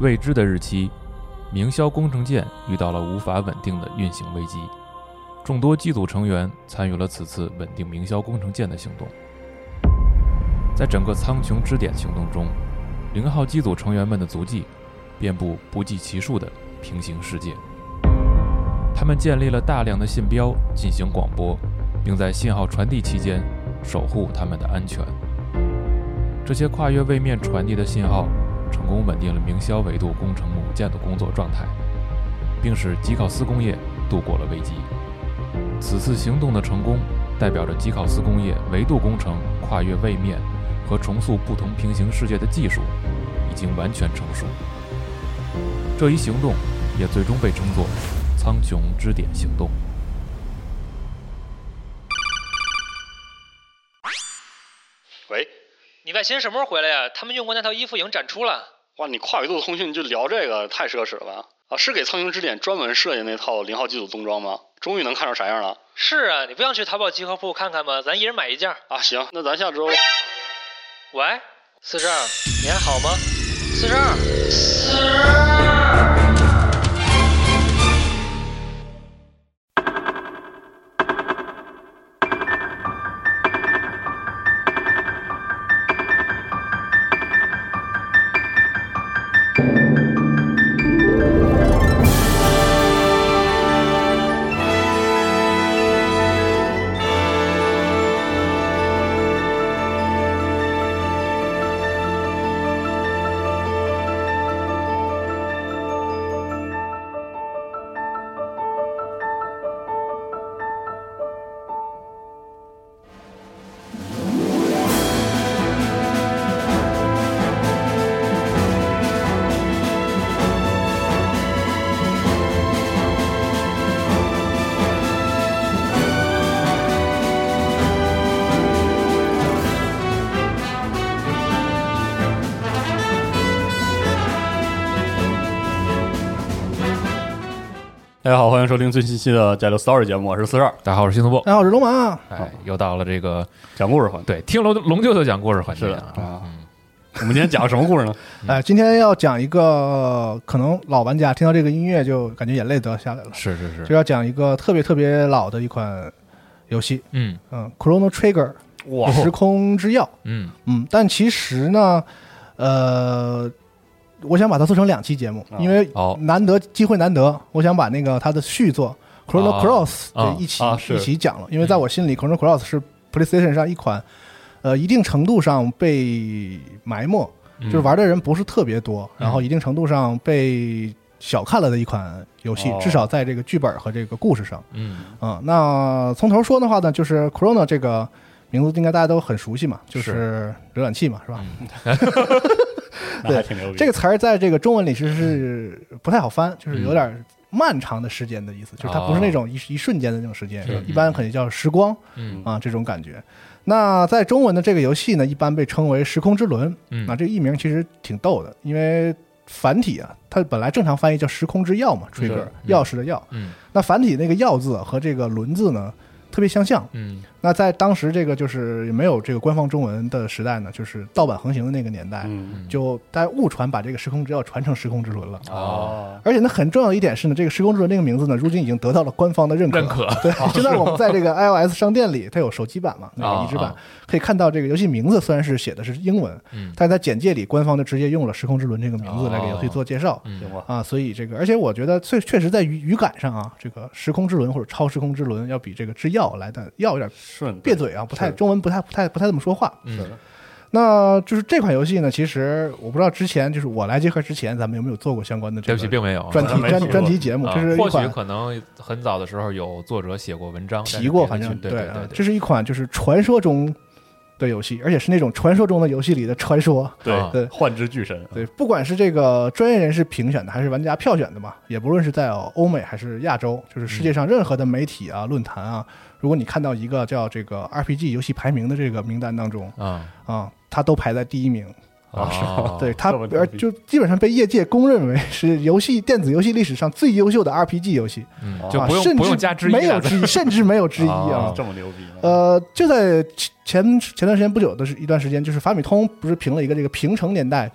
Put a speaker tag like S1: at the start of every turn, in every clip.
S1: 未知的日期，明霄工程舰遇到了无法稳定的运行危机。众多机组成员参与了此次稳定明霄工程舰的行动。在整个苍穹支点行动中，零号机组成员们的足迹遍布不计其数的平行世界。他们建立了大量的信标进行广播，并在信号传递期间守护他们的安全。这些跨越位面传递的信号，成功稳定了明霄纬度工程母舰的工作状态，并使吉考斯工业度过了危机。此次行动的成功，代表着吉考斯工业维度工程跨越位面和重塑不同平行世界的技术已经完全成熟。这一行动也最终被称作“苍穹支点行动”。
S2: 喂，
S3: 你外星人什么时候回来呀？他们用过那套衣服已经展出了。
S2: 哇，你跨维度通讯就聊这个，太奢侈了吧？啊，是给苍穹支点专门设计那套零号机组冬装吗？终于能看出啥样了
S3: 是啊，你不想去淘宝集合铺看看吗？咱一人买一件。
S2: 啊！行，那咱下周
S3: 喂，四十二，你还好吗？四十二。
S2: 大家好，欢迎收听最新期的《加六 story》节目，我是四十二，
S1: 大家好，我是新东部。
S4: 大家好，我是龙马。啊
S1: 哎，又到了这个
S2: 讲故事环。
S1: 对听龙龙舅舅讲故事环节
S2: 是的
S1: 啊。
S2: 啊，
S4: 嗯
S2: 我们今天讲什么故事 呢？
S4: 哎，今天要讲一个，呃可能老玩家听到这个音乐就感觉眼泪都要下来了。
S1: 是是是，
S4: 就要讲一个特别特别老的一款游戏，
S1: 嗯
S4: 嗯，《Chrono Trigger》
S2: 哇
S4: 时空之钥。
S1: 嗯
S4: 嗯，但其实呢，呃，我想把它做成两期节目，
S2: 啊
S4: 因为
S1: 哦
S4: 难得机会难得，我想把那个它的续作《
S1: 啊
S4: Chrono Cross》
S1: 啊
S4: 这一起、
S2: 啊是
S4: 一起讲了，因为在我心里，Chrono Cross》是 PlayStation 上一款，呃，一定程度上被埋没，
S1: 嗯
S4: 就是玩的人不是特别多，然后一定程度上被小看了的一款游戏，
S2: 哦
S4: 至少在这个剧本和这个故事上。
S1: 嗯
S4: 啊、那从头说的话呢，就是 Corona 这个名字应该大家都很熟悉嘛，就是是浏览器嘛，是吧？
S2: 那还挺牛逼。
S4: 这个词儿在这个中文里其实是
S1: 嗯
S4: 不太好翻，就是有点漫长的时间的意思，就是它不是那种一、一瞬间的那种时间
S1: 哦是，
S4: 一般可能叫时光
S1: 嗯
S4: 啊这种感觉。那在中文的这个游戏呢，一般被称为《时空之轮》
S1: 嗯
S4: 啊，这个译名其实挺逗的，因为繁体啊，它本来正常翻译叫“时空之钥”嘛
S1: 是
S4: ，trigger
S1: 嗯
S4: 钥匙的钥。
S1: 嗯
S4: 那繁体那个“钥”字和这个“轮”字呢，特别相像，
S1: 嗯
S4: 那在当时这个就是没有这个官方中文的时代呢，就是盗版横行的那个年代，
S2: 嗯
S4: 就大家误传把这个时空之钥传成时空之轮了。
S2: 啊
S1: 哦，
S4: 而且呢，很重要的一点是呢，这个时空之轮这个名字呢，如今已经得到了官方的认可。
S1: 认可
S4: 对，就在我们在这个 iOS 商店里，它有手机版嘛，那
S1: 啊
S4: 个移植版
S1: 啊，
S4: 可以看到这个游戏名字虽然是写的是英文，
S1: 嗯
S4: 但是在简介里官方就直接用了时空之轮这个名字来给游戏
S1: 哦
S4: 做介绍。
S2: 行吧，
S4: 啊，所以这个，而且我觉得最确实在语语感上啊，这个时空之轮或者超时空之轮要比这个制药来的要有点
S2: 顺
S4: 别，嘴啊，不太
S2: 是
S4: 中文不太不太不太这么说话。
S2: 是
S1: 嗯
S2: 的
S4: 那就是这款游戏呢，其实我不知道之前就是我来结合之前，咱们有没有做过相关的
S1: 对
S4: 这
S1: 不起，
S4: 个
S1: 并没有
S4: 专
S2: 好像
S4: 题
S2: 没提
S4: 专
S2: 过
S4: 专题节目，
S1: 啊
S4: 这是一
S1: 或许
S4: 款
S1: 可能很早的时候有作者写过文章
S4: 提过，
S1: 但
S4: 反
S1: 是
S4: 正
S1: 别的群对
S4: 啊
S1: 对，
S4: 这是一款就是传说中的游戏，而且是那种传说中的游戏里的传说。
S1: 啊
S2: 对
S4: 对
S2: 幻之巨神，
S4: 对，不管是这个专业人士评选的，还是玩家票选的嘛，也不论是在欧美还是亚洲，就是世界上任何的媒体啊、论坛啊，如果你看到一个叫这个 RPG 游戏排名的这个名单当中
S1: 啊
S4: 啊，它都排在第一名。
S1: 啊
S2: 是
S1: 哦
S4: 对它
S2: 这么，牛
S4: 而
S2: 逼
S4: 就基本上被业界公认为是游戏电子游戏历史上最优秀的 RPG 游戏，
S1: 嗯
S2: 啊
S1: 就不
S4: 啊
S1: 用
S4: 甚
S1: 不
S4: 至
S1: 用加之一
S4: 没有
S1: 了，
S4: 之一，甚至没有之一啊
S1: 哦。
S2: 这么牛逼，
S4: 呃，就在前前前段时间不久的是一段时间，就是法米通不是评了一个这个平成年代，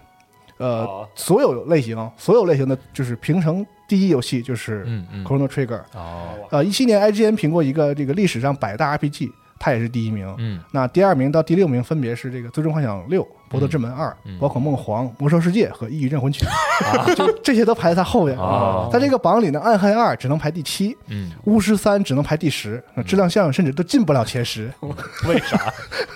S4: 呃，
S5: 哦
S4: 所有类型所有类型的就是平成第一游戏就是
S1: 嗯嗯
S4: Chrono Trigger。
S1: 哦，
S4: 呃，一七年 IGN 评过一个这个历史上百大 RPG，它也是第一名。
S1: 嗯
S4: 那第二名到第六名分别是这个《最终幻想六》《博德之门二》
S1: 嗯
S4: 宝可梦黄》《魔兽世界》和《异域镇魂曲》 就这些都排在它后面。
S1: 哦
S4: 在这个榜里呢，《暗黑二》只能排第七，《
S1: 嗯，
S4: 巫师三》只能排第十，那质量效应甚至都进不了前十。
S5: 为啥？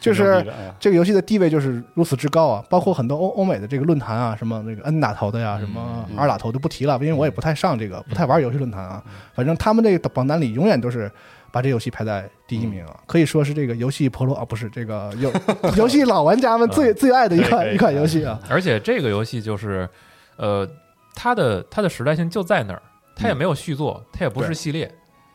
S4: 就是
S2: 啊
S5: 哎
S4: 这个游戏的地位就是如此之高啊！包括很多欧欧美的这个论坛啊，什么那个 N 打头的呀，什么 R 打头就不提了，因为我也不太上这个，不太玩游戏论坛啊。反正他们这个榜单里永远都是把这游戏排在第一名啊，可以说是这个游戏婆罗啊，不是这个游游戏老玩家们最最爱的一
S5: 可
S4: 款
S5: 以
S4: 一款游戏啊。
S1: 而且这个游戏就是，呃，它的它的时代性就在那儿，它也没有续作，它也不是
S4: 嗯对
S1: 系列。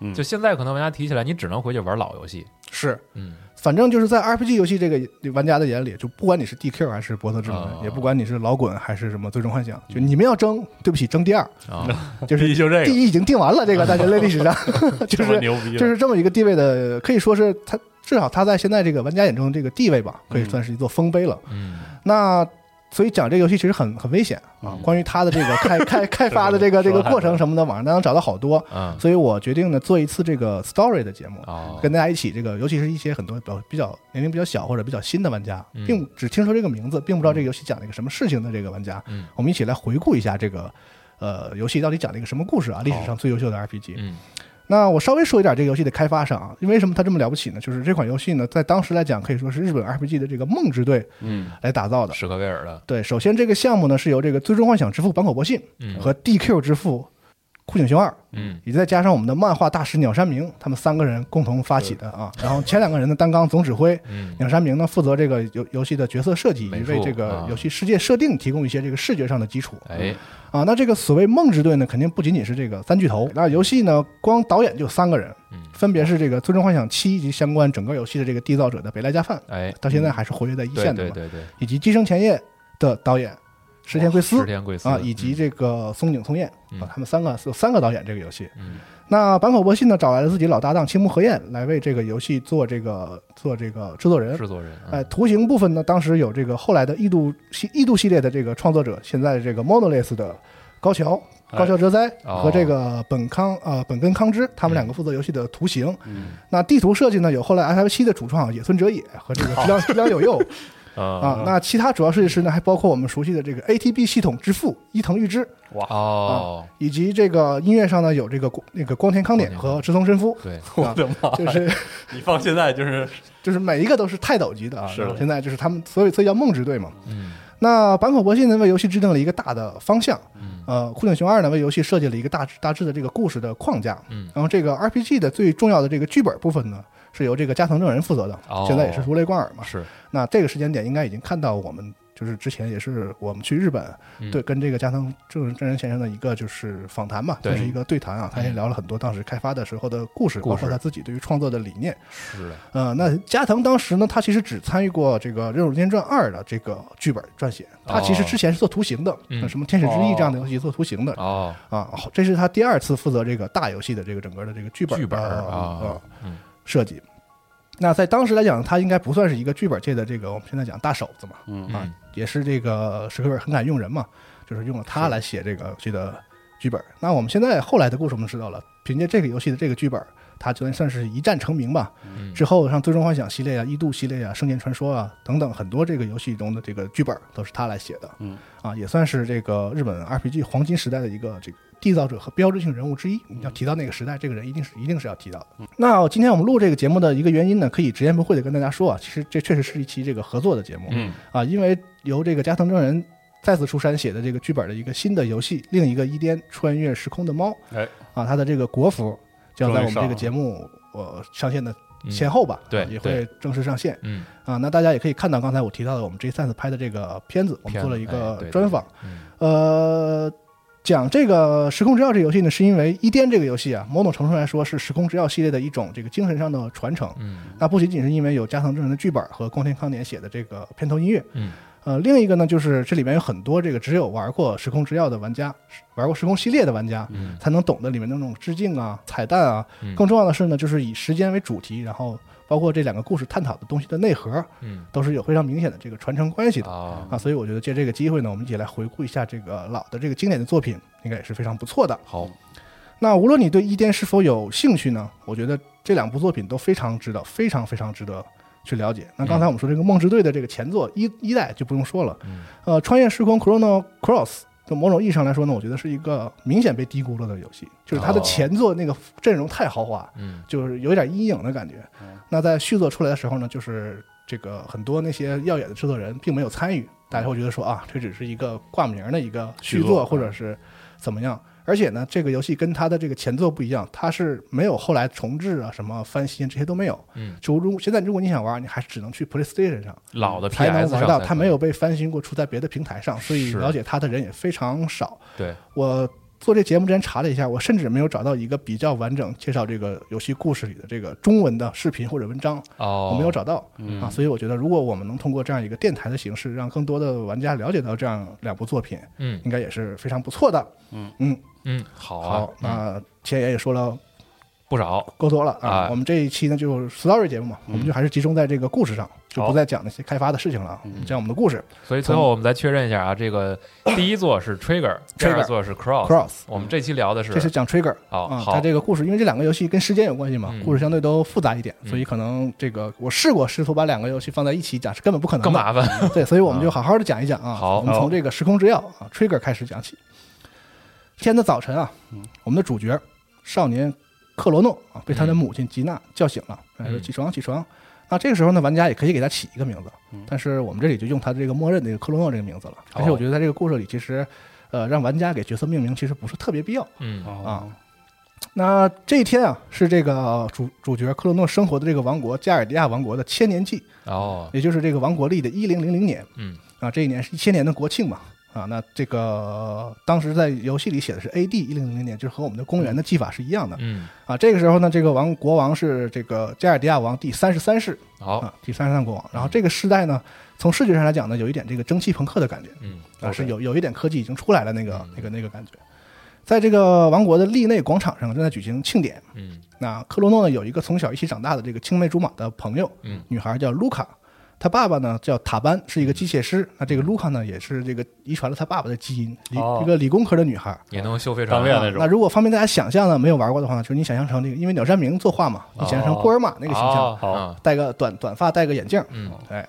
S5: 嗯
S1: 就现在可能玩家提起来，你只能回去玩老游戏。
S4: 是，
S1: 嗯
S4: 反正就是在 RPG 游戏这个玩家的眼里，就不管你是 DQ 还是博德之门
S1: 啊，
S4: 也不管你是老滚还是什么最终幻想，就你们要争，对不起，争第二，
S1: 啊，
S4: 就是
S5: 第一就这个
S4: 第一已经定完了，这个在人类历史上就
S5: 这么
S4: 是
S5: 牛逼了，
S4: 就是这么一个地位的，可以说是它至少它在现在这个玩家眼中的这个地位吧，可以算是一座丰碑了。
S1: 嗯
S4: 那所以讲这个游戏其实很很危险啊
S5: 嗯，
S4: 关于它的这个 开开开发的这个这个过程什么的，网上能找到好多，
S1: 嗯
S4: 所以我决定呢做一次这个 story 的节目。
S1: 哦，
S4: 跟大家一起，这个尤其是一些很多比较比较年龄比较小或者比较新的玩家
S1: 嗯，
S4: 并只听说这个名字，并不知道这个游戏讲了一个什么事情的这个玩家，
S1: 嗯
S4: 我们一起来回顾一下这个呃游戏到底讲了一个什么故事啊？历史上最优秀的 RPG。
S1: 嗯
S4: 那我稍微说一点这个游戏的开发上啊，因为什么它这么了不起呢？就是这款游戏呢，在当时来讲可以说是日本 RPG 的这个梦之队
S5: 嗯
S4: 来打造的。
S1: 史克威尔的，
S4: 对，首先这个项目呢是由这个《最终幻想之父》坂口博信
S1: 嗯
S4: 和 DQ 之父酷井雄二
S1: 嗯
S4: 以及再加上我们的漫画大师鸟山明，他们三个人共同发起的啊。然后前两个人呢担纲总指挥，
S1: 嗯
S4: 鸟山明呢负责这个游游戏的角色设计，以
S1: 美
S4: 及
S1: 术
S4: 为这个
S1: 啊
S4: 游戏世界设定提供一些这个视觉上的基础。
S1: 哎
S4: 啊，那这个所谓梦之队呢，肯定不仅仅是这个三巨头。那游戏呢，光导演就三个人
S1: 嗯，
S4: 分别是这个《最终幻想七》以及相关整个游戏的这个缔造者的北濑加范，
S1: 哎，
S4: 到现在还是活跃在一
S1: 对
S4: 线的
S1: 对
S4: 嘛，
S1: 对对，
S4: 以及《寄生前夜》的导演石田贵司
S1: 十。天贵司
S4: 啊，以及这个松井聪彦
S1: 嗯
S4: 啊，他们三个有三个导演这个游戏。
S1: 嗯
S4: 那坂口博信呢，找来了自己老搭档青木和彦来为这个游戏做这个做这个制作人。
S1: 制作人，嗯
S4: 哎，图形部分呢，当时有这个后来的异度系异度系列的这个创作者，现在的这个 Monolith 的高桥
S5: 哎
S4: 高桥哲哉
S1: 哦
S4: 和这个本康啊、呃本根康之，他们两个负责游戏的图形。
S5: 嗯
S4: 那地图设计呢，有后来 F F 七的主创野村哲也和这个 质量质量有佑
S1: 啊
S4: 啊。那其他主要设计师呢，还包括我们熟悉的这个 A T B 系统之父伊藤裕之，
S1: 哦，
S4: 以及这个音乐上呢有这个那个光田康典和直松伸夫，
S1: 对，
S5: 我的妈！
S4: 就是
S5: 你放现在就是
S4: 就是每一个都是泰斗级的啊。
S5: 是
S4: 然后现在就是他们，所以所以叫梦之队嘛。
S1: 嗯
S4: 那坂口博信呢为游戏制定了一个大的方向，
S1: 嗯
S4: 呃，酷影熊二呢为游戏设计了一个大致大致的这个故事的框架。
S1: 嗯
S4: 然后这个 RPG 的最重要的这个剧本部分呢。是由这个加藤正人负责的
S1: 哦，
S4: 现在也是如雷贯耳嘛。
S1: 是
S4: 那这个时间点应该已经看到我们就是之前也是我们去日本，
S1: 嗯
S4: 对，跟这个加藤正正人先生的一个就是访谈嘛，
S1: 对
S4: 就是一个对谈啊，他也聊了很多当时开发的时候的故事，
S1: 故事
S4: 包括他自己对于创作的理念。
S1: 是的，
S4: 呃，那加藤当时呢，他其实只参与过这个《任务间传二》的这个剧本撰写，他其实之前是做图形的，
S1: 哦嗯
S4: 那什么《天使之翼》这样的游戏做图形的、
S1: 哦，
S4: 啊，这是他第二次负责这个大游戏的这个整个的这个剧本
S1: 剧本
S4: 的
S1: 儿
S4: 呃
S1: 啊，嗯
S4: 设计。那在当时来讲，他应该不算是一个剧本界的这个我们现在讲大手子嘛，啊
S1: 嗯，
S4: 也是这个史克威尔很敢用人嘛，就是用了他来写这个游戏的剧本。那我们现在后来的故事我们知道了，凭借这个游戏的这个剧本，他就算是一战成名吧。
S1: 嗯
S4: 之后像《最终幻想》系列啊、《异度》系列啊、《圣剑传说啊》等等很多这个游戏中的这个剧本都是他来写的。
S5: 嗯，
S4: 啊，也算是这个日本 RPG 黄金时代的一个这个缔造者和标志性人物之一。你要提到那个时代，这个人一定是一定是要提到的。
S5: 嗯
S4: 那今天我们录这个节目的一个原因呢，可以直言不讳的跟大家说啊，其实这确实是一期这个合作的节目。
S5: 嗯
S4: 啊，因为由这个加藤正人再次出山写的这个剧本的一个新的游戏，另一个伊甸穿越时空的猫，
S5: 哎，
S4: 啊，它的这个国服就要在我
S5: 终于上了
S4: 们这个节目我上线的
S1: 嗯
S4: 前后吧，
S1: 对
S4: 啊也
S1: 对
S4: 会正式上线
S1: 嗯
S4: 啊。那大家也可以看到刚才我提到的我们 J 三拍的这个片子，我们
S1: 片
S4: 做了
S1: 子
S4: 一
S1: 哎
S4: 个
S1: 对
S4: 专
S1: 对
S4: 访，
S1: 嗯
S4: 呃。讲这个《时空之钥》这个游戏呢，是因为《伊甸》这个游戏啊，某种程度上来说是《时空之钥》系列的一种这个精神上的传承。
S1: 嗯
S4: 那不仅仅是因为有加藤正人的剧本和宫田康典写的这个片头音乐，
S1: 嗯，
S4: 呃，另一个呢就是这里面有很多这个只有玩过《时空之钥》的玩家，玩过《时空系列》的玩家，
S1: 嗯
S4: 才能懂得里面那种致敬啊、彩蛋啊。
S1: 嗯
S4: 更重要的是呢，就是以时间为主题，然后包括这两个故事探讨的东西的内核，
S1: 嗯
S4: 都是有非常明显的这个传承关系的
S1: 啊，
S4: 啊。所以我觉得借这个机会呢，我们一起来回顾一下这个老的这个经典的作品，应该也是非常不错的。
S1: 好，
S4: 那无论你对《伊甸》是否有兴趣呢，我觉得这两部作品都非常值得，非常非常值得去了解。那刚才我们说这个《梦之队》的这个前作一一代就不用说了，
S1: 嗯
S4: 呃，穿越时空 Chrono Cross 的某种意义上来说呢，我觉得是一个明显被低估了的游戏，就是它的
S1: 哦
S4: 前作那个阵容太豪华，
S1: 嗯
S4: 就是有一点阴影的感觉
S2: 嗯。
S4: 那在续作出来的时候呢，就是这个很多那些耀眼的制作人并没有参与，大家会觉得说啊，这只是一个挂名的一个续
S5: 续
S1: 嗯
S5: 作
S4: 作，或者是怎么样。而且呢，这个游戏跟它的这个前作不一样，它是没有后来重置啊、什么翻新这些都没有。
S1: 嗯，
S4: 就如现在如果你想玩，你还只能去 PlayStation 上
S1: 老的 PS
S4: 才
S1: 呃上
S4: 能玩到，它
S1: 可以
S4: 没有被翻新过，出在别的平台上，所以
S1: 是
S4: 了解它的人也非常少。
S1: 对，
S4: 我做这节目之前查了一下，我甚至没有找到一个比较完整介绍这个游戏故事里的这个中文的视频或者文章，
S1: 哦，
S4: 我没有找到、
S2: 嗯
S4: 啊。所以我觉得，如果我们能通过这样一个电台的形式，让更多的玩家了解到这样两部作品，
S1: 嗯
S4: 应该也是非常不错的。
S1: 嗯，好啊，
S4: 好，那前言也说了
S1: 不少，
S4: 够多了
S1: 啊
S4: 啊。我们这一期呢就是 story 节目嘛，我们就还是集中在这个故事上，就
S1: 好嗯
S4: 不再讲那些开发的事情了啊，我们讲我们的故事。
S1: 所以最后我们再确认一下啊，这 个第一座是 Trigger，第二座是 Cross，
S4: Cross，嗯
S1: 我们这期聊的
S4: 这是
S1: 是
S4: 讲 Trigger
S1: 好
S4: 啊，
S1: 好
S4: 它这个故事，因为这两个游戏跟时间有关系嘛，
S1: 嗯
S4: 故事相对都复杂一点，
S1: 嗯
S4: 所以可能这个我试过试图把两个游戏放在一起讲是根本不可能
S1: 更
S4: 的，
S1: 麻烦，
S4: 对，所以我们就好好的讲一讲啊。
S1: 好
S4: 我们从这个《时空之钥》啊 Trigger 开始讲起。天的早晨啊，我们的主角少年克罗诺啊被他的母亲吉娜叫醒了，哎说
S1: 嗯
S4: 起床起床。那这个时候呢，玩家也可以给他起一个名字
S2: 嗯，
S4: 但是我们这里就用他这个默认的这个克罗诺这个名字了。而且我觉得在这个故事里，其实呃让玩家给角色命名其实不是特别必要。
S1: 嗯
S4: 啊，那这一天啊，是这个主主角克罗诺生活的这个王国加尔迪亚王国的千年祭，
S1: 哦，
S4: 也就是这个王国历的一零零零年
S1: 嗯
S4: 啊，这一年是一千年的国庆嘛啊，那这个当时在游戏里写的是 A.D. 一零零零年，就是和我们的公元的技法是一样的
S1: 嗯，
S4: 啊。这个时候呢，这个王国王是这个加尔迪亚王第三十三世
S1: 好，
S4: 啊，第三十三国王。然后这个世代呢，从视觉上来讲呢，有一点这个蒸汽朋克的感觉，
S1: 嗯，
S4: 啊，是
S1: OK，
S4: 有有一点科技已经出来了那个
S1: 嗯
S4: 那个那个感觉。在这个王国的利内广场上正在举行庆典。
S1: 嗯
S4: 那克罗诺呢有一个从小一起长大的这个青梅竹马的朋友，
S1: 嗯，
S4: 女孩叫卢卡，她爸爸呢叫塔班，是一个机械师。那这个卢卡呢也是这个遗传了她爸爸的基因，理、
S5: 哦
S4: 一个理工科的女孩。
S1: 也能修飞船
S5: 当面
S1: 了
S5: 那种
S4: 那如果方便大家想象呢，没有玩过的话呢，就是你想象成这个，因为鸟山明作画嘛，你想象成
S5: 哦
S4: 波尔玛那个形象，
S1: 哦
S5: 好
S1: 嗯
S4: 戴个短短发，戴个眼镜，
S1: 嗯，
S4: 哎，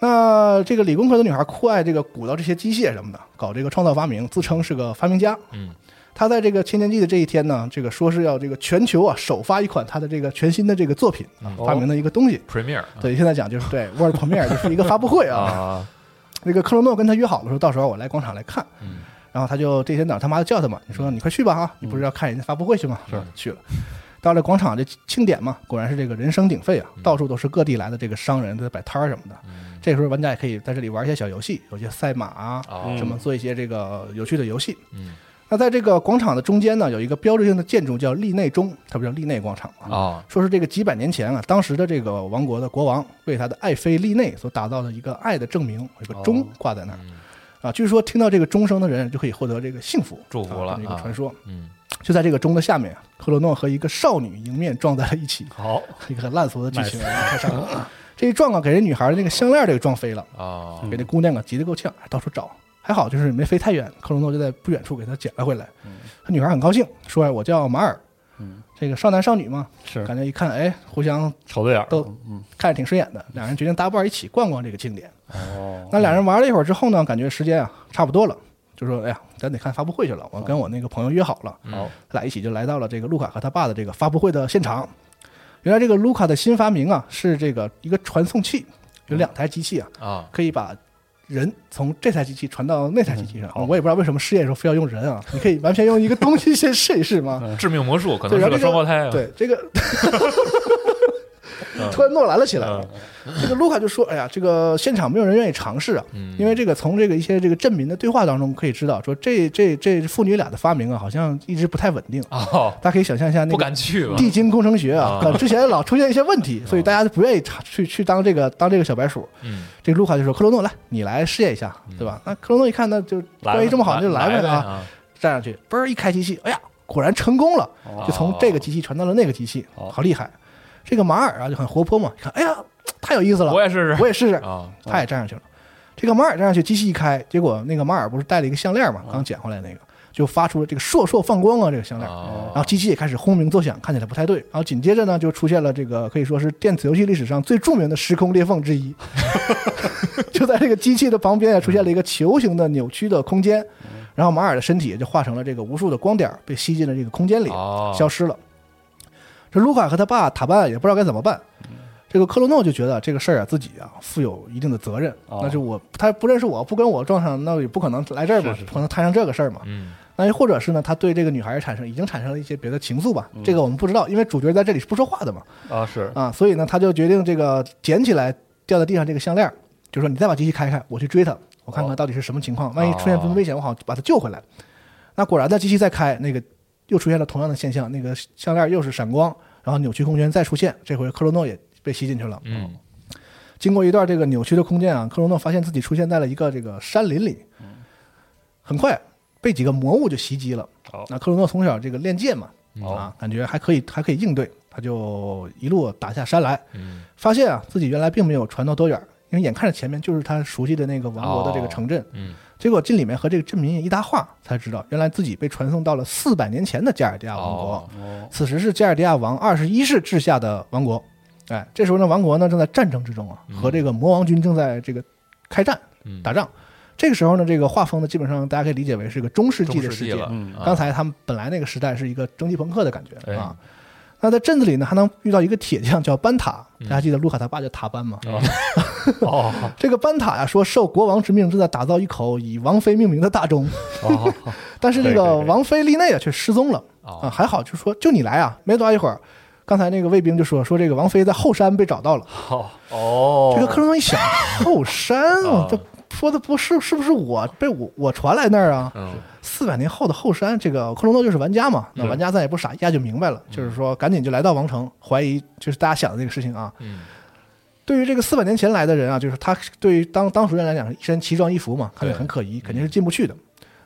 S4: 那这个理工科的女孩酷爱这个鼓捣这些机械什么的，搞这个创造发明，自称是个发明家。
S1: 嗯，
S4: 她在这个千年祭的这一天呢，这个说是要这个全球啊首发一款她的这个全新的这个作品啊，
S1: 哦
S5: 嗯
S4: 发明的一个东西。
S1: Premiere
S4: 对，现在讲就是对 World Premiere 就是一个发布会啊。
S1: 啊，
S4: 那个克罗诺跟他约好了，说到时候我来广场来看。
S1: 嗯
S4: 然后他就这天早上他妈就叫他嘛，你说你快去吧啊，你不是要看人家发布会去吗？
S1: 是
S4: 去了，到了广场这庆典嘛，果然是这个人声鼎沸啊，
S1: 嗯
S4: 到处都是各地来的这个商人在摆摊儿什么的。
S1: 嗯，
S4: 这时候玩家也可以在这里玩一些小游戏，有些赛马啊，
S1: 哦，
S4: 什么做一些这个有趣的游戏。
S1: 嗯
S4: 那在这个广场的中间呢，有一个标志性的建筑叫利内钟，它不叫利内广场吗？
S1: 哦，
S4: 说是这个几百年前啊，当时的这个王国的国王为他的爱妃利内所打造的一个爱的证明，有一个钟挂在那儿、
S1: 嗯
S4: 啊。据说听到这个钟声的人就可以获得这个幸福
S1: 祝福了
S4: 啊这么一
S1: 啊
S4: 个传说。
S1: 嗯，
S4: 就在这个钟的下面啊，克罗诺和一个少女迎面撞在了一起，
S5: 好，
S4: 一个很烂俗的剧情啊，太上头了。这一撞啊，给人女孩的那个项链儿给撞飞了。
S1: 哦，
S4: 给
S5: 嗯
S4: 那姑娘啊急得够呛，到处找。还好就是没飞太远，克罗诺就在不远处给她捡了回来。
S5: 嗯
S4: 她女孩很高兴，说：“哎，我叫马尔。”
S2: 嗯，
S4: 这个少男少女嘛，
S5: 是嗯
S4: 感觉一看，哎，互相
S5: 瞅对眼儿
S4: 都看着挺顺眼的，两人决定搭伴一起逛逛这个景点。
S5: 哦，
S4: 那两人玩了一会儿之后呢，感觉时间啊差不多了，就说：“哎呀，咱得看发布会去了。我跟我那个朋友约好了，
S1: 好，
S4: 俩一起就来到了这个卢卡和他爸的这个发布会的现场。原来这个卢卡的新发明啊，是这个一个传送器，有两台机器啊，
S1: 啊，
S4: 可以把人从这台机器传到那台机器上。我也不知道为什么试验的时候非要用人啊，你可以完全用一个东西先试一试嘛。
S1: 致命魔术可能
S4: 对
S1: 是
S4: 然后
S1: 个
S4: 这
S1: 双胞胎啊，
S4: 对，这个 突然诺兰了起来啊。这个卢卡就说：“哎呀，这个现场没有人愿意尝试啊，
S1: 嗯
S4: 因为这个从这个一些这个镇民的对话当中可以知道，说这这这父女俩的发明啊，好像一直不太稳定。
S1: 哦，
S4: 大家可以想象一下那
S1: 不
S4: 个
S1: 敢去吧？
S4: 地精工程学啊，
S1: 啊
S4: 之前老出现一些问题，所以大家就不愿意查去去当这个当这个小白鼠。
S1: 嗯，
S4: 这个卢卡就说：“克罗诺，来，你来试验一下，对吧？”那克罗诺一看，那就
S5: 来
S4: 关系
S5: 吧
S4: 这么好，那就
S1: 来
S4: 来
S1: 呗
S4: 呗啊！
S1: 啊，
S4: 站上去，嘣
S1: 哦
S4: 儿一开机器，哎呀，果然成功了，就从这个机器传到了那个机器，好厉害！这个马尔啊就很活泼嘛，一看，哎呀，太有意思了，
S1: 我也试试
S4: 我也试试，
S1: 啊，
S4: 他也站上去了。这个马尔站上去，机器一开，结果那个马尔不是带了一个项链嘛，刚捡回来那个，就发出了这个烁烁放光啊，这个项
S1: 嗯
S4: 链。
S1: 哦
S4: 然后机器也开始轰鸣作响，看起来不太对。然后紧接着呢，就出现了这个可以说是电子游戏历史上最著名的时空裂缝 之一，就在这个机器的旁边也出现了一个球形的扭曲的空间，
S5: 哦
S4: 然后马尔的身体也就化成了这个无数的光点儿，被吸进了这个空间里，
S1: 哦
S4: 消失了。这卢卡和他爸塔班也不知道该怎么办。
S5: 嗯
S4: 这个克罗诺就觉得这个事儿啊，自己啊负有一定的责任。
S5: 哦
S4: 那就我他不认识我，不跟我撞上，那也不可能来这儿嘛，
S5: 是是
S4: 不可能摊上这个事儿嘛。
S1: 嗯，
S4: 那又或者是呢，他对这个女孩产生已经产生了一些别的情愫吧？这个我们不知道，因为主角在这里是不说话的嘛。
S5: 啊，是
S4: 啊，所以呢，他就决定这个捡起来掉在地上这个项链儿，就说你再把机器开开，我去追他，我看看到底是什么情况，万一出现危险，我好把他救回来。那果然，在机器再开，那个又出现了同样的现象，那个项链儿又是闪光，然后扭曲空间再出现，这回克罗诺也被吸进去了。
S1: 嗯，
S4: 经过一段这个扭曲的空间啊，克罗诺发现自己出现在了一个这个山林里，很快被几个魔物就袭击了。
S5: 哦
S4: 那克罗诺从小这个练剑嘛，
S5: 哦
S4: 啊，感觉还可以，还可以应对，他就一路打下山来，
S1: 嗯
S4: 发现啊自己原来并没有传到多远，因为眼看着前面就是他熟悉的那个王国的这个城镇，
S1: 嗯，
S4: 结果进里面和这个镇民一搭话，才知道原来自己被传送到了四百年前的加尔迪亚王国。
S1: 哦
S5: 哦，
S4: 此时是加尔迪亚王二十一世治下的王国。哎，这时候呢，王国呢正在战争之中啊，和这个魔王军正在这个开战
S1: 嗯
S4: 打仗。这个时候呢，这个画风呢，基本上大家可以理解为是个中世纪的
S1: 中世
S4: 世
S1: 纪
S4: 界。
S1: 了，
S5: 嗯
S1: 啊
S4: 刚才他们本来那个时代是一个蒸汽朋克的感觉
S1: 哎
S4: 啊。那在镇子里呢，还能遇到一个铁匠叫班塔，大家记得卢卡他爸叫塔班吗？
S5: 哦，
S4: 这个班塔呀、说受国王之命，正在打造一口以王妃命名的大钟，
S5: 哦，
S4: 但是这
S5: 对
S4: 个
S5: 对对
S4: 王妃丽内啊却失踪了。啊，
S1: 哦
S4: 还好，就说就你来啊，没多大一会儿，刚才那个卫兵就说说这个王妃在后山被找到了。
S5: 好，哦，
S4: 这个克隆一想，后山，
S1: 啊
S4: 这说的不是是不是我被我我传来那儿啊？
S1: 嗯
S4: 四百年后的后山，这个克隆多就是玩家嘛，那玩家咱也不傻，一下就明白了，就是说赶紧就来到王城，怀疑就是大家想的那个事情啊。
S1: 嗯
S4: 对于这个四百年前来的人啊，就是他对于当当时人来讲，一身奇装异服嘛，看着很可疑，肯定是进不去的。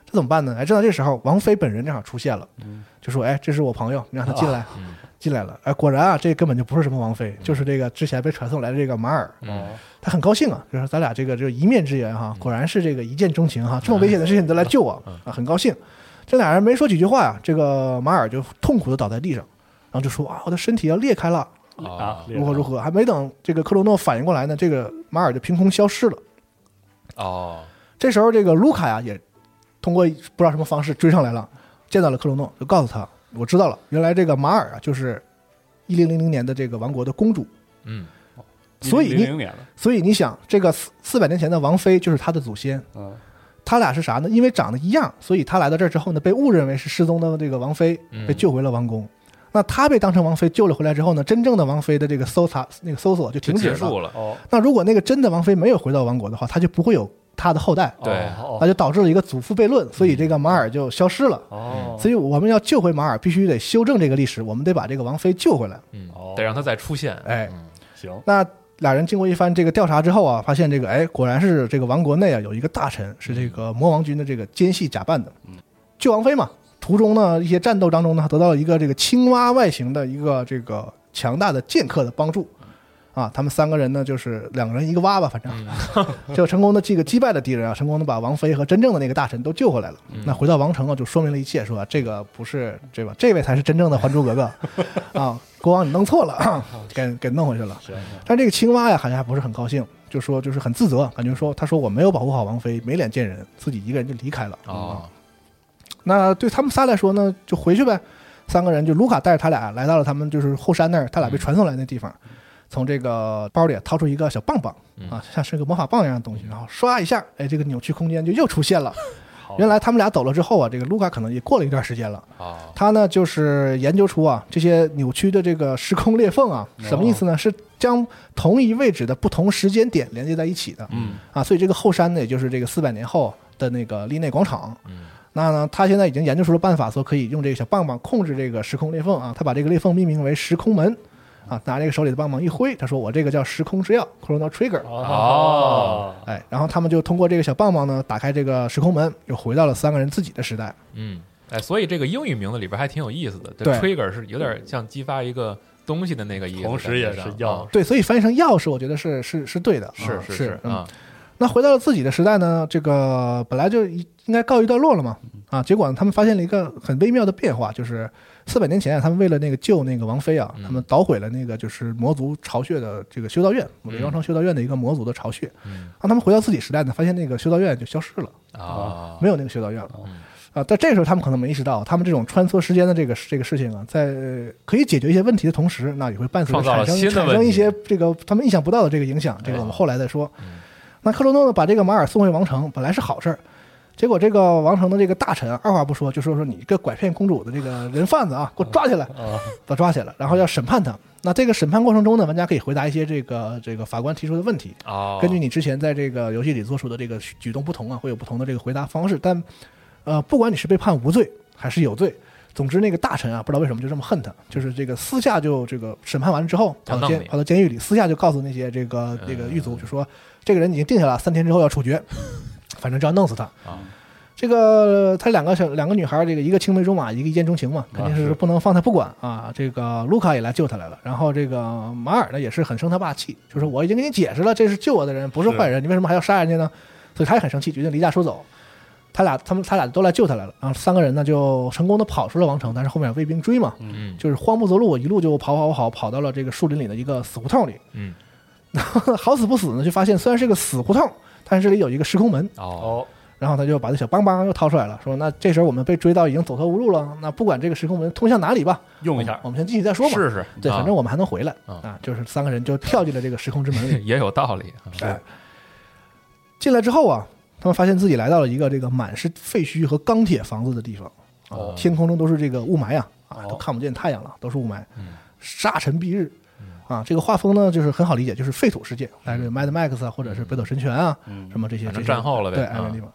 S4: 这怎么办呢？哎，正到这时候，王妃本人正好出现了，就说：“哎，这是我朋友，你让他进来。进来了，哎，果然啊，这根本就不是什么王妃，就是这个之前被传送来的这个马尔。
S1: 嗯
S4: 他很高兴啊，就说咱俩这个这个一面之缘哈、果然是这个一见钟情哈、这么危险的事情你都来救我啊，很高兴。这俩人没说几句话呀、这个马尔就痛苦的倒在地上，然后就说啊，我的身体要裂开了，
S1: 啊
S4: 如何如何。还没等这个克罗诺反应过来呢，这个马尔就凭空消失了。
S1: 哦
S4: 这时候这个卢卡呀也通过不知道什么方式追上来了，见到了克罗诺，就告诉他我知道了，原来这个马尔啊就是一零零零年的这个王国的公主，
S1: 嗯
S4: 所以你
S5: 零零年了，
S4: 所以你想，这个四四百年前的王妃就是他的祖先。
S5: 嗯，
S4: 他俩是啥呢？因为长得一样，所以他来到这儿之后呢，被误认为是失踪的这个王妃，
S1: 嗯
S4: 被救回了王宫。那他被当成王妃救了回来之后呢，真正的王妃的这个搜查那个搜索就
S1: 就
S4: 停止
S1: 结
S4: 了。
S1: 束了，
S5: 哦，
S4: 那如果那个真的王妃没有回到王国的话，他就不会有他的后代，
S1: 对
S4: 那
S5: 哦，
S4: 就导致了一个祖父悖论，所以这个马尔就消失了。
S3: 嗯
S5: 哦，
S4: 所以我们要救回马尔，必须得修正这个历史，我们得把这个王妃救回来。
S1: 嗯
S5: 哦，
S1: 得让他再出现，
S4: 哎
S1: 嗯
S5: 行，
S4: 那俩人经过一番这个调查之后啊，发现这个哎，果然是这个王国内啊有一个大臣是这个魔王军的这个奸细假扮的，救王妃嘛。途中呢，一些战斗当中呢，他得到了一个这个青蛙外形的一个这个强大的剑客的帮助，啊，他们三个人呢就是两个人一个蛙吧，反正 就成功的这个击败了敌人啊，成功的把王妃和真正的那个大臣都救回来了。那回到王城啊，就说明了一切，说、啊、这个不是对吧？这位才是真正的《还珠格格》啊，国王你弄错了， 给给弄回去了。
S5: 行，
S4: 但这个青蛙呀，好像还不是很高兴，就说就是很自责，感觉说他说我没有保护好王妃，没脸见人，自己一个人就离开了。
S1: 哦
S5: 嗯
S4: 那对他们仨来说呢，就回去呗。三个人就卢卡带着他俩来到了他们就是后山那儿，他俩被传送来那地方，从这个包里啊掏出一个小棒棒啊，像是个魔法棒一样的东西，然后刷一下，哎，这个扭曲空间就又出现了。原来他们俩走了之后啊，这个卢卡可能也过了一段时间了。
S1: 哦
S4: 他呢就是研究出啊这些扭曲的这个时空裂缝啊，什么意思呢？是将同一位置的不同时间点连接在一起的。
S5: 嗯，
S4: 啊，所以这个后山呢，也就是这个四百年后的那个利内广场。
S1: 嗯，
S4: 那呢，他现在已经研究出了办法，说可以用这个小棒棒控制这个时空裂缝啊。他把这个裂缝命名为时空门。啊，拿这个手里的棒棒一挥，他说：“我这个叫时空之钥 （Chrono Trigger）。”
S1: 嗯
S5: 哦，
S4: 哎，然后他们就通过这个小棒棒呢，打开这个时空门，又回到了三个人自己的时代。
S1: 嗯。哎，所以这个英语名字里边还挺有意思的，这
S4: 对
S1: trigger 是有点像激发一个东西的那个意思，
S5: 同时也是钥
S1: 啊
S5: 匙，
S4: 对，所以翻译成钥匙，我觉得是是是对的，
S5: 是
S4: 啊
S5: 是
S4: 是
S5: 是
S4: 嗯
S1: 啊，
S4: 那回到了自己的时代呢，这个本来就一应该告一段落了嘛，啊，结果呢，他们发现了一个很微妙的变化，就是四百年前啊，他们为了那个救那个王妃啊
S1: 嗯，
S4: 他们捣毁了那个就是魔族巢穴的这个修道院，伪装成修道院的一个魔族的巢穴。
S1: 嗯
S4: 让他们回到自己时代呢，发现那个修道院就消失了，
S1: 啊，
S4: 没有那个修道院了
S1: 嗯。
S4: 啊，但这个时候他们可能没意识到，他们这种穿梭时间的这个这个事情啊，在呃可以解决一些问题的同时，那也会伴随着
S1: 创造了
S4: 产
S1: 新的
S4: 生产
S1: 问
S4: 生
S1: 题
S4: 一些这个他们意想不到的这个影响。这个我们后来再说。
S1: 嗯
S4: 那克罗诺呢，把这个马尔送回王城，本来是好事儿，结果这个王城的这个大臣啊二话不说就说说你一个拐骗公主的这个人贩子啊，给我抓起来，
S1: 嗯哦
S5: 啊
S4: 把他抓起来，然后要审判他。那这个审判过程中呢，玩家可以回答一些这个这个法官提出的问题，
S1: 哦，
S4: 根据你之前在这个游戏里做出的这个举动不同啊，会有不同的这个回答方式。但呃，不管你是被判无罪还是有罪，总之那个大臣啊，不知道为什么就这么恨他，就是这个私下就这个审判完之后，
S1: 他弄
S4: 跑到监
S1: 你嗯
S4: 跑到监狱里，私下就告诉那些这个这个狱卒，就说这个人已经定下了，三天之后要处决，反正就要弄死他。
S1: 啊
S4: 这个呃他两个小两个女孩，这个一个青梅竹马，一个一见钟情嘛，肯定
S5: 啊是
S4: 是不能放他不管啊。这个卢卡也来救他来了，然后这个马尔呢也是很生他爸气，就说我已经给你解释了，这是救我的人，不是坏人，你为什么还要杀人家呢？所以他也很生气，决定离家出走。他俩他们他俩都来救他来了，然后三个人呢就成功的跑出了王城，但是后面有卫兵追嘛，
S1: 嗯
S4: 就是慌不择路，一路就跑跑跑跑到了这个树林里的一个死胡同里。
S1: 嗯
S4: 好死不死呢，就发现虽然是个死胡同，但是这里有一个时空门，
S1: 哦
S5: 哦
S4: 然后他就把这小邦邦又掏出来了，说：“那这时候我们被追到，已经走投无路了。那不管这个时空门通向哪里吧，
S5: 用一下
S4: 我们先进去再说嘛。
S1: 试试，
S4: 对，
S1: 啊
S4: 反正我们还能回来
S1: 啊
S4: 啊。”就是三个人就跳进了这个时空之门里。
S1: 也有道理，啊
S4: 哎，进来之后啊，他们发现自己来到了一个这个满是废墟和钢铁房子的地方啊
S1: 哦，
S4: 天空中都是这个雾霾啊，啊
S5: 哦，
S4: 都看不见太阳了，都是雾霾
S1: 嗯，
S4: 沙尘蔽日。啊，这个画风呢，就是很好理解，就是废土世界，但是 Mad Max 啊，或者是北斗神拳啊，
S5: 嗯
S4: 什么这些
S1: 嗯反
S4: 这
S1: 正
S4: 些
S1: 战后了呗啊
S4: 对，安全地方，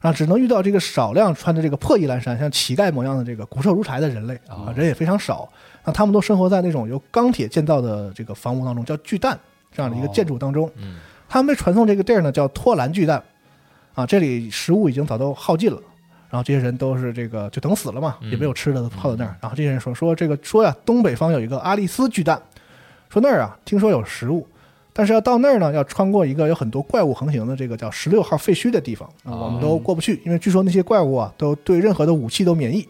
S4: 然后只能遇到这个少量穿着这个破衣烂衫、像乞丐模样的这个骨瘦如柴的人类
S1: 哦
S4: 啊，人也非常少。那他们都生活在那种由钢铁建造的这个房屋当中，叫巨蛋这样的一个建筑当中。
S1: 嗯
S4: 他们被传送这个地儿呢，叫托兰巨蛋啊，这里食物已经早都耗尽了。然后这些人都是这个就等死了嘛，也没有吃的，泡在那儿。然后这些人说说这个说呀、东北方有一个阿利斯巨蛋，说那儿啊，听说有食物，但是要到那儿呢，要穿过一个有很多怪物横行的这个叫十六号废墟的地方啊，我们都过不去，因为据说那些怪物啊，都对任何的武器都免疫。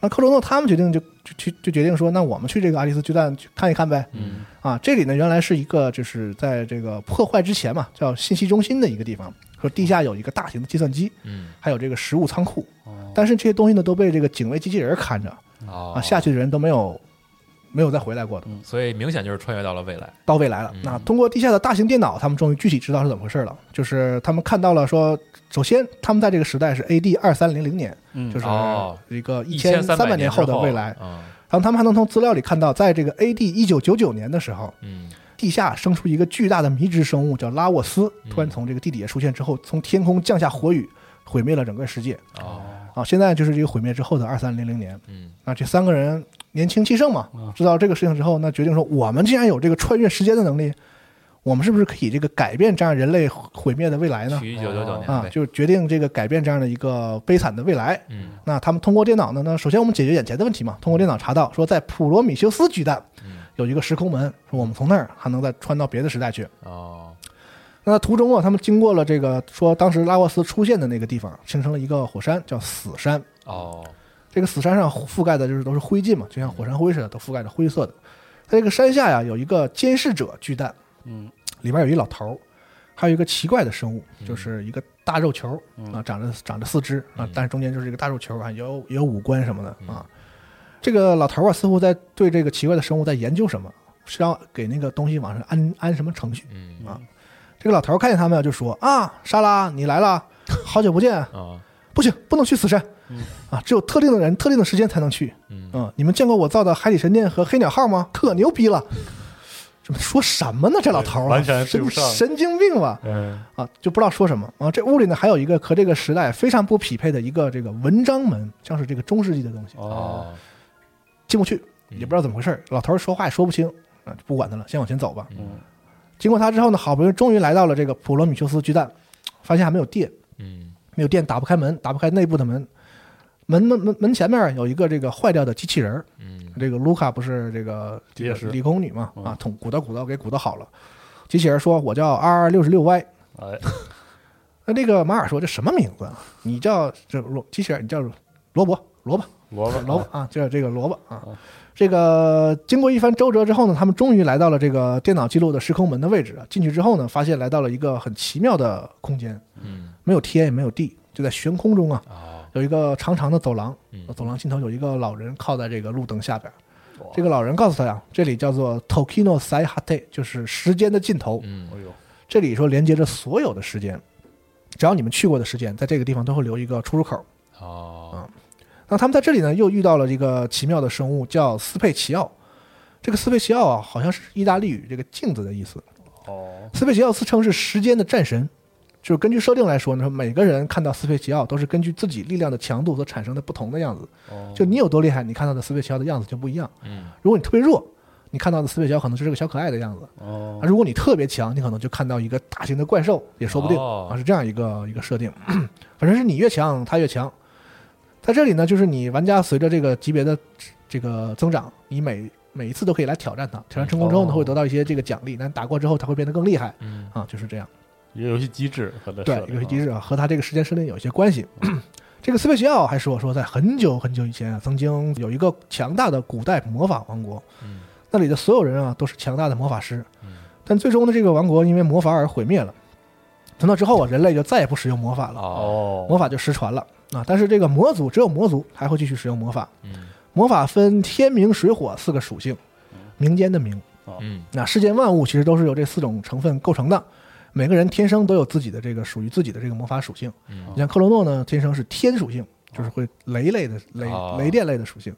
S4: 那克罗诺他们决定就就就就决定说，那我们去这个阿利斯巨蛋去看一看呗。
S1: 嗯
S4: 啊，这里呢原来是一个就是在这个破坏之前嘛，叫信息中心的一个地方，说地下有一个大型的计算机，
S1: 嗯
S4: 还有这个食物仓库，但是这些东西呢都被这个警卫机器人儿看着
S1: 哦
S4: 啊，下去的人都没有没有再回来过的。
S1: 所以明显就是穿越到了未来，
S4: 到未来了
S1: 嗯。
S4: 那通过地下的大型电脑，他们终于具体知道是怎么回事了。就是他们看到了说，首先他们在这个时代是 A.D. 二三零零年，
S5: 嗯
S4: 就是
S1: 哦
S4: 一个一
S1: 一
S4: 千
S1: 三
S4: 三百
S1: 年
S4: 年后的未来。
S1: 嗯
S4: 然后他们还能从资料里看到，在这个 A.D. 一九九九年的时候，
S1: 嗯
S4: 地下生出一个巨大的迷之生物，叫拉沃斯，
S1: 嗯
S4: 突然从这个地底下出现之后，从天空降下火雨，毁灭了整个世界。
S1: 哦
S4: 啊，现在就是这个毁灭之后的二三零零年。
S1: 嗯
S4: 那这三个人年轻气盛嘛
S5: 嗯，
S4: 知道这个事情之后，那决定说，我们既然有这个穿越时间的能力，我们是不是可以这个改变这样人类毁灭的未来呢？
S1: 去一九九九年
S4: 哎啊，
S1: 呗，
S4: 就是决定这个改变这样的一个悲惨的未来。
S1: 嗯
S4: 那他们通过电脑呢？那首先我们解决眼前的问题嘛。通过电脑查到说，在普罗米修斯巨蛋
S1: 嗯
S4: 有一个时空门，说我们从那儿还能再穿到别的时代去。
S1: 哦
S4: 那途中啊，他们经过了这个说当时拉沃斯出现的那个地方，形成了一个火山，叫死山。
S1: 哦
S4: 这个死山上覆盖的就是都是灰烬嘛，就像火山灰似的，都覆盖着灰色的。在这个山下呀，有一个监视者巨蛋，
S5: 嗯，
S4: 里边有一老头儿，还有一个奇怪的生物，就是一个大肉球啊，长着长着四肢啊，但是中间就是一个大肉球啊，也有也有五官什么的啊。这个老头儿啊，似乎在对这个奇怪的生物在研究什么，是要给那个东西往上安安什么程序。
S1: 嗯
S4: 这个老头儿看见他们啊就说啊，莎拉你来了，好久不见，
S1: 啊
S4: 不行，不能去死山，
S5: 嗯
S4: 啊，只有特定的人、特定的时间才能去。
S1: 嗯
S4: 你们见过我造的海底神殿和黑鸟号吗？可牛逼了！这么说什么呢？这老头儿啊
S5: 完全对
S4: 神
S5: 不上
S4: 神经病吧？
S5: 嗯
S4: 啊，就不知道说什么啊。这屋里呢还有一个和这个时代非常不匹配的一个这个文章门，像是这个中世纪的东西，
S5: 哦
S1: 哦
S4: 进不去，
S1: 嗯
S4: 也不知道怎么回事儿。老头儿说话也说不清，啊，就不管他了，先往前走吧。
S5: 嗯
S4: 经过他之后呢，好不容易终于来到了这个普罗米修斯巨蛋，发现还没有电，
S1: 嗯
S4: 没有电，打不开门，打不开内部的门。门门门门前面有一个这个坏掉的机器人儿，
S1: 嗯
S4: 这个卢卡不是这个
S5: 机械师
S4: 理工女嘛，
S5: 嗯
S4: 啊，捅鼓捣鼓捣给鼓捣好了。机器人说：“我叫 R 六十六 Y。
S5: 哎，”
S4: 那这个马尔说：“这什么名字啊？你叫这罗机器人，你叫罗伯萝卜
S5: 萝卜
S4: 萝卜啊，就是这个萝卜啊
S5: 嗯。
S4: 这个经过一番周折之后呢，他们终于来到了这个电脑记录的时空门的位置。进去之后呢，发现来到了一个很奇妙的空间，
S1: 嗯
S4: 没有天也没有地，就在悬空中啊，
S1: 哦
S4: 有一个长长的走廊
S1: 嗯，
S4: 走廊尽头有一个老人靠在这个路灯下边。
S5: 哇
S4: 这个老人告诉他呀，这里叫做 Tokino Sai Hate，就是时间的尽头。
S1: 嗯
S5: 哎呦，
S4: 这里说连接着所有的时间，只要你们去过的时间，在这个地方都会留一个出入口。
S1: 哦
S4: 那他们在这里呢，又遇到了一个奇妙的生物，叫斯佩奇奥。这个斯佩奇奥啊，好像是意大利语这个镜子的意思。
S5: 哦，
S4: 斯佩奇奥自称是时间的战神，就是根据设定来说呢，每个人看到斯佩奇奥都是根据自己力量的强度所产生的不同的样子。
S5: 哦
S4: 就你有多厉害，你看到的斯佩奇奥的样子就不一样。
S1: 嗯
S4: 如果你特别弱，你看到的斯佩奇奥可能就是个小可爱的样子；
S5: 哦
S4: 啊，如果你特别强，你可能就看到一个大型的怪兽，也说不定、
S1: 哦
S4: 啊，是这样一个一个设定。 反正是你越强，它越强。在这里呢，就是你玩家随着这个级别的这个增长，你每每一次都可以来挑战它，挑战成功之后呢，
S5: 哦
S4: 会得到一些这个奖励，但打过之后它会变得更厉害
S1: 嗯
S4: 啊，就是这样。
S5: 一个游戏机制和这
S4: 对
S5: 设，定
S4: 游戏机制啊，和他这个时间设定有一些关系。这个斯佩奇奥还说说，在很久很久以前啊，曾经有一个强大的古代魔法王国，
S1: 嗯
S4: 那里的所有人啊都是强大的魔法师
S1: 嗯，
S4: 但最终呢，这个王国因为魔法而毁灭了。从那之后啊，人类就再也不使用魔法了，
S1: 哦
S5: 哦，
S4: 魔法就失传了啊。但是这个魔族只有魔族还会继续使用魔法，
S1: 嗯
S4: 魔法分天明水火四个属性，民间的明。
S1: 嗯
S4: 那世间万物其实都是由这四种成分构成的，每个人天生都有自己的这个属于自己的这个魔法属性。
S1: 嗯
S4: 你像克罗诺呢，天生是天属性，就是会雷类的雷
S1: 哦
S4: 雷电类的属性；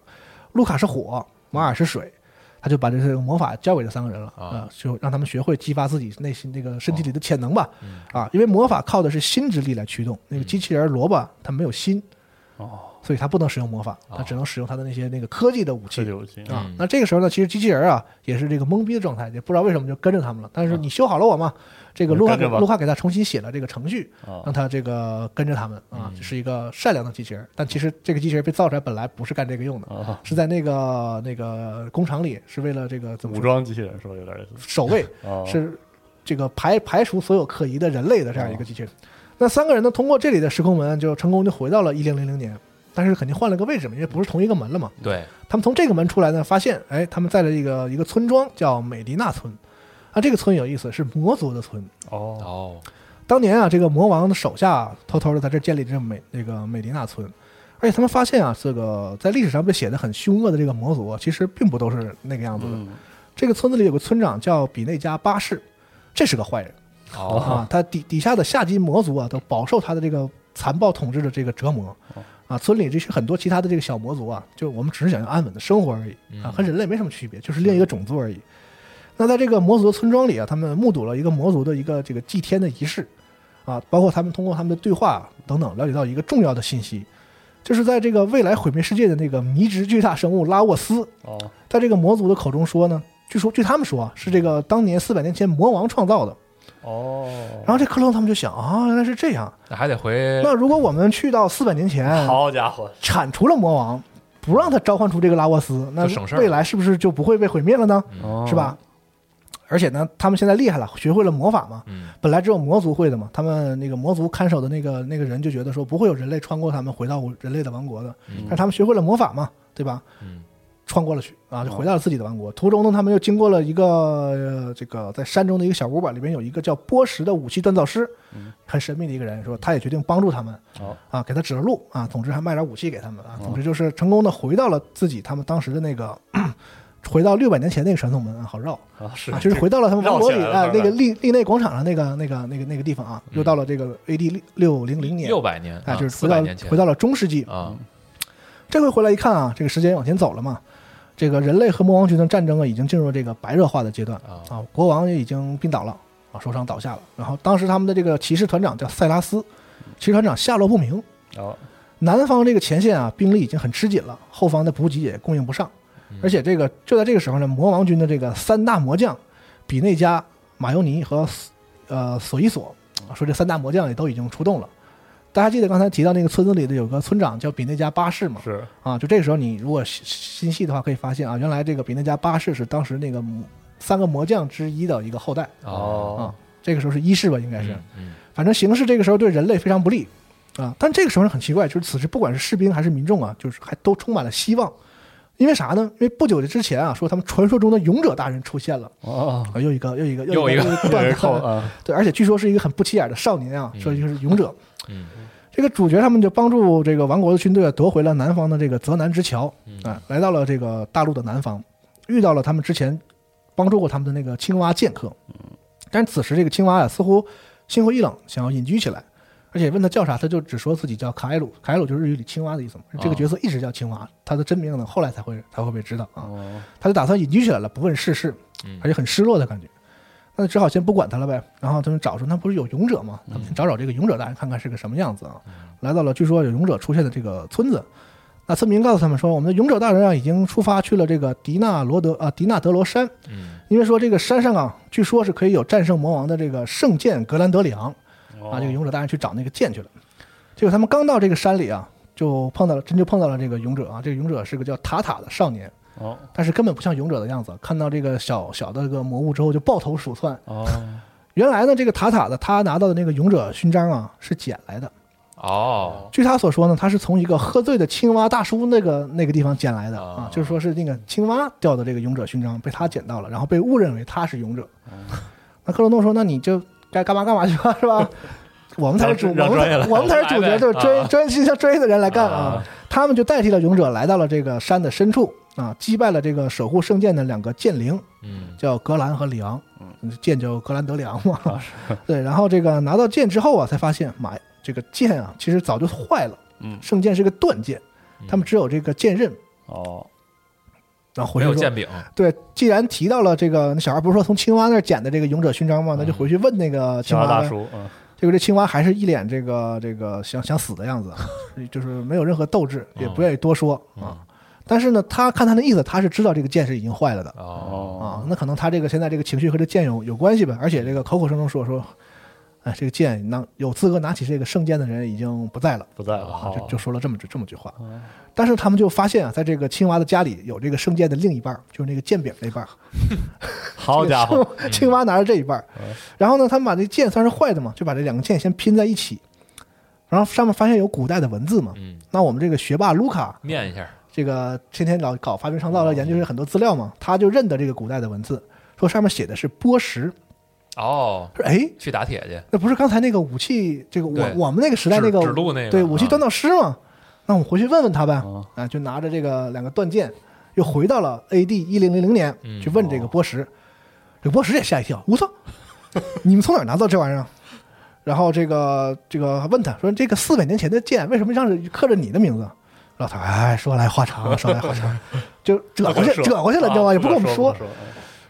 S4: 卢卡是火，马尔是水，他就把这些魔法交给这三个人了，
S1: 哦
S4: 啊，就让他们学会激发自己内心那个身体里的潜能吧
S1: 嗯，
S4: 啊，因为魔法靠的是心之力来驱动，那个
S1: 嗯
S4: 机器人萝卜它没有心，
S5: 哦，
S4: 所以它不能使用魔法，
S1: 哦
S4: 它只能使用它的那些那个科技的武
S5: 这
S4: 器
S5: 个。游戏
S1: 嗯
S4: 啊，那这个时候呢，其实机器人啊也是这个懵逼的状态，也不知道为什么就跟着他们了。但是你修好了我嘛，这个
S5: 嗯
S4: 卢卡
S5: 啊跟着吧
S4: 卢卡给他重新写了这个程序，
S5: 啊
S4: 让他这个跟着他们啊，
S1: 嗯
S4: 是一个善良的机器人。但其实这个机器人被造出来本来不是干这个用的，
S5: 啊，
S4: 是在那个那个工厂里是为了这个怎么
S5: 武
S4: 说
S5: 装机器人是不是有点意思？
S4: 守卫，
S5: 哦，
S4: 是这个排排除所有可疑的人类的这
S5: 啊
S4: 样一个机器人。那三个人呢，通过这里的时空门就成功就回到了一零零零年，但是肯定换了个位置嘛，因为不是同一个门了嘛。
S1: 对
S4: 他们从这个门出来呢，发现哎，他们在了一个一个村庄叫美迪纳村，啊，这个村有意思，是魔族的村。
S5: 哦，
S1: 哦
S4: 当年啊，这个魔王的手下偷偷的在这建立这美这个美迪纳村，而且他们发现啊，这个在历史上被写的很凶恶的这个魔族啊，其实并不都是那个样子的。
S5: 嗯，
S4: 这个村子里有个村长叫比内加八世，这是个坏人、
S1: 哦
S4: 啊，他底底下的下级魔族啊，都饱受他的这个残暴统治的这个折磨。
S1: 哦
S4: 啊，村里这些很多其他的这个小魔族啊，就我们只是想要安稳的生活而已啊，
S1: 嗯
S4: 和人类没什么区别，就是另一个种族而已。那在这个魔族的村庄里啊，他们目睹了一个魔族的一个这个祭天的仪式，啊，包括他们通过他们的对话等等，了解到一个重要的信息，就是在这个未来毁灭世界的那个迷之巨大生物拉沃斯，
S5: 哦，
S4: 在这个魔族的口中说呢，据说据他们说啊，是这个当年四百年前魔王创造的。
S5: 哦，
S4: 然后这克隆他们就想啊，原来是这样。
S1: 那还得回
S4: 那如果我们去到四百年前，
S5: 好家伙，
S4: 铲除了魔王，不让他召唤出这个拉沃斯，那
S1: 就省事儿了哦
S4: 未来是不是就不会被毁灭了呢？
S2: 哦
S4: 是吧？而且呢，他们现在厉害了，学会了魔法嘛。
S1: 嗯
S4: 本来只有魔族会的嘛，他们那个魔族看守的那个那个人就觉得说不会有人类穿过他们回到人类的王国的，但是他们学会了魔法嘛，对吧？
S1: 嗯
S4: 穿过了去啊，
S5: 嗯
S4: 就回到了自己的王国。途中呢，他们又经过了一个、呃这个在山中的一个小屋吧，里面有一个叫波什的武器锻造师，很神秘的一个人，说他也决定帮助他们
S5: 嗯哦，
S4: 啊，给他指了路啊。总之还卖点武器给他们啊。总之就是成功的回到了自己他们当时的那个， 回到六百年前那个传送门啊，好绕
S5: 啊，是
S4: 啊，就是回到了他们王国里
S5: 绕起来
S4: 啊
S5: 了
S4: 那个利利内广场上那个那个那个那个地方啊，
S5: 嗯
S4: 又到了这个 AD 六零零年
S1: 六百年
S4: 啊，就是
S1: 四
S4: 回
S1: 百
S4: 到
S1: 年前
S4: 回到了中世纪
S1: 啊
S4: 这回回来一看啊，这个时间往前走了嘛，这个人类和魔王之间的战争啊，已经进入这个白热化的阶段
S1: 啊
S4: 啊，国王也已经病倒了啊，受伤倒下了。然后当时他们的这个骑士团长叫塞拉斯，骑士团长下落不明。
S5: 哦，
S4: 南方这个前线啊，兵力已经很吃紧了，后方的补给也供应不上，而且这个就在这个时候呢，魔王军的这个三大魔将比内加、马尤尼和索呃索伊索啊说这三大魔将也都已经出动了，大家记得刚才提到那个村子里的有个村长叫比内加八世嘛？
S5: 是
S4: 啊，就这个时候你如果细心细的话，可以发现啊，原来这个比内加八世是当时那个魔三个魔将之一的一个后代啊，。这个时候是一世吧，应该是。
S1: 嗯哦嗯
S4: 反正形势这个时候对人类非常不利啊。但这个时候呢，很奇怪，就是此时不管是士兵还是民众啊，就是还都充满了希望。因为啥呢？因为不久的之前啊，说他们传说中的勇者大人出现了
S5: 哦，
S4: 啊，又一个又一个
S1: 又一
S4: 一
S1: 个
S4: 个又
S5: 这
S4: 段
S5: 人
S4: 子
S5: 扣啊，
S4: 对，而且据说是一个很不起眼的少年啊，
S1: 嗯
S4: 说就是勇者。
S1: 嗯
S4: 这个主角他们就帮助这个王国的军队啊夺回了南方的这个泽南之桥
S1: 嗯
S4: 啊，来到了这个大陆的南方，遇到了他们之前帮助过他们的那个青蛙剑客。但是此时这个青蛙啊，似乎心灰意冷，想要隐居起来，而且问他叫啥，他就只说自己叫卡埃鲁，卡埃鲁就是日语里青蛙的意思嘛。这个角色一直叫青蛙，他的真名呢后来才会才会被知道啊。
S5: 哦，
S4: 他就打算隐居起来了，不问世事
S1: 嗯，
S4: 而且很失落的感觉。那只好先不管他了呗。然后他们找出那不是有勇者吗？他们先找找这个勇者大人看看是个什么样子啊。来到了据说有勇者出现的这个村子，那村民告诉他们说，我们的勇者大人啊已经出发去了这个迪纳罗德啊迪纳德罗山，
S1: 嗯
S4: 因为说这个山上啊，据说是可以有战胜魔王的这个圣剑格兰德里昂
S3: 哦
S4: 啊，这个勇者大人去找那个剑去了。结果他们刚到这个山里啊，就碰到了真就碰到了这个勇者啊，这个勇者是个叫塔塔的少年。
S5: 哦
S4: 但是根本不像勇者的样子。看到这个小小的这个魔物之后，就抱头鼠窜。
S5: 哦，
S4: 原来呢，这个塔塔的他拿到的那个勇者勋章啊，是捡来的。
S1: 哦
S4: 据他所说呢，他是从一个喝醉的青蛙大叔那个那个地方捡来的
S1: 哦
S4: 啊，就是说是那个青蛙掉的这个勇者勋章被他捡到了，然后被误认为他是勇者。那克罗诺说：“那你就该干嘛干嘛去吧，是吧？我们才是主，我
S5: 让
S4: 们
S5: 专业
S4: 才
S5: 来
S4: 我们才是主
S1: 来呗
S4: 角，就是专
S1: 啊
S4: 专心像专业的人来干啊
S1: 啊。”
S4: 他们就代替了勇者，来到了这个山的深处啊，击败了这个守护圣剑的两个剑灵。
S1: 嗯
S4: 叫格兰和里昂，剑叫格兰德里昂嘛。 对，然后这个拿到剑之后啊，才发现，妈呀，这个剑啊，其实早就坏了。
S5: 嗯
S4: 圣剑是个断剑，他们只有这个剑刃。
S5: 哦，
S4: 然后回
S1: 没
S4: 去
S1: 有
S4: 说，
S1: 剑柄，
S4: 对，既然提到了这个，那小孩不是说从青蛙那儿捡的这个勇者勋章吗？那就回去问那个青
S5: 青蛙
S4: 蛙
S5: 大
S4: 呗。
S5: 叔，嗯，
S4: 结果这青蛙还是一脸这个这个想想死的样子，就是没有任何斗志，也不愿意多说啊。但是呢，他看他那意思，他是知道这个剑是已经坏了的。
S1: 哦
S5: 哦
S4: 啊，那可能他这个现在这个情绪和这剑有有关系吧，而且这个口口声声说说，哎，这个剑能有资格拿起这个圣剑的人已经不在了，
S5: 不在了，
S4: 啊
S5: 好，哦
S4: 就就说了这么句这么句话。但是他们就发现啊，在这个青蛙的家里有这个圣剑的另一半儿，就是那个剑柄那半儿。
S5: 好家 伙，嗯哦
S4: 青青蛙拿着这一半儿，然后呢，他们把这剑算是坏的嘛，就把这两个剑先拼在一起，然后上面发现有古代的文字嘛。
S1: 嗯，
S4: 那我们这个学霸卢卡
S1: 念一下，
S4: 这个天天老搞发明创造了研究很多资料嘛，他就认得这个古代的文字，说上面写的是波什。
S1: 哦，
S4: 说哎，
S1: 去打铁去，
S4: 那不是刚才那个武器，这个我
S1: 对
S4: 我们那个时代那个
S1: 指指路那个
S4: 对武器
S1: 啊
S4: 锻造师嘛，那我们回去问问他呗
S5: 哦。
S4: 啊，就拿着这个两个断剑，又回到了 A.D. 一零零零年
S1: 嗯
S4: 去问这个波什，这个波什也吓一跳，我操， 你们从哪儿拿到这玩意儿啊？然后这个这个问他说，这个四百年前的剑为什么让人刻着你的名字？老头儿哎，说来话长，说来话长， 就折过去
S5: 说
S4: 折过
S1: 啊
S4: 去了，你知道吗？也不
S5: 跟
S4: 跟我们
S5: 说不，
S4: 说
S5: 跟我们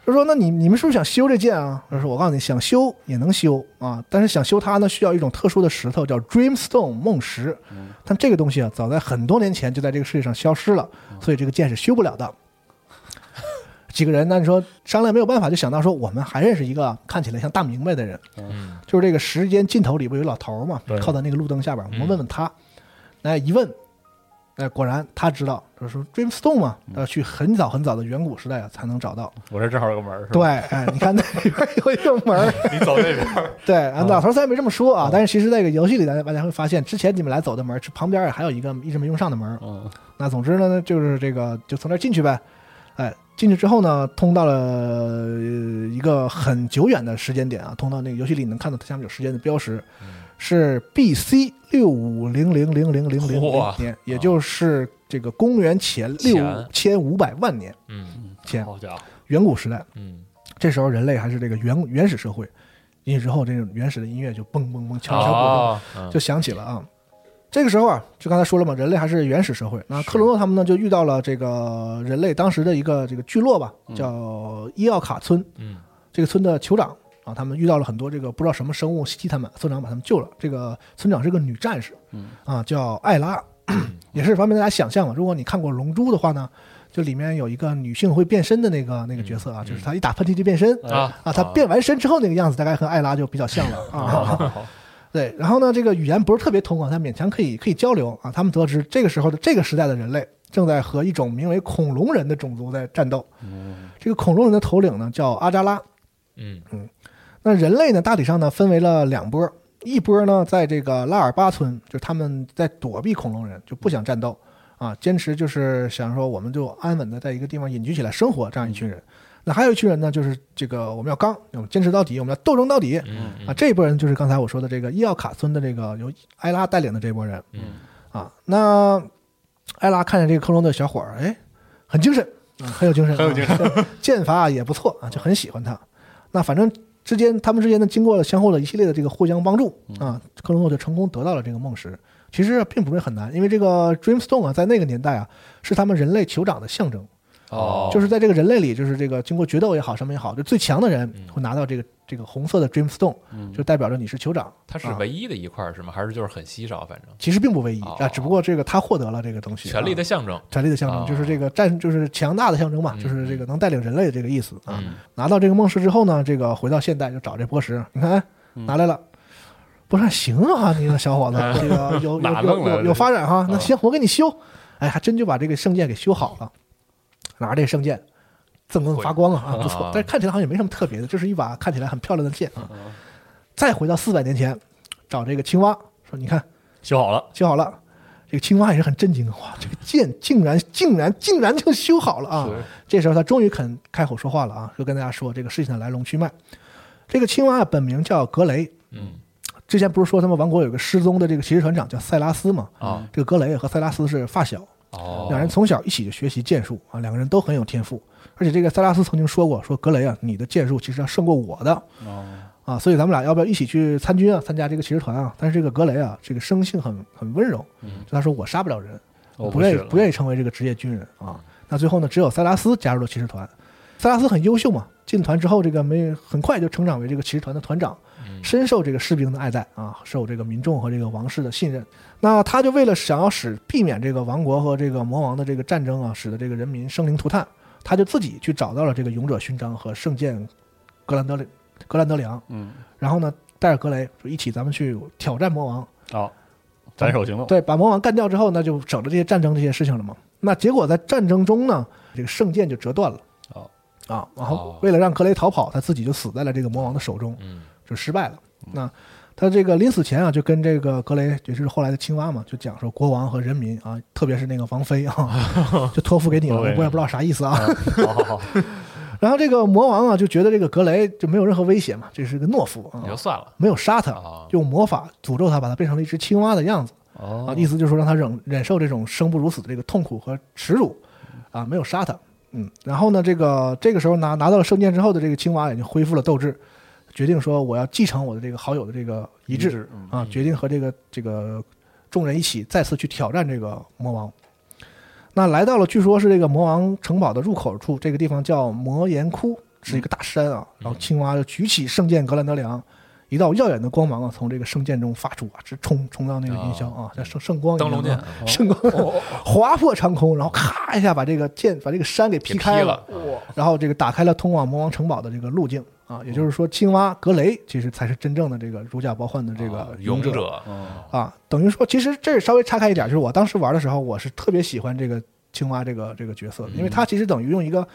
S4: 他说：“那你你们是不是想修这剑啊？”他说：“我告诉你，想修也能修啊，但是想修它呢，需要一种特殊的石头，叫 Dreamstone 梦石。
S1: 嗯
S4: 但这个东西啊，早在很多年前就在这个世界上消失了，
S1: 嗯
S4: 所以这个剑是修不了的。”几个人呢，你说商量没有办法，就想到说，我们还认识一个看起来像大明白的人，
S1: 嗯
S4: 就是这个时间尽头里边有老头儿嘛
S5: 对，
S4: 靠在那个路灯下边，我
S1: 嗯
S4: 们问问他。哎，一问，哎，果然他知道，他说 Dreamstone 嘛，
S1: 嗯
S4: 要去很早很早的远古时代啊才能找到。
S5: 我这正好有个门儿，是吧
S4: 对，哎，你看那里边有一个门儿，
S5: 你走那边儿，
S4: 对，啊老头儿虽然没这么说啊，但是其实在这个游戏里，大家大家会发现，之前你们来走的门儿，是旁边儿还有一个一直没用上的门儿。
S5: 嗯，
S4: 那总之呢，就是这个就从这儿进去呗，哎，进去之后呢，通到了、呃一个很久远的时间点啊，通到那个游戏里你能看到它下面有时间的标识，是 B C 六五零零零零零零
S1: 哇
S4: 年，也就是这个公元前六千五百万年
S1: 嗯
S4: 前
S5: 好家伙，
S4: 远古时代。
S1: 嗯，
S4: 这时候人类还是这个原原始社会，进去之后，这种原始的音乐就蹦蹦蹦，敲敲鼓
S1: 哦，嗯
S4: 咚就响起了啊。这个时候啊，就刚才说了嘛，人类还是原始社会。那克罗诺他们呢，就遇到了这个人类当时的一个这个聚落吧，叫伊奥卡村。
S1: 嗯
S4: 这个村的酋长啊，他们遇到了很多这个不知道什么生物袭击他们，村长把他们救了。这个村长是个女战士，
S5: 嗯
S4: 啊，叫艾拉， 也是方便大家想象嘛。如果你看过《龙珠》的话呢，就里面有一个女性会变身的那个那个角色啊，就是她一哎打喷嚏就变身。
S1: 啊
S4: 啊，她变完身之后那个样子，大概和艾拉就比较像了啊。对，然后呢，这个语言不是特别通啊，但勉强可以可以交流啊。他们得知这个时候的这个时代的人类正在和一种名为恐龙人的种族在战斗。这个恐龙人的头领呢叫阿扎拉，
S1: 嗯
S4: 那人类呢，大体上呢分为了两波，一波呢在这个拉尔巴村，就是他们在躲避恐龙人，就不想战斗啊，坚持就是想说我们就安稳的在一个地方隐居起来生活这样一群人。那还有一群人呢，就是这个我们要刚，我们坚持到底，我们要斗争到底
S1: 嗯
S4: 啊。这一波人就是刚才我说的这个伊奥卡村的这个由埃拉带领的这波人
S1: 嗯
S4: 啊。那埃拉看见这个克隆的小伙儿，哎，很精神啊，很有精神，
S5: 很有精
S4: 神， 剑法也不错啊，就很喜欢他。那反正之间他们之间呢，经过了相互的一系列的这个互相帮助啊，克隆诺就成功得到了这个梦石。其实并不是很难，因为这个 Dreamstone 啊，在那个年代啊，是他们人类酋长的象征，
S1: 哦，
S4: 就是在这个人类里，就是这个经过决斗也好，什么也好，就最强的人
S1: 嗯
S4: 会拿到这个这个红色的 Dreamstone，就代表着你是酋长。
S1: 它是唯一的一块儿是吗？还是就是很稀少？反正
S4: 其实并不唯一
S1: 哦
S4: 啊，只不过这个他获得了这个东西，
S1: 权力
S4: 啊
S1: 的象征。
S4: 权力的象征，
S1: 哦
S4: 就是这个战，就是强大的象征嘛，
S1: 嗯
S4: 就是这个能带领人类的这个意思啊。
S1: 嗯
S4: 拿到这个梦石之后呢，这个回到现代就找这波石，你看哎拿来了。波石行啊，你这小伙子，这个有有
S5: 哪弄
S4: 有
S5: 来的
S4: 有有发展哈，那
S1: 啊
S4: 行，我给你修，哎，还真就把这个圣剑给修好了，拿着这圣剑，锃锃发光啊，啊不错
S1: 啊，
S4: 但是看起来好像也没什么特别的，就是一把看起来很漂亮的剑啊。再回到四百年前，找这个青蛙说，你看
S5: 修好了，
S4: 修好了。这个青蛙也是很震惊，哇，这个剑竟然竟然竟然就修好了啊！这时候他终于肯开口说话了啊，就跟大家说这个事情的来龙去脉。这个青蛙啊本名叫格雷，
S1: 嗯
S4: 之前不是说他们王国有个失踪的这个骑士团长叫塞拉斯吗？
S1: 啊
S4: 这个格雷也和塞拉斯是发小，
S1: 哦，
S4: 两人从小一起就学习剑术啊，两个人都很有天赋。而且这个塞拉斯曾经说过，说格雷啊，你的剑术其实要胜过我的啊，所以咱们俩要不要一起去参军啊，参加这个骑士团啊？但是这个格雷啊，这个生性很很温柔，就他说我杀不了人，我嗯哦不愿意不愿意成为这个职业军人啊。那最后呢，只有塞拉斯加入了骑士团。塞拉斯很优秀嘛，进团之后，这个没很快就成长为这个骑士团的团长，深受这个士兵的爱戴啊，受这个民众和这个王室的信任。那他就为了想要使避免这个王国和这个魔王的这个战争啊，使得这个人民生灵涂炭，他就自己去找到了这个勇者勋章和圣剑格兰德里格兰德里昂，
S5: 嗯，
S4: 然后呢，带着格雷说一起咱们去挑战魔王，
S5: 好，斩首
S2: 哦
S5: 行动，
S4: 对，把魔王干掉之后，那就省着这些战争这些事情了嘛。那结果在战争中呢，这个圣剑就折断了。
S5: 哦
S4: 啊，然后
S1: 哦
S4: 为了让格雷逃跑，他自己就死在了这个魔王的手中，
S1: 嗯
S4: 就失败了。那他这个临死前啊，就跟这个格雷，也就是后来的青蛙嘛，就讲说国王和人民啊，特别是那个王妃啊，就托付给你了，我
S5: 哦
S4: 也不知道啥意思啊。
S5: 好好好，
S4: 然后这个魔王啊，就觉得这个格雷就没有任何威胁嘛，这是个懦夫啊
S1: 也，就算了
S4: 没有杀他，
S1: 啊
S4: 用魔法诅咒他，把他变成了一只青蛙的样子。啊，
S5: 哦，
S4: 意思就是说让他忍忍受这种生不如死的这个痛苦和耻辱，啊，没有杀他，嗯，然后呢，这个这个时候拿拿到了圣剑之后的这个青蛙已经恢复了斗志，决定说我要继承我的这个好友的这个遗志，
S5: 嗯
S4: 啊，决定和这个这个众人一起再次去挑战这个魔王。那来到了，据说是这个魔王城堡的入口处，这个地方叫魔岩窟，是一个大山啊。
S1: 嗯
S4: 然后青蛙就举起圣剑格兰德良，一道耀眼的光芒啊，从这个圣剑中发出啊，直冲冲到那个云霄啊，像圣圣光一样
S1: 哦灯笼
S4: 啊
S1: 剑， 哦
S4: 圣光划破长空，然后咔一下把这个剑把这个山给劈
S1: 劈
S4: 开
S1: 了，啊
S4: 然后这个打开了通往魔王城堡的这个路径啊，也就是说，青蛙格雷其实才是真正的这个如假包换的这
S1: 啊
S4: 个
S1: 勇
S4: 者
S1: 者
S5: 哦
S4: 啊，等于说，其实这稍微岔开一点，就是我当时玩的时候，我是特别喜欢这个青蛙这个这个角色的，因为
S5: 嗯
S4: 它其实等于用一个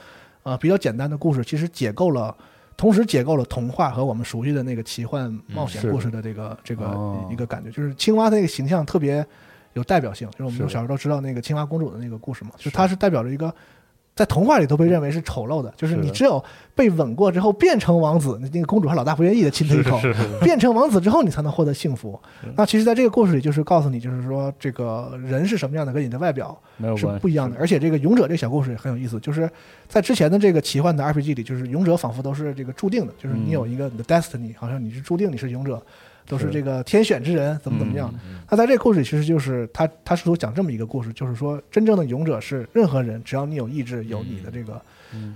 S4: 呃比较简单的故事，其实解构了，同时解构了童话和我们熟悉的那个奇幻冒险
S5: 嗯是的
S4: 故事的这个、这个
S5: 哦
S4: 一个感觉，就是青蛙的那个形象特别有代表性，就是我们
S5: 是的
S4: 小时候都知道那个青蛙公主的那个故事嘛，就是它是代表着一个。在童话里都被认为是丑陋的，就是
S5: 是的
S4: 你只有被吻过之后变成王子，那那个公主还老大不愿意的亲他一口，
S5: 是是是嗯
S4: 变成王子之后，你才能获得幸福。那其实，在这个故事里，就是告诉你，就是说这个人是什么样的，跟你的外表
S5: 没有
S4: 是
S5: 关系，
S4: 不一样的。而且，这个勇者这个小故事也很有意思，就是在之前的这个奇幻的 RPG 里，就是勇者仿佛都是这个注定的，就是你有一个你的 destiny，好像你是注定你是勇者，都嗯是嗯
S5: 是
S4: 这个天选之人，怎么怎么样。那在这个故事里，其实就是他他试图讲这么一个故事，就是说真正的勇者是任何人，只要你有意志，有你的这个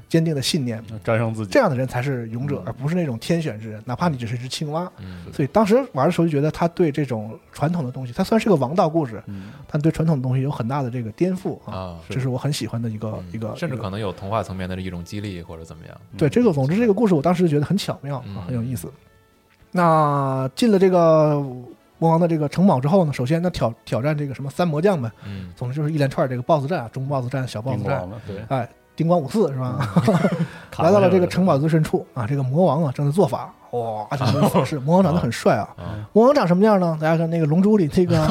S4: 坚定的信念，
S5: 战胜自己，
S4: 这样的人才是勇者，而不是那种天选之人，哪怕你只是一只青蛙。
S1: 嗯
S4: 所以当时玩的时候就觉得他对这种传统的东西，他虽然是个王道故事，
S5: 嗯
S4: 但对传统的东西有很大的这个颠覆啊，
S1: 啊，嗯
S4: 这是我很喜欢的一个
S5: 嗯
S4: 一个，
S1: 甚至
S4: 一个
S1: 可能嗯有童话层面的一种激励或者怎么样，
S4: 对这个，总之这个故事我当时就觉得很巧妙啊
S1: 嗯，
S4: 很有意思。那进了这个魔王的这个城堡之后呢，首先那挑挑战这个什么三魔将呗，
S1: 嗯，
S4: 总之就是一连串这个 BOSS 战啊，中 BOSS 战、小 BOSS 战，
S5: 了，对，嗯
S4: 哎，丁光五四是吧？
S5: 卡
S4: 来到了这个
S5: 了
S4: 城堡最深处啊，这个魔王啊正在做法，哇，这 是法式。魔王长得很帅啊，
S1: 啊
S4: 魔王长什么样呢？大家看那个《龙珠》里这个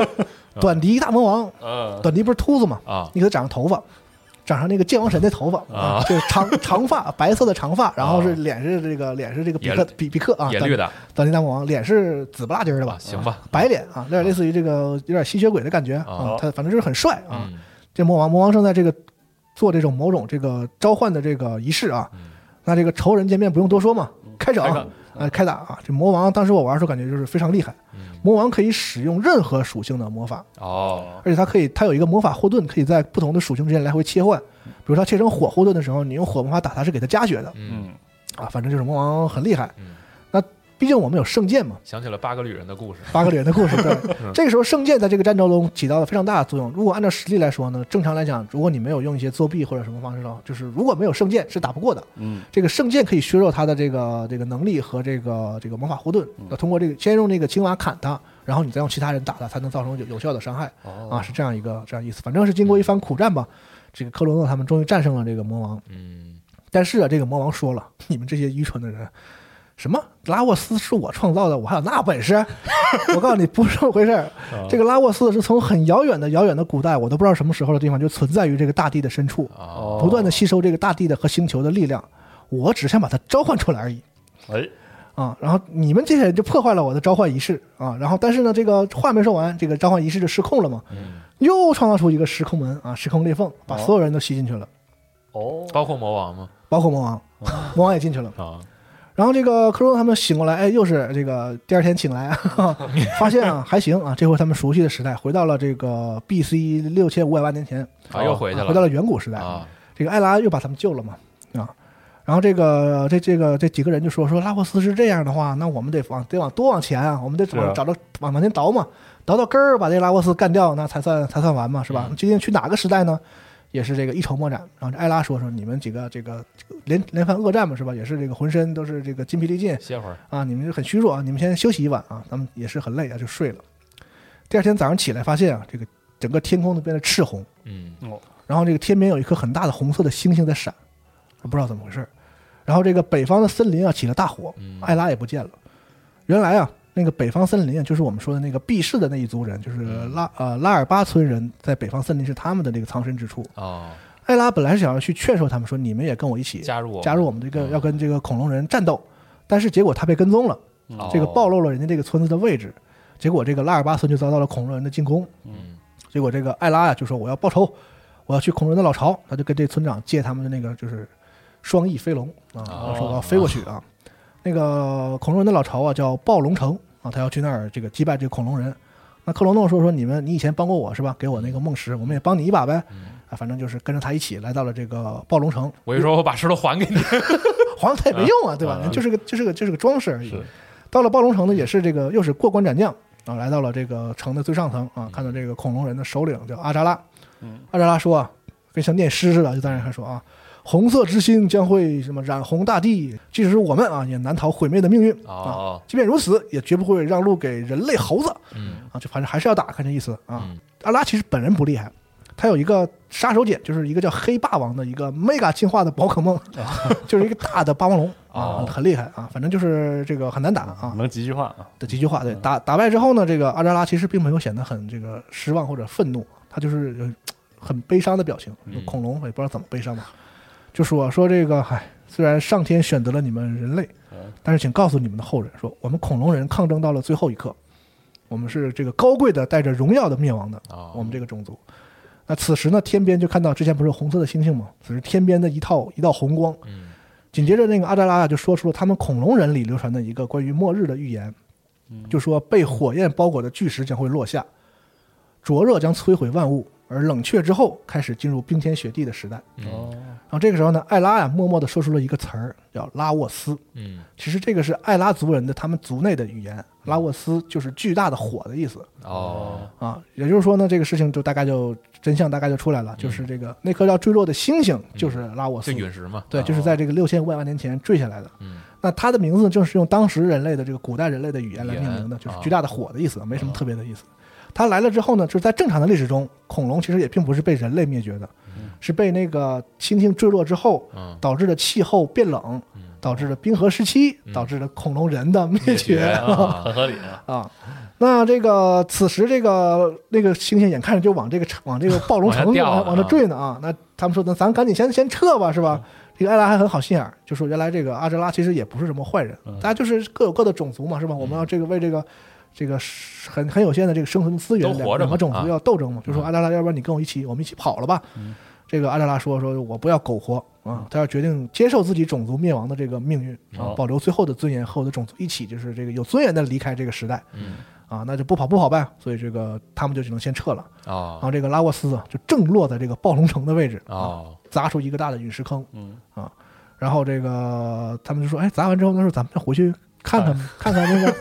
S4: 短笛大魔王，
S5: 嗯，
S4: 短笛不是秃子嘛？
S1: 啊，
S4: 你给他长个头发，长上那个剑王神的头发
S1: 啊，
S4: 就是 长长发，白色的长发，然后
S1: 啊
S4: 是脸是这个脸是这个比
S1: 也
S4: 克比比克啊，
S1: 也
S4: 短
S1: 绿的，
S4: 短笛大魔王脸是紫不拉几儿的吧？
S1: 行吧，
S4: 白脸啊，有点类似于这个有点吸血鬼的感觉啊
S1: 啊，
S4: 他反正就是很帅啊。
S1: 嗯
S4: 这魔王，魔王正在这个做这种某种这个召唤的这个仪式啊。
S1: 嗯
S4: 那这个仇人见面不用多说嘛，开整
S5: 开
S4: 啊
S5: 整，
S4: 哎，开打啊！这魔王当时我玩的时候感觉就是非常厉害，
S1: 嗯，
S4: 魔王可以使用任何属性的魔法，
S1: 哦，
S4: 而且它可以，它有一个魔法护盾，可以在不同的属性之间来回切换。比如它切成火护盾的时候，你用火魔法打它是给它加血的
S1: 嗯，
S5: 嗯，
S4: 啊，反正就是魔王很厉害
S1: 嗯。
S4: 那毕竟我们有圣剑嘛，
S1: 想起了八个绿人的故事，
S4: 八个脸的故事。对，这个时候圣剑在这个战斗中起到了非常大的作用。如果按照实力来说呢，正常来讲，如果你没有用一些作弊或者什么方式的话，就是如果没有圣剑是打不过的。
S5: 嗯，
S4: 这个圣剑可以削弱他的这个这个能力和这个这个魔法护盾，要通过这个先用这个青蛙砍他，然后你再用其他人打他，才能造成有有效的伤害。啊，是这样一个这样意思。反正是经过一番苦战吧，这个克罗诺他们终于战胜了这个魔王。
S1: 嗯，
S4: 但是啊，这个魔王说了：“ 你们这些愚蠢的人，什么拉沃斯是我创造的，我还有那本事？ 我告诉你，不是这么回事儿。
S1: 哦
S4: 这个拉沃斯是从很遥远的遥远的古代，我都不知道什么时候的地方，就存在于这个大地的深处，
S1: 哦，
S4: 不断的吸收这个大地的和星球的力量。我只想把它召唤出来而已。”
S5: 哎，
S4: 啊，然后你们这些人就破坏了我的召唤仪式啊，然后但是呢，这个话没说完，这个召唤仪式就失控了嘛，
S1: 嗯
S4: 又创造出一个时空门啊，时空裂
S1: 哦
S4: 缝，把所有人都吸进去了，
S5: 哦，
S1: 包括魔王吗？
S4: 包括魔王，
S1: 哦
S4: 魔王也进去了。
S1: 啊，
S4: 然后这个克罗诺他们醒过来，哎，又是这个第二天醒来， 哈哈发现啊还行啊，这回他们熟悉的时代，回到了这个 B.C. 六千五百万年前，
S1: 啊又回去
S4: 啊
S1: 了，
S4: 回到了远古时代。
S1: 啊，
S4: 这个艾拉又把他们救了嘛，啊，然后这个这这个这几个人就说说拉沃斯是这样的话，那我们得往得往多往前啊，我们得
S5: 是
S4: 往
S5: 啊
S4: 找到往往前倒嘛，倒到根儿把这拉沃斯干掉，那才算才算完嘛，是
S5: 嗯
S4: 吧？究竟去哪个时代呢？也是这个一筹莫展。然后这艾拉说说你们几个这个这个连连番恶战嘛，是吧？也是这个浑身都是这个筋疲力尽
S1: 歇会儿，
S4: 啊，你们很虚弱啊，你们先休息一晚啊，咱们也是很累啊，就睡了。第二天早上起来发现啊，这个整个天空都变得赤红。
S1: 嗯，
S4: 然后这个天边有一颗很大的红色的星星在闪，不知道怎么回事儿。然后这个北方的森林啊起了大火，
S1: 嗯
S4: 艾拉也不见了。原来啊，那个北方森林啊，就是我们说的那个毕氏的那一族人，就是
S1: 嗯
S4: 拉呃拉尔巴村人，在北方森林是他们的这个藏身之处。
S1: 哦，
S4: 艾拉本来是想要去劝说他们说，你们也跟我一起
S1: 加入我，嗯
S4: 加入我们这个要跟这个恐龙人战斗，但是结果他被跟踪了，
S1: 哦
S4: 这个暴，露了人家这个村子的位置，结果这个拉尔巴村就遭到了恐龙人的进攻。
S1: 嗯，
S4: 结果这个艾拉呀、就说我要报仇，我要去恐龙人的老巢，他就跟这村长借他们的那个就是双翼飞龙啊，
S1: 哦
S4: 说我要飞过去啊。那个恐龙人的老巢啊叫暴龙城啊，他要去那儿这个击败这个恐龙人。那克罗诺说说你们，你以前帮过我是吧？给我那个梦石，我们也帮你一把呗。啊，反正就是跟着他一起来到了这个暴龙城，
S1: 我一说我把石头还给 你，
S4: 皇他也没用啊，对吧？
S1: 啊
S4: 人就是个就是个就是个装饰而已
S5: 是。
S4: 到了暴龙城呢，也是这个又是过关斩将啊，来到了这个城的最上层啊，看到这个恐龙人的首领叫阿扎拉，阿扎拉说啊，跟像念诗似的，就在那还说啊，红色之心将会什么染红大地，即使是我们啊，也难逃毁灭的命运啊。
S1: 哦，
S4: 即便如此，也绝不会让路给人类猴子。
S1: 嗯，
S4: 啊，就反正还是要打，看这意思啊
S1: 嗯。
S4: 阿拉其实本人不厉害，他有一个杀手锏，就是一个叫黑霸王的一个 mega 进化的宝可梦， 就是一个大的霸王龙啊
S1: 哦，
S4: 很厉害啊。反正就是这个很难打啊
S5: 能几句话啊？
S4: 的几句话。对，打打败之后呢，这个阿扎拉其实并没有显得很这个失望或者愤怒，他就是有呃很悲伤的表情。恐龙也不知道怎么悲伤吧，就说说这个，唉，虽然上天选择了你们人类，但是请告诉你们的后人，说我们恐龙人抗争到了最后一刻，我们是这个高贵的带着荣耀的灭亡的，
S1: 哦
S4: 我们这个种族。那此时呢，天边就看到之前不是有红色的星星吗？此时天边的一套一道红光，
S1: 嗯
S4: 紧接着那个阿扎拉就说出了他们恐龙人里流传的一个关于末日的预言，
S1: 嗯
S4: 就说被火焰包裹的巨石将会落下，灼热将摧毁万物，而冷却之后开始进入冰天雪地的时代。
S1: 嗯，
S4: 然后这个时候呢，艾拉呀、默默地说出了一个词儿，叫拉沃斯。
S1: 嗯
S4: 其实这个是艾拉族人的他们族内的语言，拉沃斯就是巨大的火的意思
S1: 哦
S4: 啊。也就是说呢，这个事情就大概就真相大概就出来了，
S1: 嗯
S4: 就是这个那颗要坠落的星星就是拉沃斯
S1: 这，陨石嘛，
S4: 哦
S1: 哦
S4: 对，就是在这个六千五百万年前坠下来的。
S1: 嗯
S4: 那它的名字正是用当时人类的这个古代人类的语言来命名的，
S1: 语言啊
S4: 就是巨大的火的意思，没什么特别的意思。它来了之后呢，就是在正常的历史中，恐龙其实也并不是被人类灭绝的，是被那个星星坠落之后
S1: 嗯
S4: 导致的气候变冷，导致的冰河时期，
S1: 嗯
S4: 导致的恐龙人的灭绝
S1: 啊
S5: 很合理啊。
S4: 啊。那这个此时这个那个星星眼看着就往这个城往这个暴龙城
S1: 往下掉
S4: 往
S1: 了
S4: 往这坠呢啊，那他们说那咱赶紧先先撤吧，是吧？这个艾拉还很好心眼儿，就说原来这个阿哲拉其实也不是什么坏人，
S1: 嗯
S4: 大家就是各有各的种族嘛，是吧？我们要这个为这个。这个是很很有限的这个生存资源，
S1: 都活着
S4: 两两
S1: 嘛
S4: 个种
S1: 啊嗯
S4: 族要斗争嘛，就说阿扎拉，要不然你跟我一起，我们一起跑了吧。这个阿扎拉说说，我不要苟活啊，他要决定接受自己种族灭亡的这个命运啊
S5: 哦，
S4: 保留最后的尊严，和我的种族一起，就是这个有尊严的离开这个时代。
S1: 嗯
S4: 啊，那就不跑不跑呗，所以这个他们就只能先撤了。然后
S1: 哦
S4: 这个拉沃斯啊，就正落在这个暴龙城的位置，啊
S1: 哦
S4: 砸出一个大的陨石坑。
S5: 嗯
S4: 啊，然后这个他们就说，哎，砸完之后，那时候咱们再回去看看看看那个，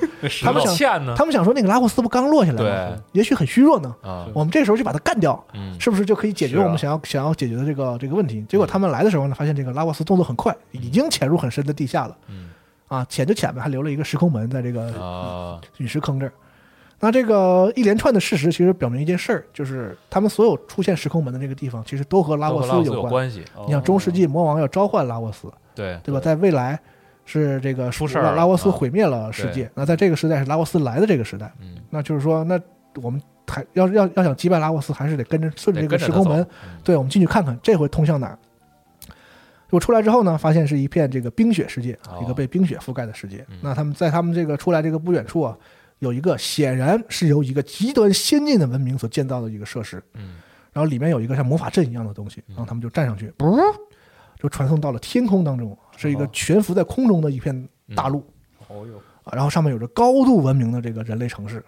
S4: 他
S1: 石头
S4: 们想
S1: 欠呢
S4: 他们想说那个拉沃斯不刚落下来吗？也许很虚弱呢，
S1: 啊
S4: 我们这时候就把它干掉，
S1: 嗯
S4: 是不是就可以解决
S5: 是啊
S4: 我们想要、想要解决的这个这个问题？结果他们来的时候呢，发现这个拉沃斯动作很快，已经潜入很深的地下了。
S1: 嗯
S4: 啊，潜就潜吧，还留了一个时空门在这个
S1: 啊
S4: 陨石坑这儿。那这个一连串的事实其实表明一件事儿，就是他们所有出现时空门的这个地方，其实都和拉
S1: 都
S4: 沃
S1: 和
S4: 斯
S1: 拉沃斯
S4: 有关。
S1: 关系，
S4: 你想，中世纪魔王要召唤拉沃斯，
S1: 哦对
S4: 对吧？在未来是这个
S1: 出事儿了
S4: 拉沃斯
S1: 啊
S4: 毁灭了世界，那在这个时代是拉沃斯来的这个时代，
S1: 嗯
S4: 那就是说，那我们还要要要想击败拉沃斯，还是得跟着顺着
S1: 得
S4: 这个
S1: 跟着
S4: 时
S1: 他
S4: 空门
S1: 走，嗯
S4: 对，我们进去看看这回通向哪儿。我出来之后呢，发现是一片这个冰雪世界，
S1: 哦
S4: 一个被冰雪覆盖的世界。
S1: 嗯
S4: 那他们在他们这个出来这个不远处啊，有一个显然是由一个极端先进的文明所建造的一个设施，
S1: 嗯
S4: 然后里面有一个像魔法阵一样的东西，然后他们就站上去，不、就传送到了天空当中，是一个
S5: 哦
S4: 悬浮在空中的一片
S1: 嗯
S4: 大陆。
S5: 哦哟，
S4: 啊，然后上面有着高度文明的这个人类城市。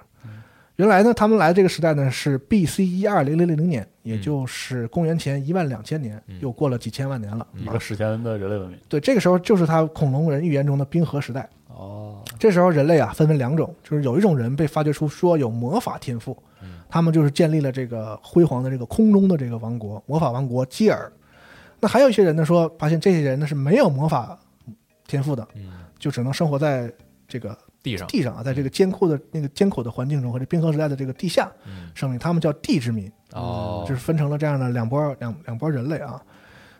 S4: 原来呢，他们来这个时代呢是 B.C. 一二零零零零年，也
S5: 嗯
S4: 就是公元前一万两千年，
S1: 嗯
S4: 又过了几千万年了。
S5: 一个史前的人类文明。
S4: 对，这个时候就是他恐龙人预言中的冰河时代。
S5: 哦，
S4: 这时候人类啊分为两种，就是有一种人被发掘出说有魔法天赋，
S5: 嗯
S4: 他们就是建立了这个辉煌的这个空中的这个王国，魔法王国基尔。那还有一些人呢说，发现这些人呢是没有魔法天赋的，
S1: 嗯
S4: 就只能生活在这个
S1: 地上
S4: 地上啊，在这个艰苦的那个艰苦的环境中和这冰河时代的这个地下
S1: 嗯
S4: 生命，他们叫地之民，
S1: 哦
S4: 嗯就是分成了这样的两波两两波人类啊。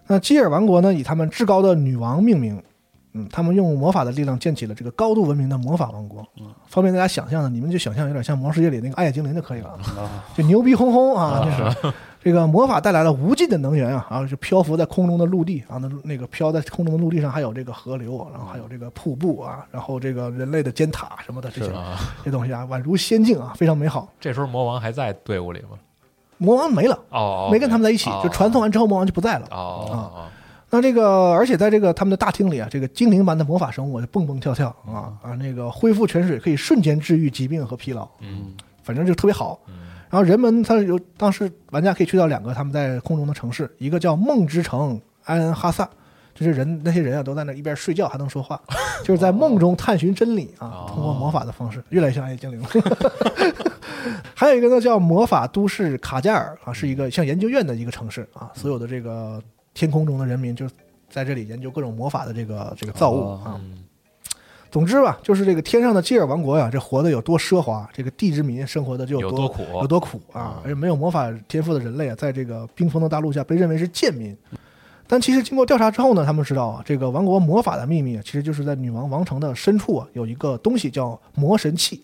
S4: 那基尔王国呢，以他们至高的女王命名，嗯，他们用魔法的力量建起了这个高度文明的魔法王国。方便大家想象呢，你们就想象有点像《魔兽世界》里那个暗夜精灵就可以了啊， 就牛逼哄哄啊，就是这个魔法带来了无尽的能源啊，啊，就漂浮在空中的陆地啊，那那个飘在空中的陆地上还有这个河流，啊然后还有这个瀑布啊，然后这个人类的尖塔什么的这些
S1: 啊，
S4: 这东西啊，宛如仙境啊，非常美好。
S1: 这时候魔王还在队伍里吗？
S4: 魔王没了，
S1: 哦，
S4: 没跟他们在一起，就传啊送
S1: 哦
S4: 完之后，魔王就不在了。
S1: 哦
S4: 那这个，而且在这个他们的大厅里啊，这个精灵般的魔法生物就蹦蹦跳跳啊啊，那个恢复泉水可以瞬间治愈疾病和疲劳，
S1: 嗯
S4: 反正就特别好。然后人们他有当时玩家可以去到两个他们在空中的城市，一个叫梦之城埃恩哈萨，就是人那些人啊都在那一边睡觉还能说话，就是在梦中探寻真理啊，通过魔法的方式，越来越像暗夜精灵了。还有一个呢叫魔法都市卡加尔啊，是一个像研究院的一个城市啊，所有的这个天空中的人民就在这里研究各种魔法的这个这个造物啊。
S1: 嗯
S4: 总之吧，就是这个天上的基尔王国呀、这活得有多奢华，这个地之民生活的
S1: 嗯
S4: 就
S1: 有
S4: 多
S1: 多苦
S4: 啊有多苦啊！而且没有魔法天赋的人类啊，在这个冰封的大陆下被认为是贱民。但其实经过调查之后呢，他们知道啊，这个王国魔法的秘密啊，其实就是在女王王城的深处啊，有一个东西叫魔神器。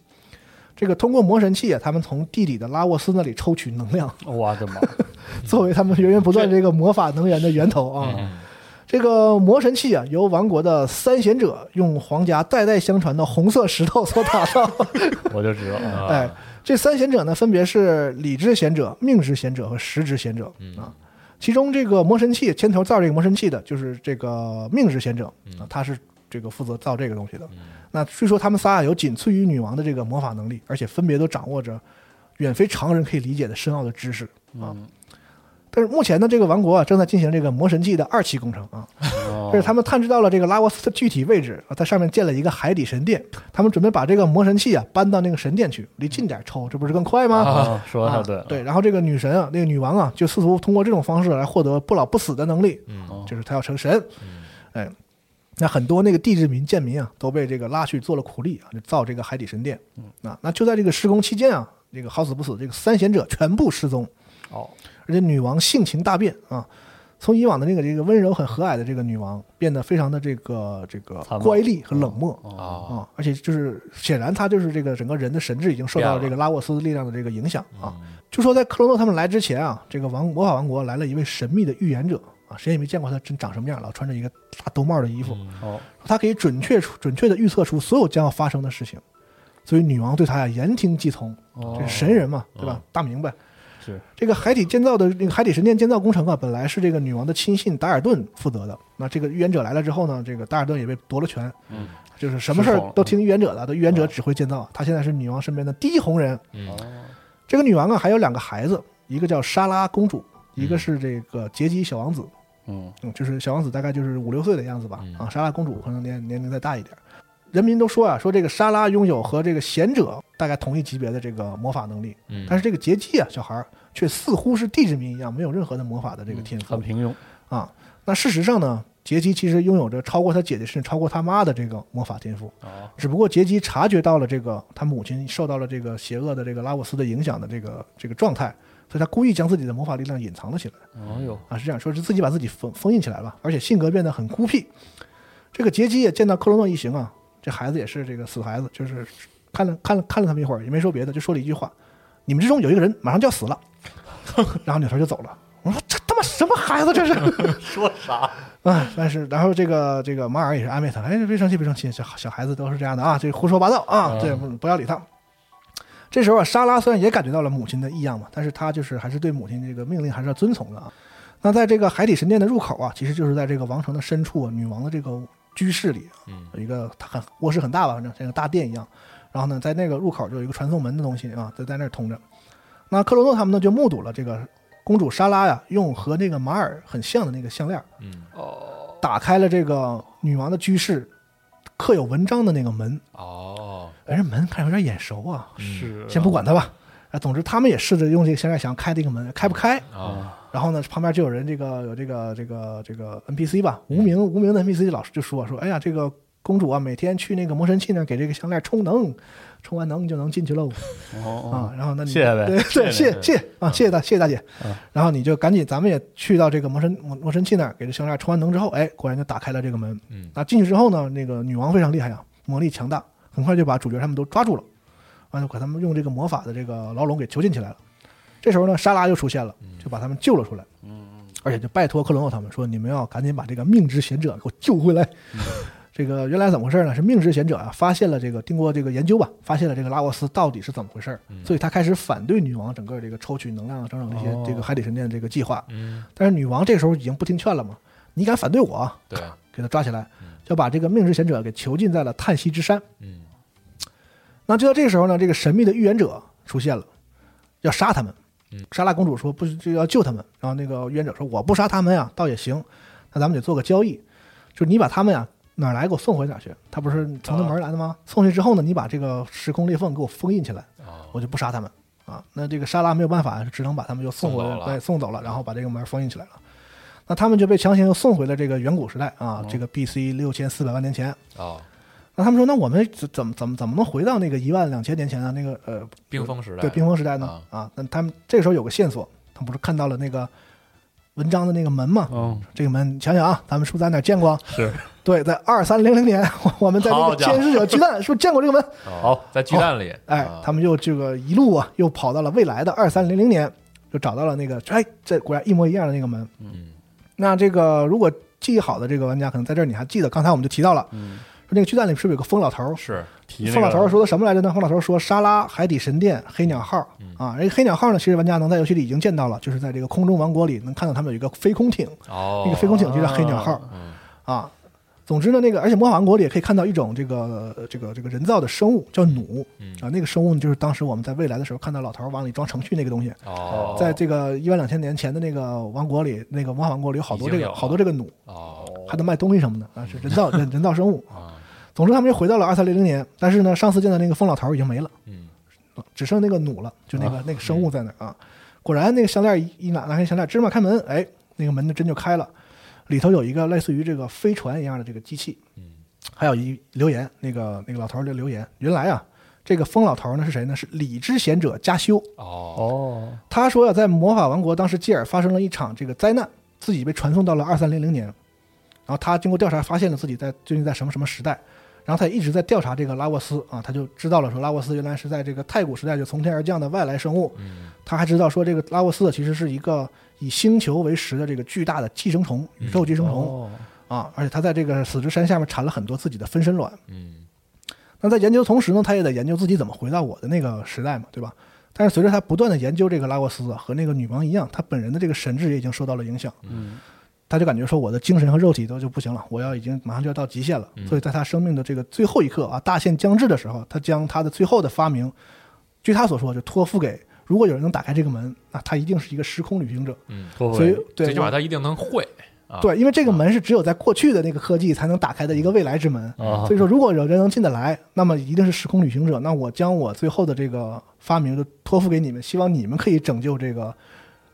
S4: 这个通过魔神器啊，他们从地底的拉沃斯那里抽取能量，
S5: 我的妈！
S4: 作为他们源源不断这个魔法能源的源头啊。这个魔神器啊，由王国的三贤者用皇家代代相传的红色石头所打造。
S5: 我就知道啊，
S4: 哎，这三贤者呢，分别是理智贤者、命之贤者和时之贤者
S5: 嗯
S4: 啊。其中这个魔神器牵头造这个魔神器的，就是这个命之贤者
S5: 嗯
S4: 啊，他是这个负责造这个东西的。那据说他们仨啊有仅次于女王的这个魔法能
S5: 嗯
S4: 力，而且分别都掌握着远非常人可以理解的深奥的知识啊。但是目前的这个王国啊，正在进行这个魔神纪的二期工程啊，
S5: 哦
S4: 这是他们探知到了这个拉沃斯的具体位置，啊在上面建了一个海底神殿，他们准备把这个魔神器啊搬到那个神殿去，离近点抽，这不是更快吗？
S5: 啊，说的
S4: 啊
S5: 太对了，
S4: 然后这个女神啊，那个女王啊，就试图通过这种方式来获得不老不死的能力，
S1: 嗯，
S4: 就是她要成神。
S5: 嗯
S4: 哎，那很多那个地质民贱民啊，都被这个拉去做了苦力啊，就造这个海底神殿。
S5: 嗯
S4: 啊，那就在这个施工期间啊，这个好死不死，这个三贤者全部失踪，
S5: 哦，
S4: 而且女王性情大变啊。从以往的那个这个温柔很和蔼的这个女王，变得非常的这个这个
S5: 残暴
S4: 乖戾和冷漠
S5: 哦，
S1: 啊，
S4: 啊，而且就是显然她就是这个整个人的神智已经受到了这个拉沃斯力量的这个影响啊。就说在克罗诺他们来之前啊，这个王魔法王国来了一位神秘的预言者啊，谁也没见过他真长什么样，老穿着一个大兜帽的衣服，
S5: 哦，
S4: 他可以准确出准确的预测出所有将要发生的事情，所以女王对他呀言听计从，
S5: 哦
S4: 这是神人嘛，对吧？大明白。
S5: 是
S4: 这个海底建造的那个海底神殿建造工程啊，本来是这个女王的亲信达尔顿负责的。那这个预言者来了之后呢，这个达尔顿也被夺了权，
S5: 嗯，
S4: 就是什么事儿
S5: 失宠了嗯
S4: 都听预言者的，都预言者指挥建造。他现在是女王身边的第一红人，
S1: 嗯
S5: 哦，
S4: 这个女王啊，还有两个孩子，一个叫莎拉公主，一个是这个杰基小王子。
S5: 嗯，
S4: 嗯，就是小王子大概就是五六岁的样子吧
S1: 嗯。
S4: 啊，莎拉公主可能年年龄再大一点。人民都说啊，说这个莎拉拥有和这个贤者大概同一级别的这个魔法能力，
S1: 嗯
S4: 但是这个杰基啊，小孩儿却似乎是地之民一样，没有任何的魔法的这个天赋、
S5: 嗯很平庸，
S4: 啊。那事实上呢，杰基其实拥有着超过他姐姐甚至超过他妈的这个魔法天赋，
S5: 哦，
S4: 只不过杰基察觉到了这个他母亲受到了这个邪恶的这个拉沃斯的影响的这个这个状态，所以他故意将自己的魔法力量隐藏了起来
S5: 哦呦，
S4: 啊，是这样说，是自己把自己封封印起来吧，而且性格变得很孤僻。这个杰基也见到克罗诺一行啊，这孩子也是这个死孩子，就是看了看了看了他们一会儿，也没说别的，就说了一句话：“你们之中有一个人马上就要死了。” 然后扭头就走了。我说这他妈什么孩子这是？
S5: 说 啥？
S4: 啊，但是然后这个这个马尔也是安慰他，哎，别生气，别生气，小小孩子都是这样的啊，这胡说八道
S5: 嗯
S4: 啊，对，不不要理他。这时候啊，莎拉虽然也感觉到了母亲的异样嘛，但是她就是还是对母亲这个命令还是要遵从的啊。那在这个海底神殿的入口啊，其实就是在这个王城的深处啊，女王的这个居室里啊，
S5: 嗯
S4: 有一个它很卧室很大吧，反正像个大殿一样。然后呢，在那个入口就有一个传送门的东西啊，在在那儿通着。那克罗诺他们呢，就目睹了这个公主莎拉呀，用和那个马尔很像的那个项链，
S3: 哦，
S4: 打开了这个女王的居室刻有文章的那个门，
S1: 哦，嗯
S4: 哎，这门看着有点眼熟啊，
S5: 是啊，
S4: 先不管它吧。啊，总之他们也试着用这个现在想开这个门，开不开？
S1: 啊，
S4: 然后呢，旁边就有人这个有这个这个这个 NPC 吧，
S5: 嗯
S4: 无名无名的 NPC 老师就说说，哎呀，这个公主啊，每天去那个魔神器那儿给这个项链充能， 充完能就能进去喽。啊
S5: 哦，，
S4: 然后那你
S5: 谢谢呗
S4: 对
S1: 谢
S4: 对，谢
S1: 谢
S4: 谢啊，谢谢大谢谢大姐
S5: 嗯。
S4: 然后你就赶紧，咱们也去到这个魔神魔魔神器那儿，给这项链充完能之后，哎，果然就打开了这个门。
S1: 嗯
S4: 那进去之后呢，那个女王非常厉害啊，魔力强大，很快就把主角他们都抓住了，完了把他们用这个魔法的这个牢笼给囚禁起来了。这时候呢，莎拉又出现了，就把他们救了出来。
S5: 嗯，
S4: 而且就拜托克伦诺他们说，你们要赶紧把这个命之贤者给我救回来。
S5: 嗯
S4: 这个原来怎么回事呢？是命之贤者啊，发现了这个经过这个研究吧，发现了这个拉沃斯到底是怎么回事儿，所以他开始反对女王整个这个抽取能量啊，整整这些
S5: 嗯哦
S4: 这个海底神殿这个计划。
S1: 嗯，
S4: 但是女王这时候已经不听劝了嘛，你敢反对我，啊
S1: 对，
S4: 给他抓起来，就把这个命之贤者给囚禁在了叹息之山。
S1: 嗯，
S4: 那就在这个时候呢，这个神秘的预言者出现了，要杀他们。
S1: 嗯
S4: 莎拉公主说不是就要救他们，然后那个预言者说我不杀他们呀，倒也行，那咱们得做个交易，就是你把他们呀哪儿来给我送回哪儿去。他不是从那
S1: 啊
S4: 门儿来的吗？送去之后呢，你把这个时空裂缝给我封印起来，我就不杀他们啊。那这个莎拉没有办法，只能把他们又送回
S1: 送
S4: 来，
S1: 走了
S4: 对，送走了，然后把这个门封印起来了。那他们就被强行又送回了这个远古时代啊，这个 B.C. 六千四百万年前。
S1: 哦，
S4: 那他们说，那我们怎怎么怎么怎么能回到那个一万两千年前啊？那个呃，
S1: 冰封时代，
S4: 对冰封时代呢？啊，那他们这个时候有个线索，他们不是看到了那个文章的那个门
S1: 哦
S4: 吗？
S5: 嗯，
S4: 这个门，你想想啊，咱们是不是在哪儿见过啊？
S5: 是，
S4: 对，在二三零零年，我我们在那
S5: 好
S4: 个
S5: 家伙
S4: 监视者鸡蛋是不是见过这个门？
S1: 好，在鸡蛋里，
S4: 哎，
S5: 啊
S4: 他们又这个一路啊，又跑到了未来的二三零零年，就找到了那个，哎，这果然一模一样的那个门。
S1: 嗯，
S4: 那这个如果记忆好的这个玩家，可能在这儿你还记得，刚才我们就提到了，
S5: 嗯，
S4: 说那个巨蛋里是不是有个疯老头儿？
S1: 是，
S5: 提那
S4: 疯老
S5: 个
S4: 头儿说的什么来着呢？疯老头儿说沙拉、海底神殿、黑鸟号
S5: 嗯
S4: 啊，这个黑鸟号呢，其实玩家能在游戏里已经见到了，就是在这个空中王国里能看到他们有一个飞空艇，
S1: 哦，
S4: 那个飞空艇就叫黑鸟号
S1: 嗯
S4: 啊。总之呢，那个而且魔法王国里也可以看到一种这个呃这个这个人造的生物叫弩
S1: 嗯
S4: 啊，那个生物呢就是当时我们在未来的时候看到老头儿往里装程序那个东西，
S1: 哦，
S4: 在这个一万两千年前的那个王国里，那个魔法王国里有好多这
S1: 已经有
S4: 个
S1: 了
S4: 好多这个弩，
S1: 哦
S4: 还能卖东西什么的啊，是人造人人造生物。
S1: 啊
S4: 总之他们又回到了二三零零年，但是呢，上次见的那个疯老头儿已经没了，
S1: 嗯
S4: 只剩那个弩了，就那个、那个生物在那儿啊。果然那个项链一一拿拿开项链，芝麻开门，哎，那个门就真就开了，里头有一个类似于这个飞船一样的这个机器，
S1: 嗯
S4: 还有一留言，那个那个老头儿就留言，原来啊，这个疯老头儿呢是谁呢？是理之贤者加修。
S1: 哦
S5: 哦，
S4: 他说呀、在魔法王国当时基尔发生了一场这个灾难，自己被传送到了二三零零年，然后他经过调查发现了自己在究竟在什么什么时代，然后他也一直在调查这个拉沃斯啊，他就知道了说拉沃斯原来是在这个太古时代就从天而降的外来生物，
S1: 嗯
S4: 他还知道说这个拉沃斯其实是一个以星球为食的这个巨大的寄生虫，宇宙寄生虫、
S5: 哦，
S4: 啊，而且他在这个死之山下面产了很多自己的分身卵，
S1: 嗯
S4: 那在研究的同时呢，他也得研究自己怎么回到我的那个时代嘛，对吧？但是随着他不断的研究这个拉沃斯啊，和那个女王一样，他本人的这个神智也已经受到了影响，
S5: 嗯，
S4: 他就感觉说我的精神和肉体都就不行了，我要已经马上就要到极限了。所以在他生命的这个最后一刻啊，大限将至的时候，他将他的最后的发明，据他所说，就托付给如果有人能打开这个门，那他一定是一个时空旅行者。
S1: 嗯，
S5: 托付
S4: 所以
S5: 给，
S4: 对
S1: 最起码他一定能会啊，
S4: 对，因为这个门是只有在过去的那个科技才能打开的一个未来之门，
S5: 啊
S4: 所以说如果有人能进得来，那么一定是时空旅行者。那我将我最后的这个发明就托付给你们，希望你们可以拯救这个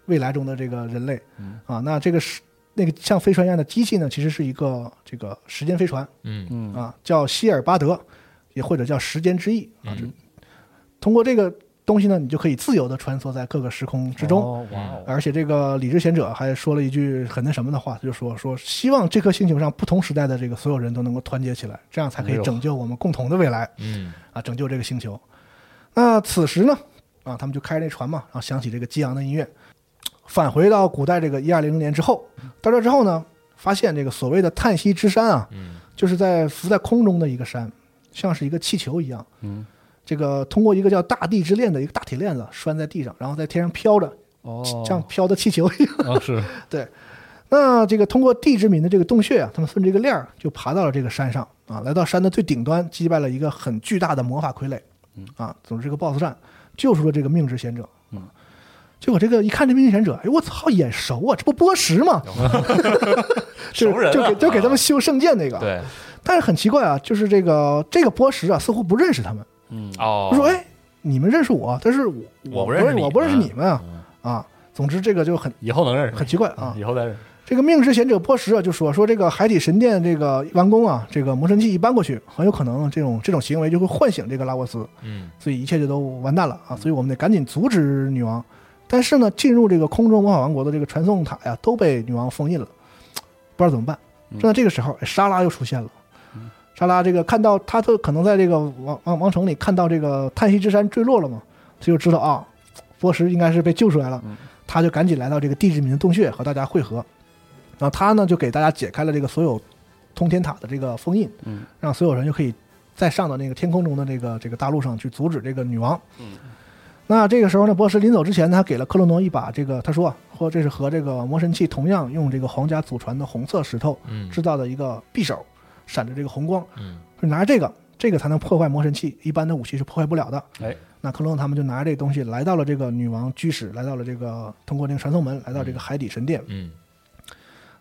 S4: 未来中的这个人类。
S1: 嗯
S4: 啊，那这个是那个像飞船一样的机器呢，其实是一个这个时间飞船
S1: 嗯
S5: 嗯
S4: 啊，叫希尔巴德，也或者叫时间之翼
S1: 嗯
S4: 啊。这通过这个东西呢，你就可以自由的穿梭在各个时空之中。
S5: 哦哇哦，
S4: 而且这个理智贤者还说了一句很那什么的话，他就说说希望这颗星球上不同时代的这个所有人都能够团结起来，这样才可以拯救我们共同的未来
S1: 嗯
S4: 啊，拯救这个星球。那此时呢，啊，他们就开着那船嘛，然后响起这个激昂的音乐，返回到古代这个一二零零年之后，到这之后呢，发现这个所谓的叹息之山啊，
S1: 嗯
S4: 就是在浮在空中的一个山，像是一个气球一样。
S5: 嗯，
S4: 这个通过一个叫大地之链的一个大铁链子拴在地上，然后在天上飘着，
S5: 哦，
S4: 像飘的气球一样。
S5: 啊是，
S4: 那这个通过地之民的这个洞穴啊，他们顺着这个链儿就爬到了这个山上啊，来到山的最顶端，击败了一个很巨大的魔法傀儡，
S1: 嗯
S4: 啊，总之这个 BOSS 战救出了这个命之贤者，啊
S5: 嗯
S4: 结果这个一看这命之贤者，哎我操，眼熟啊，这不波什 吗？就
S1: 熟人啊
S4: 就给就给他们修圣剑那个，
S1: 对
S5: 嗯
S4: 但是很奇怪啊，就是这个这个波什啊，似乎不认识他们，
S5: 嗯
S1: 哦，
S4: 他说哎，你们认识我，但是我
S1: 我不
S4: 不
S1: 认识
S4: 认
S1: 你嗯
S4: 我不认识
S1: 们
S4: 你们啊啊，总之这个就很
S5: 以后能认识，
S4: 很奇怪嗯啊，
S5: 以后再认识，
S4: 这个命之贤者波什啊，就说说这个海底神殿这个完工啊，这个魔神器一搬过去，很有可能这种这种行为就会唤醒这个拉沃斯，
S1: 嗯
S4: 所以一切就都完蛋了啊！所以我们得赶紧阻止女王。但是呢，进入这个空中魔法王国的这个传送塔呀，都被女王封印了，不知道怎么办。正在这个时候，哎莎拉又出现了。莎拉这个看到他都可能在这个王王王城里看到这个叹息之山坠落了嘛，他就知道啊，波什应该是被救出来了，他就赶紧来到这个地之民的洞穴和大家会合。然后他呢就给大家解开了这个所有通天塔的这个封印，
S5: 嗯，
S4: 让所有人就可以再上到那个天空中的这个这个大陆上去阻止这个女王。嗯，那这个时候呢，波什临走之前呢，他给了克洛诺一把这个，他说说这是和这个魔神器同样用这个皇家祖传的红色石头
S1: 嗯
S4: 制造的一个匕首，闪着这个红光，
S1: 嗯
S4: 说拿着这个，这个才能破坏魔神器，一般的武器是破坏不了的。
S5: 哎，
S4: 那克隆他们就拿着这个东西来到了这个女王居室，来到了这个通过那个传送门，来到这个海底神殿。
S1: 嗯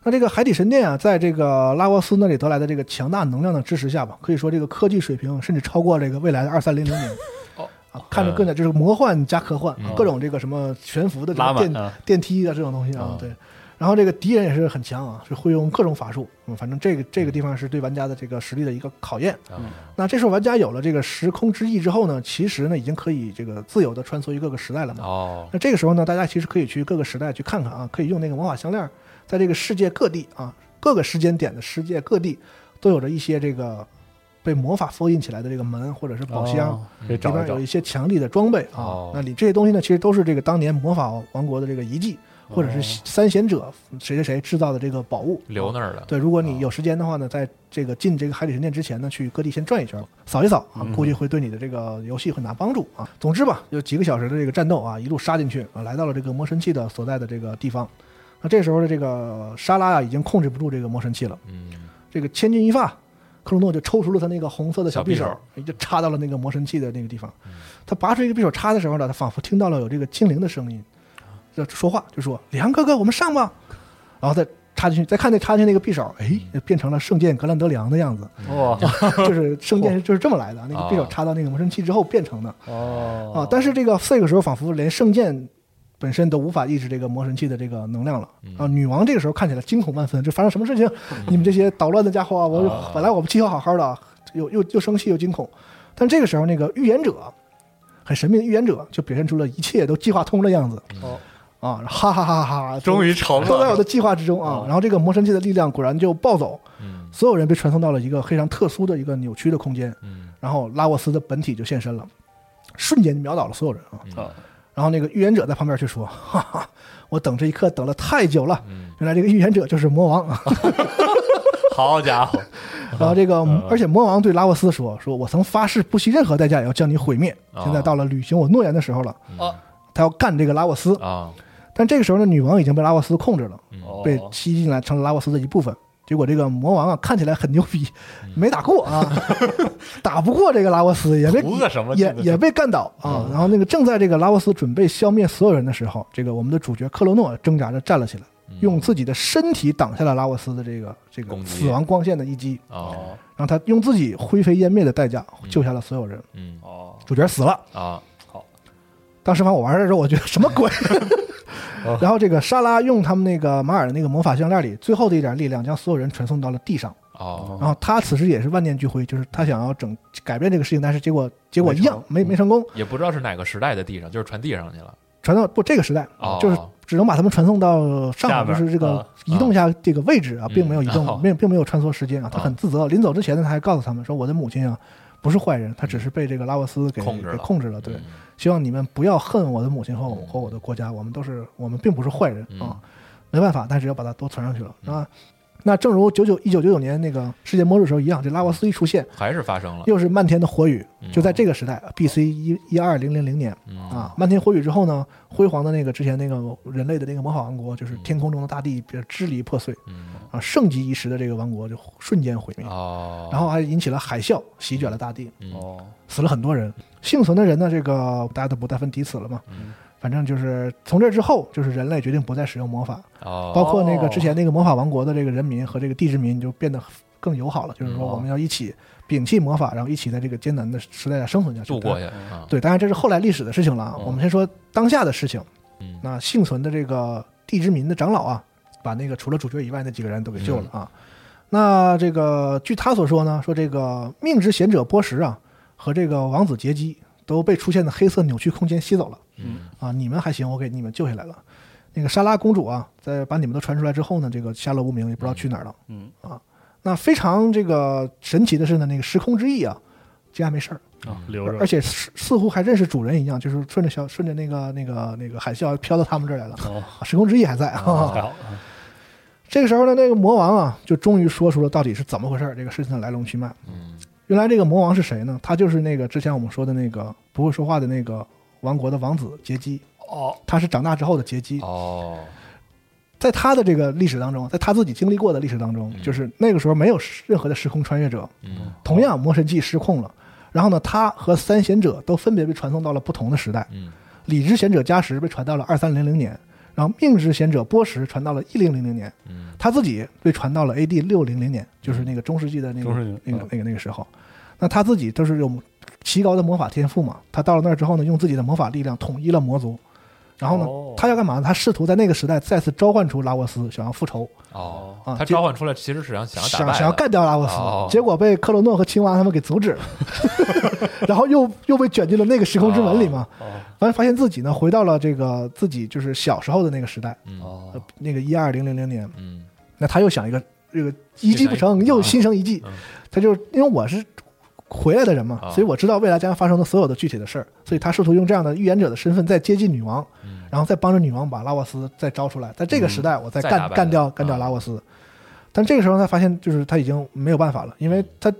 S4: 那这个海底神殿啊，在这个拉沃斯那里得来的这个强大能量的支持下吧，可以说这个科技水平甚至超过这个未来的二三零零年。
S1: 哦
S4: 啊，看着更加就是魔幻加科幻，各种这个什么悬浮的这
S5: 嗯拉
S4: 个
S5: 满嗯
S4: 电、
S5: 啊
S4: 电梯啊这种东西啊，对。然后这个敌人也是很强啊，是会用各种法术。嗯，反正这个这个地方是对玩家的这个实力的一个考验。
S1: 哦
S5: 嗯
S4: 那这时候玩家有了这个时空之翼之后呢，其实呢已经可以这个自由的穿梭于各个时代了嘛。
S1: 哦
S4: 那这个时候呢，大家其实可以去各个时代去看看啊，可以用那个魔法项链，在这个世界各地啊，各个时间点的世界各地，都有着一些这个被魔法封印起来的这个门或者是宝箱，
S5: 哦可以
S4: 里
S5: 找
S4: 边
S5: 一找
S4: 有嗯一，些强力的装备啊。
S1: 哦
S4: 那里这些东西呢，其实都是这个当年魔法王国的这个遗迹，或者
S5: 哦
S4: 是三贤者谁谁谁制造的这个宝
S5: 嗯
S4: 物。
S1: 留那儿了，
S4: 对，如果你有时间的话呢，在这个进这个海底神殿之前呢，去各地先转一圈，扫一扫啊，估计会对你的这个游戏很大帮助啊。总之吧，有几个小时的这个战斗啊，一路杀进去啊，来到了这个魔神器的所在的这个地方。那这时候的这个莎拉啊，已经控制不住这个魔神器了，
S1: 嗯
S4: 这个千钧一发，克鲁诺就抽出了他那个红色的小
S1: 小
S4: 匕
S1: 匕
S4: 首，哎就插到了那个魔神器的那个地方。他拔出一个匕首插的时候呢，他仿佛听到了有这个精灵的声音，就说话，就说：“李昂哥哥，我们上吧。”然后再插进去，再看那插进去那个匕首，哎，变成了圣剑格兰德里昂的样子，
S5: 哇
S4: 就是圣剑就是这么来的。那个匕首
S1: 哦
S4: 插到那个魔神器之后变成的
S5: 哦
S4: 啊。但是这个这个时候仿佛连圣剑。本身都无法抑制这个魔神器的这个能量了啊！女王这个时候看起来惊恐万分，这发生什么事情？你们这些捣乱的家伙啊！我
S1: 啊
S4: 本来我们计划好好嗯的啊，又又又生气又惊恐，但这个时候那个预言者很神秘的预言者就表现出了一切都计划通的样子
S5: 哦
S4: 啊！哈哈哈哈哈！于。
S5: 于成
S4: 都在我的计划之中啊
S5: 哦。
S4: 然后这个魔神器的力量果然就暴走，
S1: 嗯
S4: 所有人被传送到了一个非常特殊的一个扭曲的空间，
S1: 嗯
S4: 然后拉沃斯的本体就现身了，瞬间就秒倒了所有人啊。
S5: 哦
S4: 然后那个预言者在旁边却说：“哈哈，我等这一刻等了太久了，
S1: 嗯
S4: 原来这个预言者就是魔王。”啊。
S5: 好家伙，
S4: 然后这个
S5: 嗯，
S4: 而且魔王对拉沃斯说：“说我曾发誓不惜任何代价也要将你毁灭，
S1: 哦
S4: 现在到了履行我诺言的时候了。”
S5: 嗯
S3: 哦
S4: 他要干这个拉沃斯，
S1: 啊嗯
S4: 但这个时候呢，女王已经被拉沃斯控制了。
S5: 哦
S4: 被吸进来，成了拉沃斯的一部分。结果这个魔王啊，看起来很牛逼，
S5: 嗯
S4: 没打过啊， 打不过这个拉沃斯，也 被
S5: 图个什么嗯
S4: 也
S5: 这
S4: 也被干倒啊。然后那个正在这个拉沃斯准备消灭所有人的时候，这个我们的主角克罗诺挣扎着站了起来，
S1: 嗯
S5: 嗯
S4: 用自己的身体挡下了拉沃斯的这个这
S1: 攻
S4: 个
S1: 击
S4: 死亡光线的一击，
S1: 啊
S4: 然后他用自己灰飞烟灭的代价救下了所有人。
S1: 嗯
S5: 哦
S4: 主角死了，
S1: 啊
S4: 当时反正我玩的时候，我觉得什么鬼
S5: 哦。
S4: 然后这个莎拉用他们那个马尔的那个魔法项链里最后的一点力量，将所有人传送到了地上。
S1: 啊
S4: 然后他此时也是万念俱灰，就是他想要整改变这个事情，但是结果结果
S5: 没
S4: 一
S5: 成
S4: 样没没成功，
S1: 也不知道是哪个时代的地上，就是传地上去了
S4: 传到不这个时代
S1: 哦，
S4: 就是只能把他们传送到
S5: 下
S4: 上
S5: 边
S4: 面，
S5: 儿
S4: 就是这个
S5: 啊
S4: 移动一下这个位置啊，
S1: 嗯
S4: 并没有移
S1: 哦
S4: 动，没有并没有穿梭时间啊，他
S1: 啊
S4: 很自责。临走之前呢，他还告诉他们说：“我的母亲啊，不是坏人，她只是被这个拉沃斯给
S1: 控制了
S4: 给控制了。”对
S1: 嗯，
S4: 希望你们不要恨我的母亲和我
S1: 嗯
S4: 和我的国家，我们都是我们并不是坏人
S1: 嗯
S4: 啊，没办法，但是要把它都传上去了啊。那正如九九一九九九年那个世界末日的时候一样，这拉沃斯一出现，
S1: 还是发生了
S4: 又是漫天的火雨
S1: 啊嗯，
S4: 就在这个时代，B.C. 一一二零零零年
S1: 嗯
S4: 啊，漫天火雨之后呢，辉煌的那个之前那个人类的那个魔法王国，就是天空中的大地比较支离破碎
S1: 嗯
S4: 啊，盛极一时的这个王国就瞬间毁灭，
S1: 哦，
S4: 嗯然后还引起了海啸，席卷了大地，
S1: 嗯
S5: 哦
S4: 死了很多人，幸存的人呢，这个大家都不再分敌死了嘛。
S1: 嗯
S4: 反正就是从这之后，就是人类决定不再使用魔法，包
S1: 哦
S4: 括那个之前那个魔法王国的这个人民和这个地之民就变得更友好了，就是说
S5: 嗯哦
S4: 我们要一起摒弃魔法，然后一起在这个艰难的时代下生存下去，
S1: 度过
S4: 对。
S1: 去啊
S4: 对，当然这是后来历史的事情了啊。
S5: 哦
S4: 我们先说当下的事情。
S1: 嗯
S4: 那幸存的这个地之民的长老啊，把那个除了主角以外那几个人都给救
S1: 嗯
S4: 了啊。那这个据他所说呢，说这个命之贤者波什啊和这个王子杰基都被出现的黑色扭曲空间吸走了
S1: 嗯
S4: 啊。你们还行，我给你们救下来了。那个莎拉公主啊，在把你们都传出来之后呢，这个下落不明，也不知道去哪儿了。啊
S5: 嗯
S4: 那非常这个神奇的是呢，那个时空之翼啊，竟然没事儿。
S5: 啊留
S4: 嗯而
S5: 着
S4: 且似似乎还认识主人一样，就是顺着小顺着那个那个那个海啸飘到他们这儿来了。
S5: 哦
S4: 啊时空之翼还在啊。
S5: 太好了
S4: 这个时候呢，那个魔王啊，就终于说出了到底是怎么回事儿，这个事情的来龙去脉。
S1: 嗯
S4: 原来这个魔王是谁呢？他就是那个之前我们说的那个不会说话的那个王国的王子杰基，
S5: 哦
S4: 他是长大之后的杰基。
S1: 哦
S4: 在他的这个历史当中，在他自己经历过的历史当中，
S5: 嗯
S4: 就是那个时候没有任何的时空穿越
S5: 哦
S4: 者，
S1: 嗯
S4: 同样魔神器失控了。然后呢，他和三贤者都分别被传送到了不同的时代。
S1: 嗯
S4: 理之贤者加时被传到了二三零零年，然后命之贤者波什传到了一零零零年，
S1: 嗯
S4: 他自己被传到了 AD 六零零年，就是那个中世纪的那个
S5: 中世纪
S4: 那个
S5: 嗯
S4: 那个那个时候。那他自己都是有奇高的魔法天赋嘛，他到了那儿之后呢，用自己的魔法力量统一了魔族。然后呢，
S5: 哦
S4: 他要干嘛呢？他试图在那个时代再次召唤出拉沃斯，想要复仇，
S1: 哦
S4: 啊，
S1: 他
S4: 就
S1: 召唤出来其实是想想要打败
S4: 想
S1: 的
S4: 想要干掉拉沃斯，
S1: 哦
S4: 结果被克罗诺和青蛙他们给阻止了， 然后又又被卷进了那个时空之门里嘛。
S5: 哦
S4: 完发现自己呢回到了这个自己就是小时候的那个时代，
S1: 嗯
S5: 哦
S4: 呃，那个一二零零零年，
S1: 嗯
S4: 那他又想一个这个一计不
S1: 心
S4: 成
S1: 生一计
S4: 又心生一计
S1: 嗯，
S4: 他就因为我是回来的人嘛
S1: 啊，
S4: 所以我知道未来将发生的所有的具体的事儿，所以他试图用这样的预言者的身份再接近女王，
S1: 嗯
S4: 然后再帮着女王把拉沃斯再招出来，在这个时代我再
S1: 再
S4: 干
S1: 打败
S4: 干掉
S1: 他
S4: 干掉
S1: 啊
S4: 拉沃斯，但这个时候他发现就是他已经没有办法了，因为他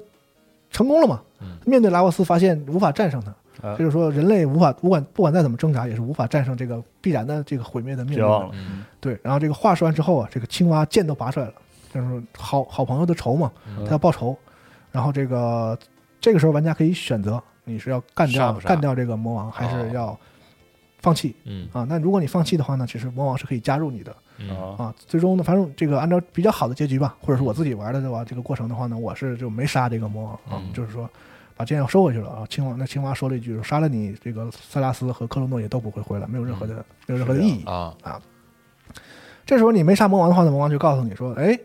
S4: 成功了嘛
S1: 嗯，
S4: 面对拉沃斯发现无法战胜他。
S5: 啊
S4: 就是说，人类无法不管不管再怎么挣扎，也是无法战胜这个必然的这个毁灭的命
S5: 绝
S4: 运的。
S5: 望了
S1: 嗯
S4: 对，然后这个话说完之后啊，这个青蛙剑都拔出来了，就是好好朋友的仇嘛，
S1: 嗯
S4: 他要报仇。然后这个这个时候玩家可以选择你是要干
S1: 杀
S4: 掉
S1: 不杀
S4: 干掉这个魔王，还
S1: 哦
S4: 是要放弃
S1: 嗯
S4: 啊？那如果你放弃的话呢，其实魔王是可以加入你的
S1: 嗯
S5: 啊
S4: 啊。最终呢，反正这个按照比较好的结局吧，或者是我自己玩的话，这个过程的话呢，我是就没杀这个魔王啊，
S1: 嗯
S4: 就是说。把剑要收回去了啊！青蛙那青蛙说了一句：“杀了你，这个塞拉斯和克洛诺也都不会回来，没有任何的、
S1: 嗯
S4: 没有任何的意义。
S1: 啊
S4: 这时候你没杀魔王的话呢，魔王就告诉你说：“哎，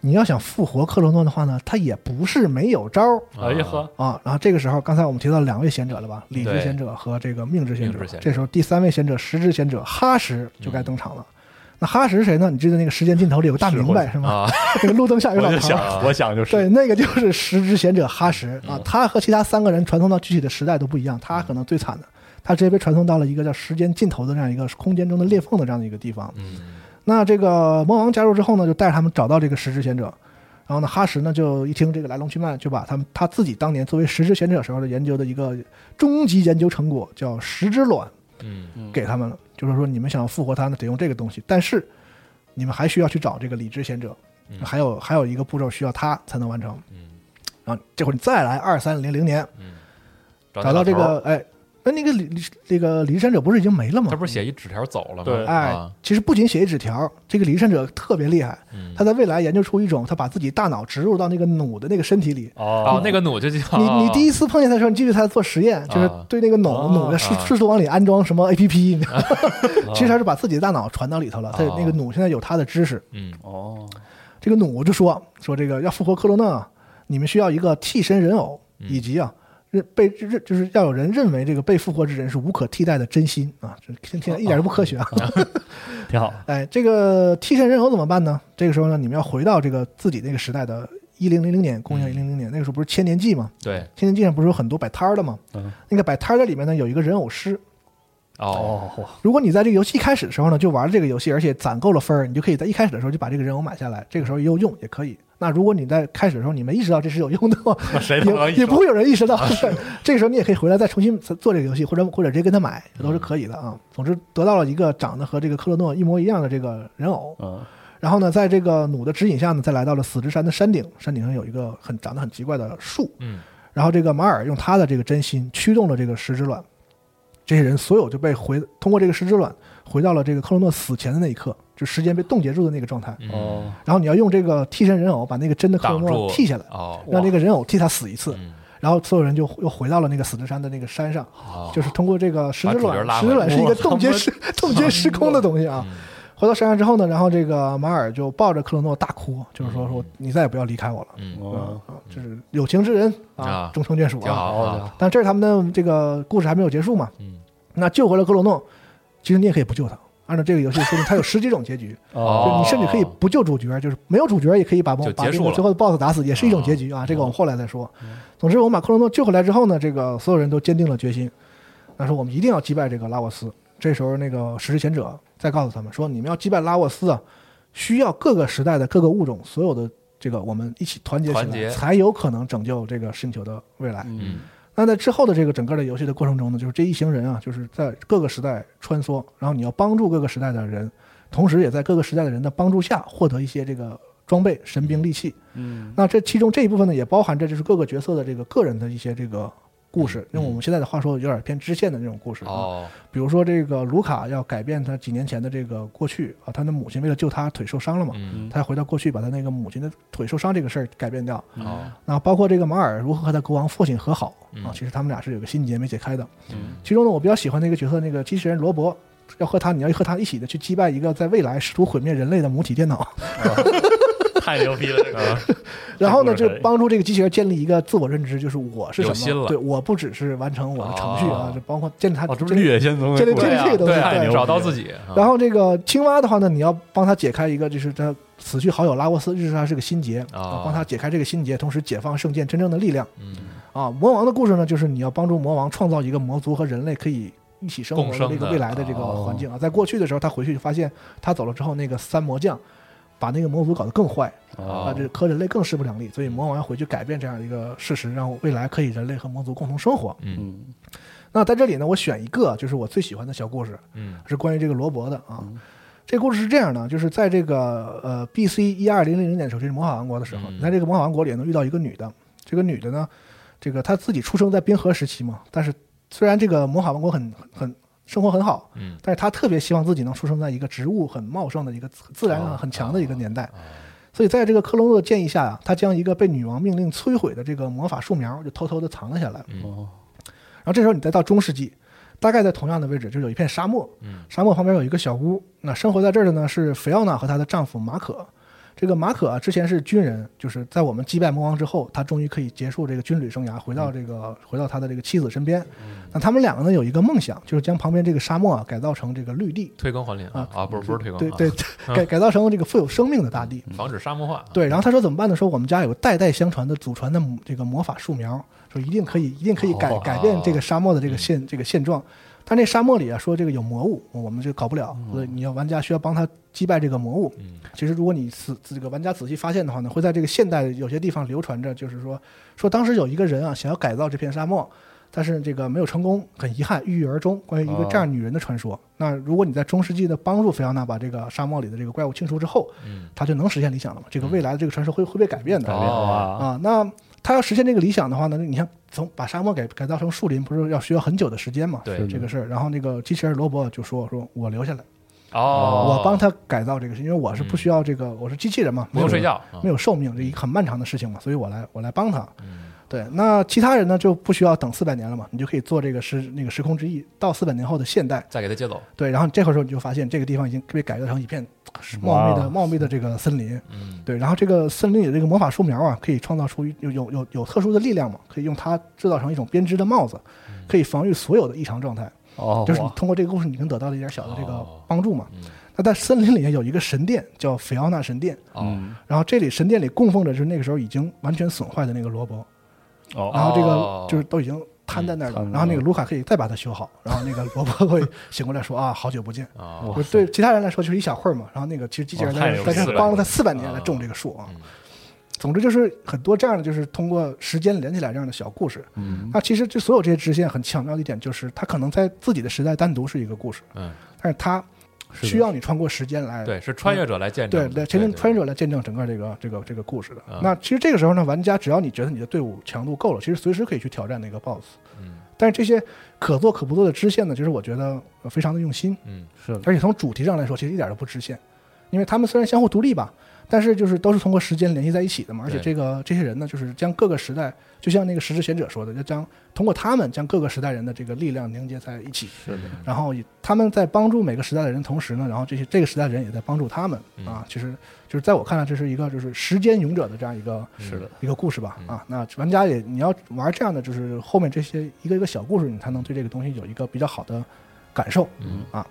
S4: 你要想复活克罗诺的话呢，他也不是没有招儿
S5: 哎呀呵，
S4: 啊。”然后这个时候，刚才我们提到两位贤者了吧？理智
S1: 对
S4: 贤者和这个命之贤者。
S1: 命之贤者
S4: 这时候第三位贤者实之贤者哈什就该登场了。那哈什是谁呢？你记得那个《时间尽头》里有个大明白是吗？
S1: 啊，
S4: 那个路灯下有
S5: 我
S4: 老
S5: 就
S4: 头儿。
S5: 想，我想就是
S4: 对，那个就是十之贤者哈什啊，他和其他三个人传送到具体的时代都不一样，他可能最惨的，他直接被传送到了一个叫时间尽头的这样一个空间中的裂缝的这样的一个地方。
S1: 嗯
S4: 那这个魔王加入之后呢，就带着他们找到这个十之贤者，然后呢，哈什呢就一听这个来龙去脉，就把他们他自己当年作为十之贤者时候的研究的一个终极研究成果叫十之卵
S1: 嗯
S4: 给他们了，就是说你们想复活他呢，得用这个东西，但是你们还需要去找这个理智贤者，还有还有一个步骤需要他才能完成。
S1: 嗯
S4: 然后这会儿你再来二三零零年
S1: 嗯，
S4: 找到这个哎，那那个理理这个理智贤者不是已经没了吗
S1: 他？不是写一纸条走了吗？
S5: 对
S4: 嗯哎
S1: 啊，
S4: 其实不仅写一纸条，这个离神者特别厉害，
S1: 嗯
S4: 他在未来研究出一种，他把自己大脑植入到那个弩的那个身体里。
S1: 哦
S5: 哦，
S1: 那个弩就叫
S4: 你你第一次碰见他的时候，你记得他做实验，就是对那个
S5: 啊
S4: 弩弩试
S1: 啊
S4: 试图往里安装什么 APP，你 知道吗其实他是把自己的大脑传到里头了。他有那
S5: 啊
S4: 个弩现在有他的知识，
S1: 嗯
S5: 哦，
S4: 这个弩就说说这个要复活克罗诺啊，你们需要一个替身人偶，
S5: 嗯
S4: 以及啊认被认就是要有人认为这个被复活之人是无可替代的真心啊，这听听起来一点都不科学啊。
S5: 哦 挺好，
S4: 哎，这个替身人偶怎么办呢？这个时候呢，你们要回到这个自己那个时代的一零零零
S5: 嗯
S4: 年，公元一零零年，那个时候不是千年祭嘛？
S1: 对
S4: 千年祭上不是有很多摆摊儿的嘛？
S5: 嗯
S4: 那个摆摊儿的里面呢，有一个人偶师。
S1: 哦
S5: 哦，哇
S4: 如果你在这个游戏一开始的时候呢，就玩了这个游戏，而且攒够了分儿，你就可以在一开始的时候就把这个人偶买下来，这个时候也有用，也可以。那如果你在开始的时候你没意识到这是有用的话，
S5: 那 谁不能
S4: 哦也也不会有人意识到。对这个时候你也可以回来再重新做这个游戏，或者或者直接跟他买，这都是可以的啊。总之得到了一个长得和这个克洛诺一模一样的这个人偶，
S5: 嗯
S4: 然后呢，在这个弩的指引下呢，再来到了死之山的山顶，山顶上有一个很长得很奇怪的树。
S1: 嗯，
S4: 然后这个马尔用他的这个真心驱动了这个石之卵，这些人所有就被回通过这个石之卵回到了这个克罗诺死前的那一刻，就时间被冻结住的那个状态。
S1: 嗯
S5: 哦
S4: 然后你要用这个替身人偶把那个真的克罗
S1: 挡
S4: 诺
S1: 住
S4: 替下来，
S1: 哦
S4: 让这个人偶替他死一次。
S1: 嗯
S4: 然后所有人就又回到了那个死之山的那个山上，
S1: 好
S4: 就是通过这个石之
S1: 把主角
S4: 卵，
S1: 拉
S4: 石
S1: 回来
S4: 之卵是一个冻结
S5: 我他妈
S4: 时冻结时空的东西
S1: 嗯
S4: 啊。回到山上之后呢，然后这个马尔就抱着克罗诺大哭，就是说说你再也不要离开我了，
S1: 嗯
S5: 哦，
S4: 啊，就是有情之人
S1: 啊
S4: 啊，终成眷属
S1: 挺
S4: 啊。
S1: 好
S5: 好
S1: 啊
S5: 家伙
S4: 但这是他们的这个故事还没有结束嘛，
S1: 嗯
S4: 那救回了克罗诺，其实你也可以不救他。按照这个游戏的设定，它有十几种 结局，就
S1: 哦
S4: 你甚至可以不救主角，就是没有主角也可以把
S1: 就
S4: 把
S1: 结
S4: 这
S1: 束
S4: 个
S1: 了哦
S4: 最后的 BOSS 打死，也是一种结局啊。这个我们后来再说。总之，我们把克罗诺救回来之后呢，这个所有人都坚定了决心，那说我们一定要击败这个拉沃斯。这时候，那个十之前者再告诉他们说，你们要击败拉沃斯啊，需要各个时代的各个物种所有的这个我们一起团结起
S1: 团结
S4: 来，才有可能拯救这个星球的未来。
S1: 嗯
S4: 那在之后的这个整个的游戏的过程中呢，就是这一行人啊，就是在各个时代穿梭，然后你要帮助各个时代的人，同时也在各个时代的人的帮助下获得一些这个装备、神兵、利器。
S5: 嗯
S4: 那这其中这一部分呢，也包含着就是各个角色的这个个人的一些这个故事，用我们现在的话说，有点偏支线的那种故事啊。
S1: 嗯哦
S4: 比如说这个卢卡要改变他几年前的这个过去啊，他的母亲为了救他腿受伤了嘛，
S1: 嗯
S4: 他回到过去把他那个母亲的腿受伤这个事儿改变掉。
S5: 嗯
S1: 哦
S4: 那包括这个马尔如何和他国王父亲和好
S1: 嗯
S4: 啊，其实他们俩是有个心结没解开的。
S1: 嗯
S4: 其中呢，我比较喜欢那个角色，那个机器人罗伯，要和他，你要和他一起的去击败一个在未来试图毁灭人类的母体电脑，
S5: 啊 太牛逼了，这个
S4: 然后呢，
S5: 这故事
S4: 就
S5: 可以
S4: 帮助这个机器人建立一个自我认知，就是我是
S1: 有
S4: 什
S1: 心了
S4: 么，对我不只是完成我的程序啊
S1: 哦，
S4: 就包括建立他
S5: 哦，这不
S4: 建
S5: 是
S4: 立
S5: 绿野仙踪的
S4: 这
S5: 故
S4: 这
S5: 事
S4: 这个东西
S1: 对啊
S4: 太
S5: 逼
S4: 牛
S5: 了
S1: 找到自己，啊
S4: 然后这个青蛙的话呢，你要帮他解开一个，就是他死去好友拉沃斯日他是个心结
S1: 啊
S4: 帮他解开这个心结，同时解放圣剑真正的力量
S1: 嗯
S4: 啊。魔王的故事呢，就是你要帮助魔王创造一个魔族和人类可以一起生活
S1: 共
S4: 的
S1: 生
S4: 那个
S1: 的
S4: 未来的这个
S5: 哦
S4: 环境啊。在过去的时候，他回去就发现他走了之后，那个三魔将。把那个魔族搞得更坏
S5: 嗯
S4: 啊，
S1: 哦
S4: 这和人类更势不两立，所以魔王要回去改变这样一个事实，让未来可以人类和魔族共同生活。
S1: 嗯
S5: 嗯
S4: 那在这里呢，我选一个就是我最喜欢的小故事，
S1: 嗯
S4: 是关于这个罗伯的啊。这故事是这样的，就是在这个呃 B.C. 一二零零零年的时候，这是魔法王国的时候，
S1: 嗯
S4: 你在这个魔法王国里能遇到一个女的，这个女的呢，这个她自己出生在冰河时期嘛，但是虽然这个魔法王国很很很生活很好，
S1: 嗯
S4: 但是她特别希望自己能出生在一个植物很茂盛的一个自自然
S1: 哦
S4: 上很强的一个年代，
S1: 啊
S4: 所以在这个克隆诺的建议下啊，她将一个被女王命令摧毁的这个魔法树苗就偷偷的藏了下来。
S1: 嗯
S5: 哦，
S4: 然后这时候你再到中世纪，大概在同样的位置，就有一片沙漠，
S1: 嗯
S4: 沙漠旁边有一个小屋，那生活在这儿的呢是菲奥娜和她的丈夫马可。这个马可啊，之前是军人，就是在我们击败魔王之后，他终于可以结束这个军旅生涯，回
S1: 嗯
S4: 到这个回到他的这个妻子身边。那他们两个呢有一个梦想，就是将旁边这个沙漠啊改造成这个绿地
S1: 退耕还林啊啊，不是不是退耕，
S4: 对
S1: 啊
S4: 对，改改造成这个富有生命的大地。
S1: 防止沙漠化。啊
S4: 对，然后他说怎么办呢？说我们家有代代相传的祖传的母这个魔法树苗，说一定可以，一定可以改
S5: 哦
S4: 改变这个沙漠的这个
S1: 嗯
S4: 现这个现状。但这沙漠里啊，说这个有魔物，我们这个搞不了，所以你要玩家需要帮他击败这个魔物。
S1: 嗯
S4: 其实如果你仔这个玩家仔细发现的话呢，会在这个现代有些地方流传着，就是说说当时有一个人啊，想要改造这片沙漠。但是这个没有成功，很遗憾，郁郁而终。关于一个这样女人的传说，那如果你在中世纪的帮助菲奥娜把这个沙漠里的这个怪物清除之后，
S1: 嗯
S4: 他就能实现理想了嘛？这个未来的这个传说会会被改变的
S1: 改
S5: 改
S1: 变
S5: 变
S1: 了
S5: 啊，
S4: 啊。那他要实现这个理想的话呢，那你看从把沙漠改改造成树林，不是要需要很久的时间嘛？
S1: 对
S5: 是的
S4: 这个事儿。然后那个机器人罗伯就说：“说我留下来，
S1: 哦，
S4: 啊
S1: 嗯
S4: 我帮他改造这个事，因为我是不需要这个，我是机器人嘛，
S1: 不
S4: 没有
S1: 用睡，觉，啊
S4: 没有寿命，这一个很漫长的事情嘛，所以我来我来帮他。
S1: 嗯
S4: 对，那其他人呢就不需要等四百年了嘛，你就可以做这个时那个时空之翼，到四百年后的现代。
S1: 再给他接走。
S4: 对，然后这会儿时候你就发现这个地方已经被改造成一片
S1: 哦
S4: 茂密的茂密的这个森林。
S1: 嗯
S4: 对，然后这个森林里的这个魔法树苗啊，可以创造出一有有有有特殊的力量嘛，可以用它制造成一种编织的帽子，可以防御所有的异常状态。
S5: 哦，
S4: 就是你
S5: 哇
S4: 通过这个故事，你能得到的一点小的这个
S1: 哦
S4: 帮助嘛。
S1: 嗯
S4: 那在森林里面有一个神殿叫菲奥娜神殿，
S1: 哦
S4: 然后这里神殿里供奉着就是那个时候已经完全损坏的那个罗伯，
S5: 哦
S4: 然后这
S1: 哦
S4: 个就是都已经瘫在那儿了，
S5: 嗯
S4: 然后那个卢卡可以再把它修好，然后那个罗伯会醒过来说啊，好久不见。
S1: 哦，
S4: 就对其他人来说就是一小会儿嘛，然后那个其实机器人
S5: 哦哇太
S4: 在
S5: 有
S4: 在
S5: 意
S4: 这
S5: 思了
S4: 帮了他四百年来种这个树啊。
S1: 嗯
S4: 总之就是很多这样的，就是通过时间连起来这样的小故事。
S5: 嗯，
S4: 那其实这所有这些支线很巧妙的一点就是，它可能在自己的时代单独是一个故事，
S1: 嗯，
S4: 但是它
S5: 的
S4: 需要你穿过时间来
S1: 对，是穿越者来见证
S4: 对
S1: 的，
S4: 对，
S1: 对
S4: 前
S1: 对
S4: 面穿越者来见证整个这个这个这个故事的
S1: 啊。
S4: 那其实这个时候呢，玩家只要你觉得你的队伍强度够了，其实随时可以去挑战那个 BOSS。
S1: 嗯
S4: 但是这些可做可不做的支线呢，其实我觉得呃非常的用心。
S1: 嗯
S5: 是的，
S4: 而且从主题上来说，其实一点都不支线，因为他们虽然相互独立吧，但是就是都是通过时间联系在一起的嘛。而且
S1: 对
S4: 这个这些人呢，就是将各个时代，就像那个《十之贤者》说的，就将通过他们将各个时代人的这个力量凝结在一起，
S5: 是
S1: 嗯
S5: 的，
S4: 然后以他们在帮助每个时代的人，同时呢，然后这些这个时代的人也在帮助他们
S1: 嗯
S4: 啊。其实就是在我看来，这是一个就是时间勇者的这样一个
S5: 是的，
S4: 一个故事吧
S1: 嗯
S4: 啊。那玩家也你要玩这样的，就是后面这些一个一个小故事，你才能对这个东西有一个比较好的感受。
S1: 嗯
S4: 啊，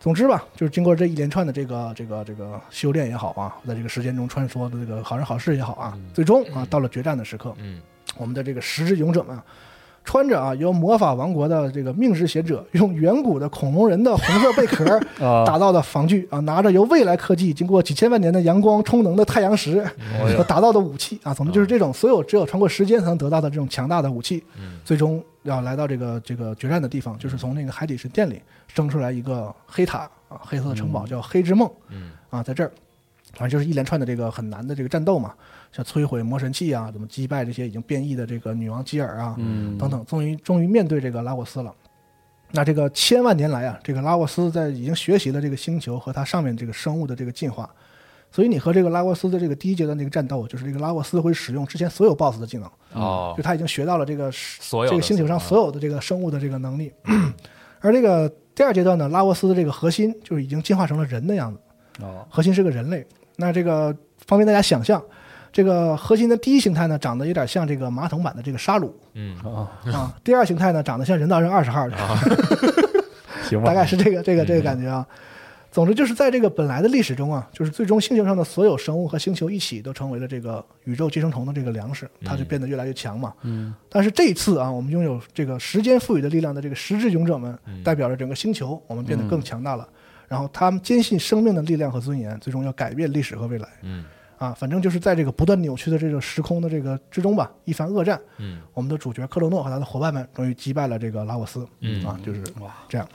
S4: 总之吧，就是经过这一连串的这个这个这个修炼也好啊，在这个时间中穿梭的这个好人好事也好啊，最终啊到了决战的时刻，
S1: 嗯
S4: 我们的这个十之勇者们啊。穿着啊由魔法王国的这个命之贤者用远古的恐龙人的红色贝壳
S5: 啊
S4: 打造的防具啊，拿着由未来科技经过几千万年的阳光充能的太阳石
S1: 嗯
S5: 哎呦
S4: 所打造的武器啊，总之就是这种所有只有穿过时间才能得到的这种强大的武器，
S1: 嗯
S4: 最终要来到这个这个决战的地方，就是从那个海底神殿里生出来一个黑塔啊，黑色的城堡叫黑之梦
S1: 嗯
S4: 啊，在这儿，反正就是一连串的这个很难的这个战斗嘛，像摧毁魔神器啊，怎么击败这些已经变异的这个女王基尔啊，
S5: 嗯
S4: 等等，终于终于面对这个拉沃斯了。那这个千万年来啊，这个拉沃斯在已经学习了这个星球和它上面这个生物的这个进化，所以你和这个拉沃斯的这个第一阶段那个战斗，就是这个拉沃斯会使用之前所有 BOSS 的技能，
S1: 哦
S4: 就，他已经学到了这个
S1: 所有
S4: 嗯这
S1: 的
S4: 个星球上所有的这个生物的这个能力。而这个第二阶段呢，拉沃斯的这个核心就是已经进化成了人的样子，
S5: 哦
S4: 核心是个人类。那这个方便大家想象，这个核心的第一形态呢，长得有点像这个马桶版的这个沙鲁，
S1: 嗯
S5: 啊，
S4: 啊， 第二形态呢，长得像人造人二十号，
S5: 行吧，嗯
S4: 大概是这个这个这个感觉啊。总之就是在这个本来的历史中啊，就是最终星球上的所有生物和星球一起都成为了这个宇宙寄生虫的这个粮食，它就变得越来越强嘛。
S5: 嗯，
S4: 但是这一次啊，我们拥有这个时间赋予的力量的这个实质勇者们，
S1: 嗯
S4: 代表着整个星球，我们变得更强大了。然后他们坚信生命的力量和尊严，最终要改变历史和未来
S1: 嗯
S4: 啊！反正就是在这个不断扭曲的这个时空的这个之中吧，一番恶战，
S1: 嗯
S4: 我们的主角克洛诺和他的伙伴们终于击败了这个拉沃斯，
S1: 嗯
S4: 啊，就是
S5: 哇
S4: 这样。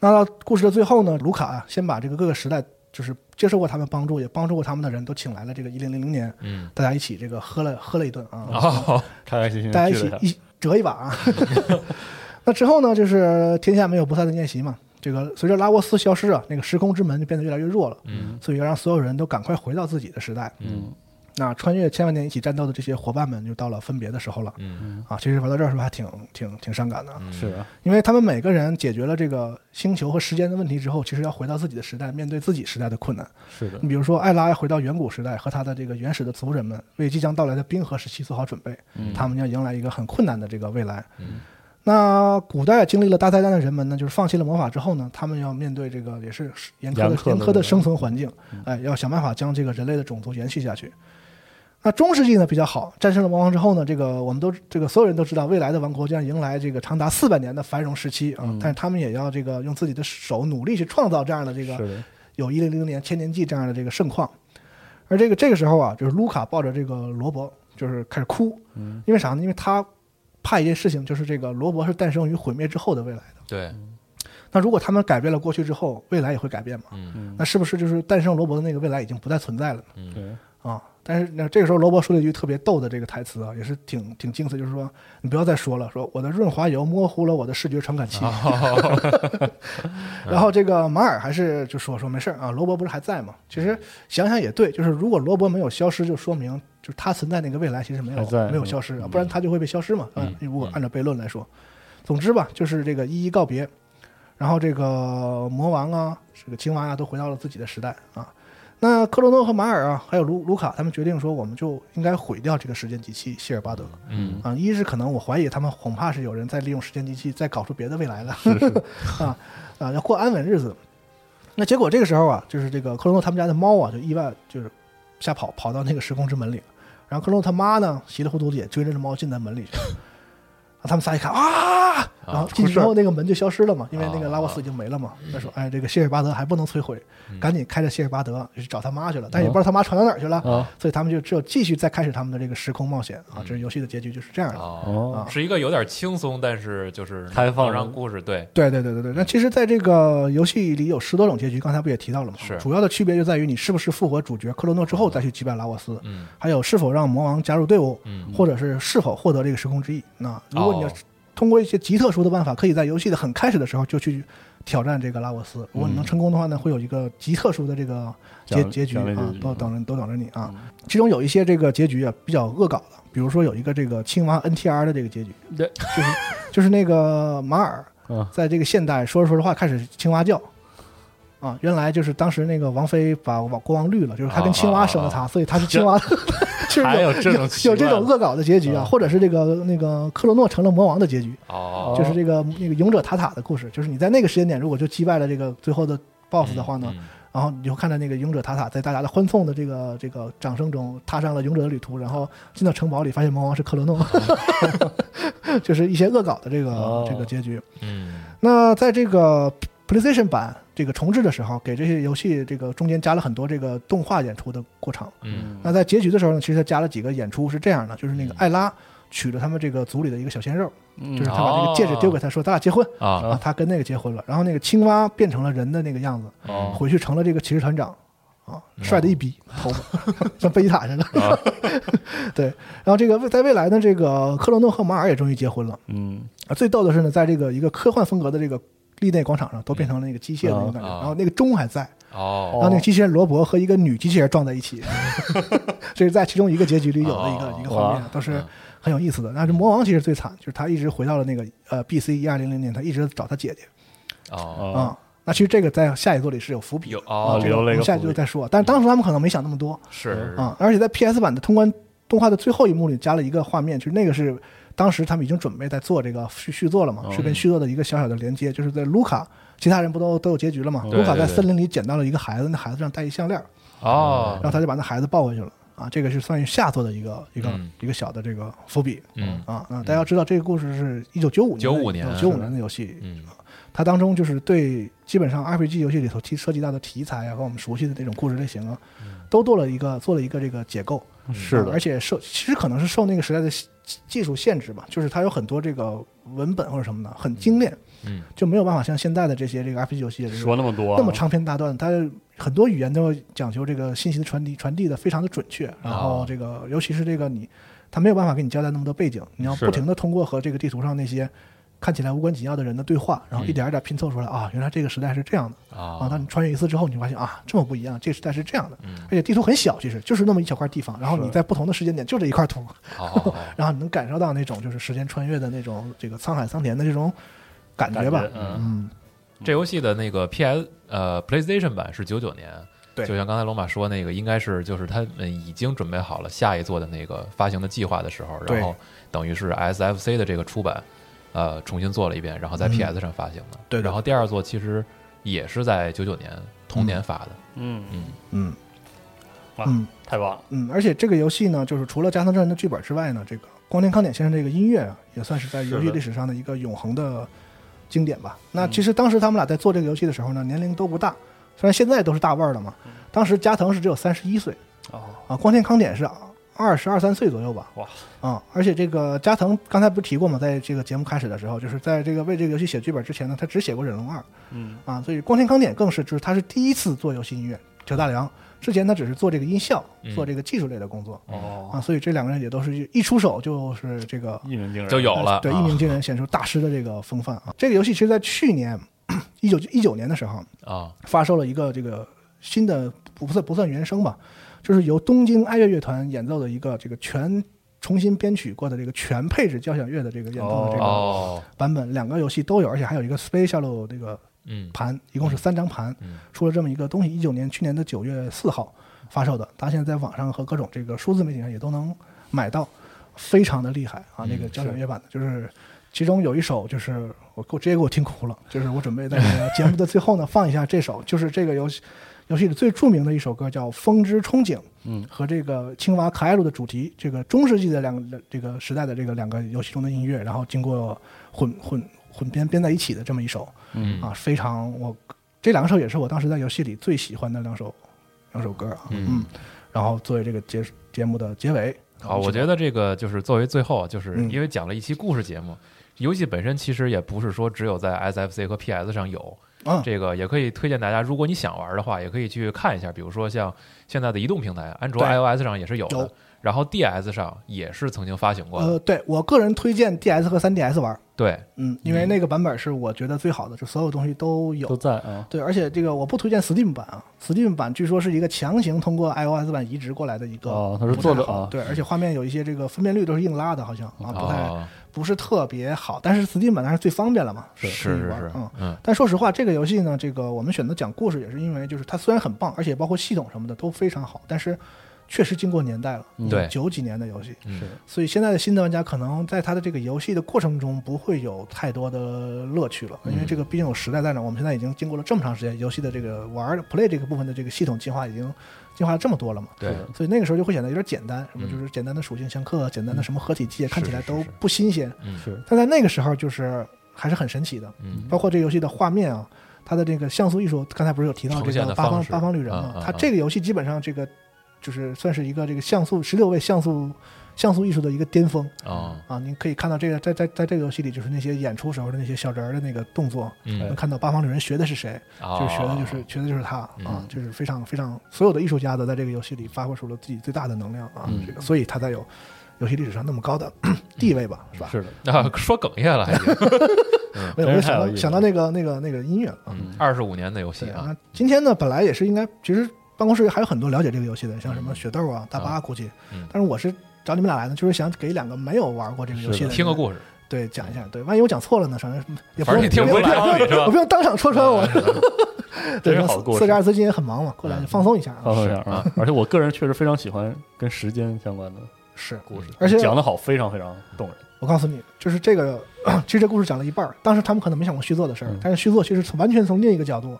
S4: 那到故事的最后呢，卢卡啊先把这个各个时代就是接受过他们帮助，也帮助过他们的人都请来了这个一零零零年，
S1: 嗯，
S4: 大家一起这个喝了喝了一顿啊，
S1: 哦，
S5: 开开心心地
S4: 大家一
S5: 聚
S4: 起
S5: 了
S4: 一折一把啊。 那之后呢，就是天下没有不散的宴席嘛。这个随着拉沃斯消失啊，那个时空之门就变得越来越弱了，
S1: 嗯
S4: 所以要让所有人都赶快回到自己的时代。
S1: 嗯
S4: 那穿越千万年一起战斗的这些伙伴们，就到了分别的时候了
S1: 嗯，
S4: 啊！其实玩到这儿是不是还挺挺挺伤感的啊？
S1: 嗯
S5: 是啊，
S4: 因为他们每个人解决了这个星球和时间的问题之后，其实要回到自己的时代，面对自己时代的困难。
S5: 是的
S4: 你，比如说，艾拉要回到远古时代，和他的这个原始的族人们为即将到来的冰河时期做好准备，他们要迎来一个很困难的这个未来。
S1: 嗯
S4: 那古代经历了大灾难的人们呢，就是放弃了魔法之后呢，他们要面对这个也是严苛
S5: 严
S4: 的
S5: 苛的
S4: 严苛的
S5: 人嗯
S4: 生存环境，哎，要想办法将这个人类的种族延续下去。那中世纪呢比较好，战胜了魔王之后呢，这个我们都这个所有人都知道，未来的王国将迎来这个长达四百年的繁荣时期啊，
S5: 嗯
S4: 但是他们也要这个用自己的手努力去创造这样的这个
S5: 是的，
S4: 有一零零年千年祭这样的这个盛况。而这个这个时候啊，就是卢卡抱着这个罗伯，就是开始哭，
S5: 嗯
S4: 因为啥呢？因为他怕一件事情，就是这个罗伯是诞生于毁灭之后的未来的。
S1: 对，
S4: 那如果他们改变了过去之后，未来也会改变嘛？
S1: 嗯
S5: 嗯
S4: 那是不是就是诞生罗伯的那个未来已经不再存在了呢？
S5: 对，
S4: 啊！但是那这个时候，罗伯说了一句特别逗的这个台词啊，也是挺挺精髓，就是说你不要再说了，说我的润滑油模糊了我的视觉传感
S1: 啊
S4: 器。
S1: 嗯
S4: 然后这个马尔还是就说说没事儿啊，罗伯不是还在吗？其实想想也对，就是如果罗伯没有消失，就说明就是他存在那个未来其实没有
S5: 还在嗯
S4: 没有消失，啊，不然他就会被消失嘛。啊，如果按照悖论来说，总之吧，就是这个一一告别，然后这个魔王啊，这个青蛙呀、都回到了自己的时代啊。那克罗诺和马尔啊，还有卢卢卡，他们决定说，我们就应该毁掉这个时间机器谢尔巴德。
S1: 嗯
S4: 啊，一是可能我怀疑他们恐怕是有人在利用时间机器再搞出别的未来了， 啊啊，要过安稳日子。那结果这个时候啊，就是这个克罗诺他们家的猫啊，就意外就是吓跑，跑到那个时空之门里，然后克罗诺他妈呢，稀里糊涂的也追着这猫进在门里去了。啊他们仨一看啊，然后进去之后那个门就消失了嘛，因为那个拉沃斯已经没了嘛。他说：“哎，这个谢尔巴德还不能摧毁，
S1: 嗯
S4: 赶紧开着谢尔巴德就去找他妈去了，
S1: 啊
S4: 但也不知道他妈传到哪儿去了。
S5: 啊
S4: 所以他们就只有继续再开始他们的这个时空冒险
S1: 嗯
S4: 啊，这是游戏的结局就是这样的。
S1: 哦，
S5: 哦，
S1: 是一个有点轻松，但是就是能
S5: 开放
S1: 让故事对，
S4: 对对对对对，那其实在这个游戏里有十多种结局，刚才不也提到了吗？
S1: 是
S4: 主要的区别就在于你是不是复活主角克罗诺之后再去击败拉沃斯，
S1: 嗯
S4: 还有是否让魔王加入队伍，
S1: 嗯
S4: 或者是是否获得这个时空之翼。那如果你要
S1: 哦
S4: 通过一些极特殊的办法，可以在游戏的很开始的时候就去挑战这个拉沃斯。如果你能成功的话呢，会有一个极特殊的这个结
S5: 奖
S4: 结局
S5: 奖励
S4: 啊
S5: 结，局
S4: 都等着都等着你啊。其中有一些这个结局啊比较恶搞的，比如说有一个这个青蛙 NTR 的这个结局，
S5: 对
S4: 就是就是那个马尔
S5: 啊
S4: 在这个现代说着说着话开始青蛙叫。啊，原来就是当时那个王妃把王国王绿了，就是他跟青蛙生了他，所以他是青蛙，就 是
S5: 还
S4: 有
S5: 有这种
S4: 有
S5: 奇
S4: 这
S5: 怪
S4: 种
S5: 的
S4: 恶搞的结局啊，
S5: 啊
S4: 或者是这个那个克罗诺成了魔王的结局，
S1: 哦，
S4: 就是这个那个勇者塔塔的故事，就是你在那个时间点如果就击败了这个最后的 BOSS 的话呢，
S1: 嗯
S4: 然后你就看着那个勇者塔塔在大家的欢送的这个这个掌声中踏上了勇者的旅途，然后进到城堡里发现魔王是克 罗诺，就是一些恶搞的这个、
S5: 哦
S4: 这个结局。
S1: 嗯
S4: 那在这个 PlayStation 版这个重置的时候，给这些游戏这个中间加了很多这个动画演出的过场。
S1: 嗯
S4: 那在结局的时候呢，其实他加了几个演出是这样的，就是那个艾拉娶了他们这个族里的一个小鲜肉，就是他把那个戒指丢给他说咱俩结婚，
S1: 嗯哦啊
S4: 啊，他跟那个结婚了，然后那个青蛙变成了人的那个样子，
S1: 哦
S4: 回去成了这个骑士团长。啊，帅的一逼，头发像贝吉塔似的。
S1: 啊
S4: 对，然后这个未在未来呢，这个克罗诺和马尔也终于结婚了。
S5: 嗯，
S4: 啊，最逗的是呢，在这个一个科幻风格的这个立内广场上，都变成了那个机械的那种感
S1: 嗯
S4: 觉。
S1: 啊
S4: 然后那个钟还在，然
S1: 哦，
S4: 后那个机器人罗伯和一个女机器人撞在一 起，这是在其中一个结局里有的一个、
S1: 哦
S4: 一个画面，都是很有意思的。但是魔王其实最惨，就是他一直回到了那个呃 B C 一二零零年，他一直找他姐姐
S1: 哦
S4: 啊、
S5: 啊，
S4: 那其实这个在下一座里是有伏笔
S1: 有
S4: 的，
S1: 哦
S4: 啊这个
S5: 留
S4: 我
S5: 了一个
S4: 们下一
S5: 伏笔
S4: 座再说。但是当时他们可能没想那么多
S1: 是
S4: 啊、而且在 P S 版的通关动画的最后一幕里加了一个画面，就是那个是当时他们已经准备在做这个续续作了
S1: 哦
S4: 嘛，是跟续作的一个小小的连接，就是在卢卡。其他人不都都有结局了嘛？
S1: 哦对
S4: 卢卡
S1: 对
S4: 在
S1: 对
S4: 森林里捡到了一个孩子，那孩子上戴一项链，
S1: 哦
S4: 然后他就把那孩子抱回去了啊。这个是算是下作的一个一个、
S1: 嗯
S4: 一个小的这个伏笔
S1: 嗯
S4: 啊。那大家要知道，这个故事是一九九五年
S1: 95年
S4: 九五年的游戏，
S1: 嗯
S4: 它当中就是对基本上 RPG 游戏里头提涉及到的题材啊和我们熟悉的这种故事类型
S1: 嗯
S4: 啊，都做了一个做了一个这个解构。
S5: 是
S4: 啊
S5: 的
S4: 而，且受其实可能是受那个时代的技术限制吧，就是它有很多这个文本或者什么的很精炼，
S1: 嗯，
S4: 就没有办法像现在的这些这个 RPG 游戏也是
S5: 说那么多，
S4: 那么长篇大段，它很多语言都要讲究这个信息的传递，传递的非常的准确。然后这个，尤其是这个你，它没有办法给你交代那么多背景，你要
S5: 是
S4: 不
S5: 的
S4: 停的通过和这个地图上那些看起来无关紧要的人的对话，然后
S1: 嗯
S4: 一点一点拼凑出来啊，原来这个时代是这样的啊。当
S1: 啊，
S4: 你穿越一次之后，你就发现啊，这么不一样，这个时代是这样的。
S1: 嗯
S4: 而且地图很小，其实就是那么一小块地方，然后你在不同的时间点就这一块图，
S1: 好
S4: 哦
S1: 好好，
S4: 然后你能感受到那种就是时间穿越的那种这个沧海桑田的这种感
S5: 感
S4: 觉吧。
S5: 嗯，
S4: 嗯，
S1: 这游戏的那个 PS 呃 PlayStation 版是九九年，
S4: 对
S1: 就像刚才龙马说那个，应该是就是他们已经准备好了下一座的那个发行的计划的时候，然
S4: 对
S1: 后等于是 SFC 的这个出版，呃，重新做了一遍，然后在
S4: 嗯
S1: PS 上发行的。
S4: 对的
S1: 然后第二座其实也是在九九年同年发的，
S5: 嗯，
S1: 嗯
S4: 嗯
S5: 哇
S4: 嗯。
S5: 太棒了，
S4: 嗯，而且这个游戏呢，就是除了加藤正人的剧本之外呢，这个光田康典先生这个音乐啊，也算是在
S5: 是
S4: 游戏
S5: 的嗯
S4: 历史上的一个永恒的经典吧。那其实当时他们俩在做这个游戏的时候呢，年龄都不大，虽然现在都是大腕儿了嘛。当时加藤是只有三十一岁
S5: 嗯哦，
S4: 啊，光田康典是二十二三岁左右吧。
S5: 哇！
S4: 啊，而且这个加藤刚才不是提过嘛，在这个节目开始的时候，就是在这个为这个游戏写剧本之前呢，他只写过《忍龙二》。
S5: 嗯，
S4: 啊，所以光天康典更是就是他是第一次做游戏音乐，九大良之前他只是做这个音效
S1: 嗯，
S4: 做这个技术类的工作、
S5: 哦，
S4: 啊，所以这两个人也都是一出手就是这个
S5: 一鸣惊人，
S1: 就有了。啊
S4: 对一鸣惊人，显出大师的这个风范啊。这个游戏其实在去年一九一九年的时候
S1: 啊
S4: 发售了一个这个新的不算不算原声吧，就是由东京爱乐乐团演奏的一个这个全。重新编曲过的这个全配置交响乐的这个演奏的
S1: 啊
S4: 这个
S1: 哦
S4: 版本，两个游戏都有，而且还有一个 Special 这个
S1: 嗯
S4: 盘，一共是三张盘
S1: 嗯，
S4: 出了这么一个东西。一九年去年的九月四号发售的，大家现在在网上和各种这个数字媒体上也都能买到，非常的厉害啊！那
S1: 嗯
S4: 个交响乐版的，就是其中有一首就是我给我直接给我听哭了，就是我准备在这个节目的最后 呢放一下这首，就是这个游戏。游戏里最著名的一首歌叫《风之憧憬》，
S5: 嗯，
S4: 和这个青蛙卡艾鲁的主题，这个中世纪的两个这个时代的这个两个游戏中的音乐，然后经过混混混编编在一起的这么一首，
S1: 嗯
S4: 啊，非常我这两首也是我当时在游戏里最喜欢的两首两首歌啊，
S1: 嗯
S4: 嗯，然后作为这个节节目的结尾，
S1: 好，哦我觉得这个就是作为最后啊，就是
S4: 啊嗯
S1: 因为讲了一期故事节目，游戏本身其实也不是说只有在 SFC 和 PS 上有，
S4: 啊，
S1: 这个也可以推荐大家，如果你想玩的话，也可以去看一下，比如说像现在的移动平台，安卓、
S4: 对
S1: iOS 上也是有的
S4: 有，
S1: 然后 DS 上也是曾经发行过的。
S4: 呃，对我个人推荐 DS 和 3DS 玩儿，
S1: 对，
S4: 嗯，因为那个版本是我觉得最好的，就所有东西都有
S5: 都。在啊，
S4: 对，而且这个我不推荐 Steam 版啊，Steam 版据说是一个强行通过 iOS 版移植过来的一个，
S5: 哦它是做的啊
S4: 对，而且画面有一些这个分辨率都是硬拉的，好像啊，不太、
S1: 哦，
S4: 不是特别好，但是 Steam 版当然是最方便了嘛，
S1: 是
S4: 可以
S1: 是
S4: 玩
S1: 是，
S4: 嗯，
S1: 嗯
S4: 但说实话，这个游戏呢，这个我们选择讲故事也是因为，就是它虽然很棒，而且包括系统什么的都非常好，但是确实经过年代了，
S1: 嗯对
S4: 九几年的游戏，
S1: 嗯
S5: 是
S4: 所以现在的新的玩家可能在他的这个游戏的过程中不会有太多的乐趣了，因
S1: 嗯
S4: 为这个毕竟有时代在那儿。我们现在已经经过了这么长时间，游戏的这个玩儿 play 这个部分的这个系统进化已经进化了这么多了嘛，
S1: 对
S5: 是的
S4: 所以那个时候就会显得有点简单，什么
S1: 嗯
S4: 就是简单的属性相克，啊简单的什么合体机械，看起来
S1: 是是是
S4: 都不新鲜。
S1: 嗯
S5: 是，
S4: 但在那个时候就是还是很神奇的，
S1: 嗯
S4: 包括这游戏的画面啊，它的这个像素艺术，刚才不是有提到
S1: 呈
S4: 这
S1: 现的
S4: 个八
S1: 方
S4: 方
S1: 式
S4: 八方旅人
S1: 啊
S4: 嘛
S1: 啊？
S4: 它
S1: 啊
S4: 这个游戏基本上这个就是算是一个这个像素十六位像素像素艺术的一个巅峰
S1: 哦
S4: 啊！您可以看到这个在在在这个游戏里，就是那些演出时候的那些小人儿的那个动作，能
S1: 嗯，
S4: 看到八方旅人学的是谁，
S1: 哦
S4: 哎就是学的就是学的就是他啊
S1: 嗯，
S4: 就是非常非常所有的艺术家都在这个游戏里发挥出了自己最大的能量啊
S1: 嗯，
S4: 这个所以他才有游戏历史上那么高的 地位吧，是吧？
S5: 是的，
S1: 啊，说哽咽了，还已经
S4: 没有，我就
S5: 真是
S4: 想
S5: 太有
S4: 到
S5: 意思
S4: 想到那个那个那个音乐了啊。
S1: 嗯，二十五年的游戏
S4: 对
S1: 啊，
S4: 那今天呢，本来也是应该，其实办公室还有很多了解这个游戏的，像什
S5: 嗯
S4: 么雪豆啊、大巴啊估计
S1: 嗯。
S4: 但是我是找你们俩来呢，就是想给两个没有玩过这个游戏的人
S1: 听个故事，
S4: 对讲一下。对，万一我讲错了呢，反正
S5: 嗯
S4: 也不
S1: 反正
S4: 用
S1: 也听不
S4: 我
S1: 出来
S4: 不
S1: 了，你是
S4: 用我
S1: 吧
S4: 不？用当场戳穿我。
S5: 嗯真
S4: 对，
S5: 是
S4: 那
S5: 好故事
S4: 四十二最近也很忙嘛，过来
S1: 嗯
S4: 就放松一下啊。
S5: 放松一下啊，而且我个人确实非常喜欢跟时间相关的
S4: 是，
S5: 故事，
S4: 而且
S5: 讲的好，非常非常动人，
S4: 我告诉你，就是这个，其实这故事讲了一半儿，当时他们可能没想过续作的事儿
S5: 嗯，
S4: 但是续作其实从完全从另一个角度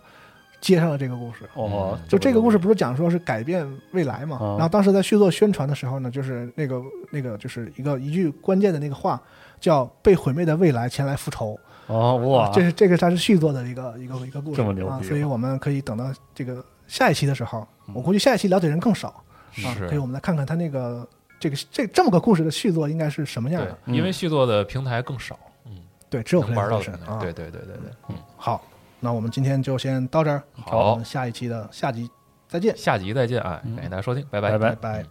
S4: 接上了这个故事。
S5: 哦，
S4: 嗯就这个故事
S5: 么
S4: 不是讲说是改变未来嘛？
S5: 啊
S4: 然后当时在续作宣传的时候呢，就是那个那个就是一个一句关键的那个话叫“被毁灭的未来前来复仇
S5: 多哦”，哇，
S4: 这是这个它是续作的一个一个一个故事，
S5: 这么牛逼嗯
S4: 啊！所以我们可以等到这个下一期的时候，我估计下一期了解人更少啊，
S1: 是
S4: 可以我们来看看他那个这个这这么个故事的续作应该是什么样
S1: 对
S4: 的？，
S5: 嗯
S1: 因为续作的平台更少，
S4: 对，只有
S1: 能玩到
S4: PlayStation
S1: 的
S4: 啊。
S1: 对，对对对对，
S4: 好，那我们今天就先到这儿，我
S1: 好
S4: 们，下一期的下集再见，
S1: 下集再见啊！
S5: 嗯
S1: 感谢大家收听，拜
S5: 拜拜
S4: 拜拜。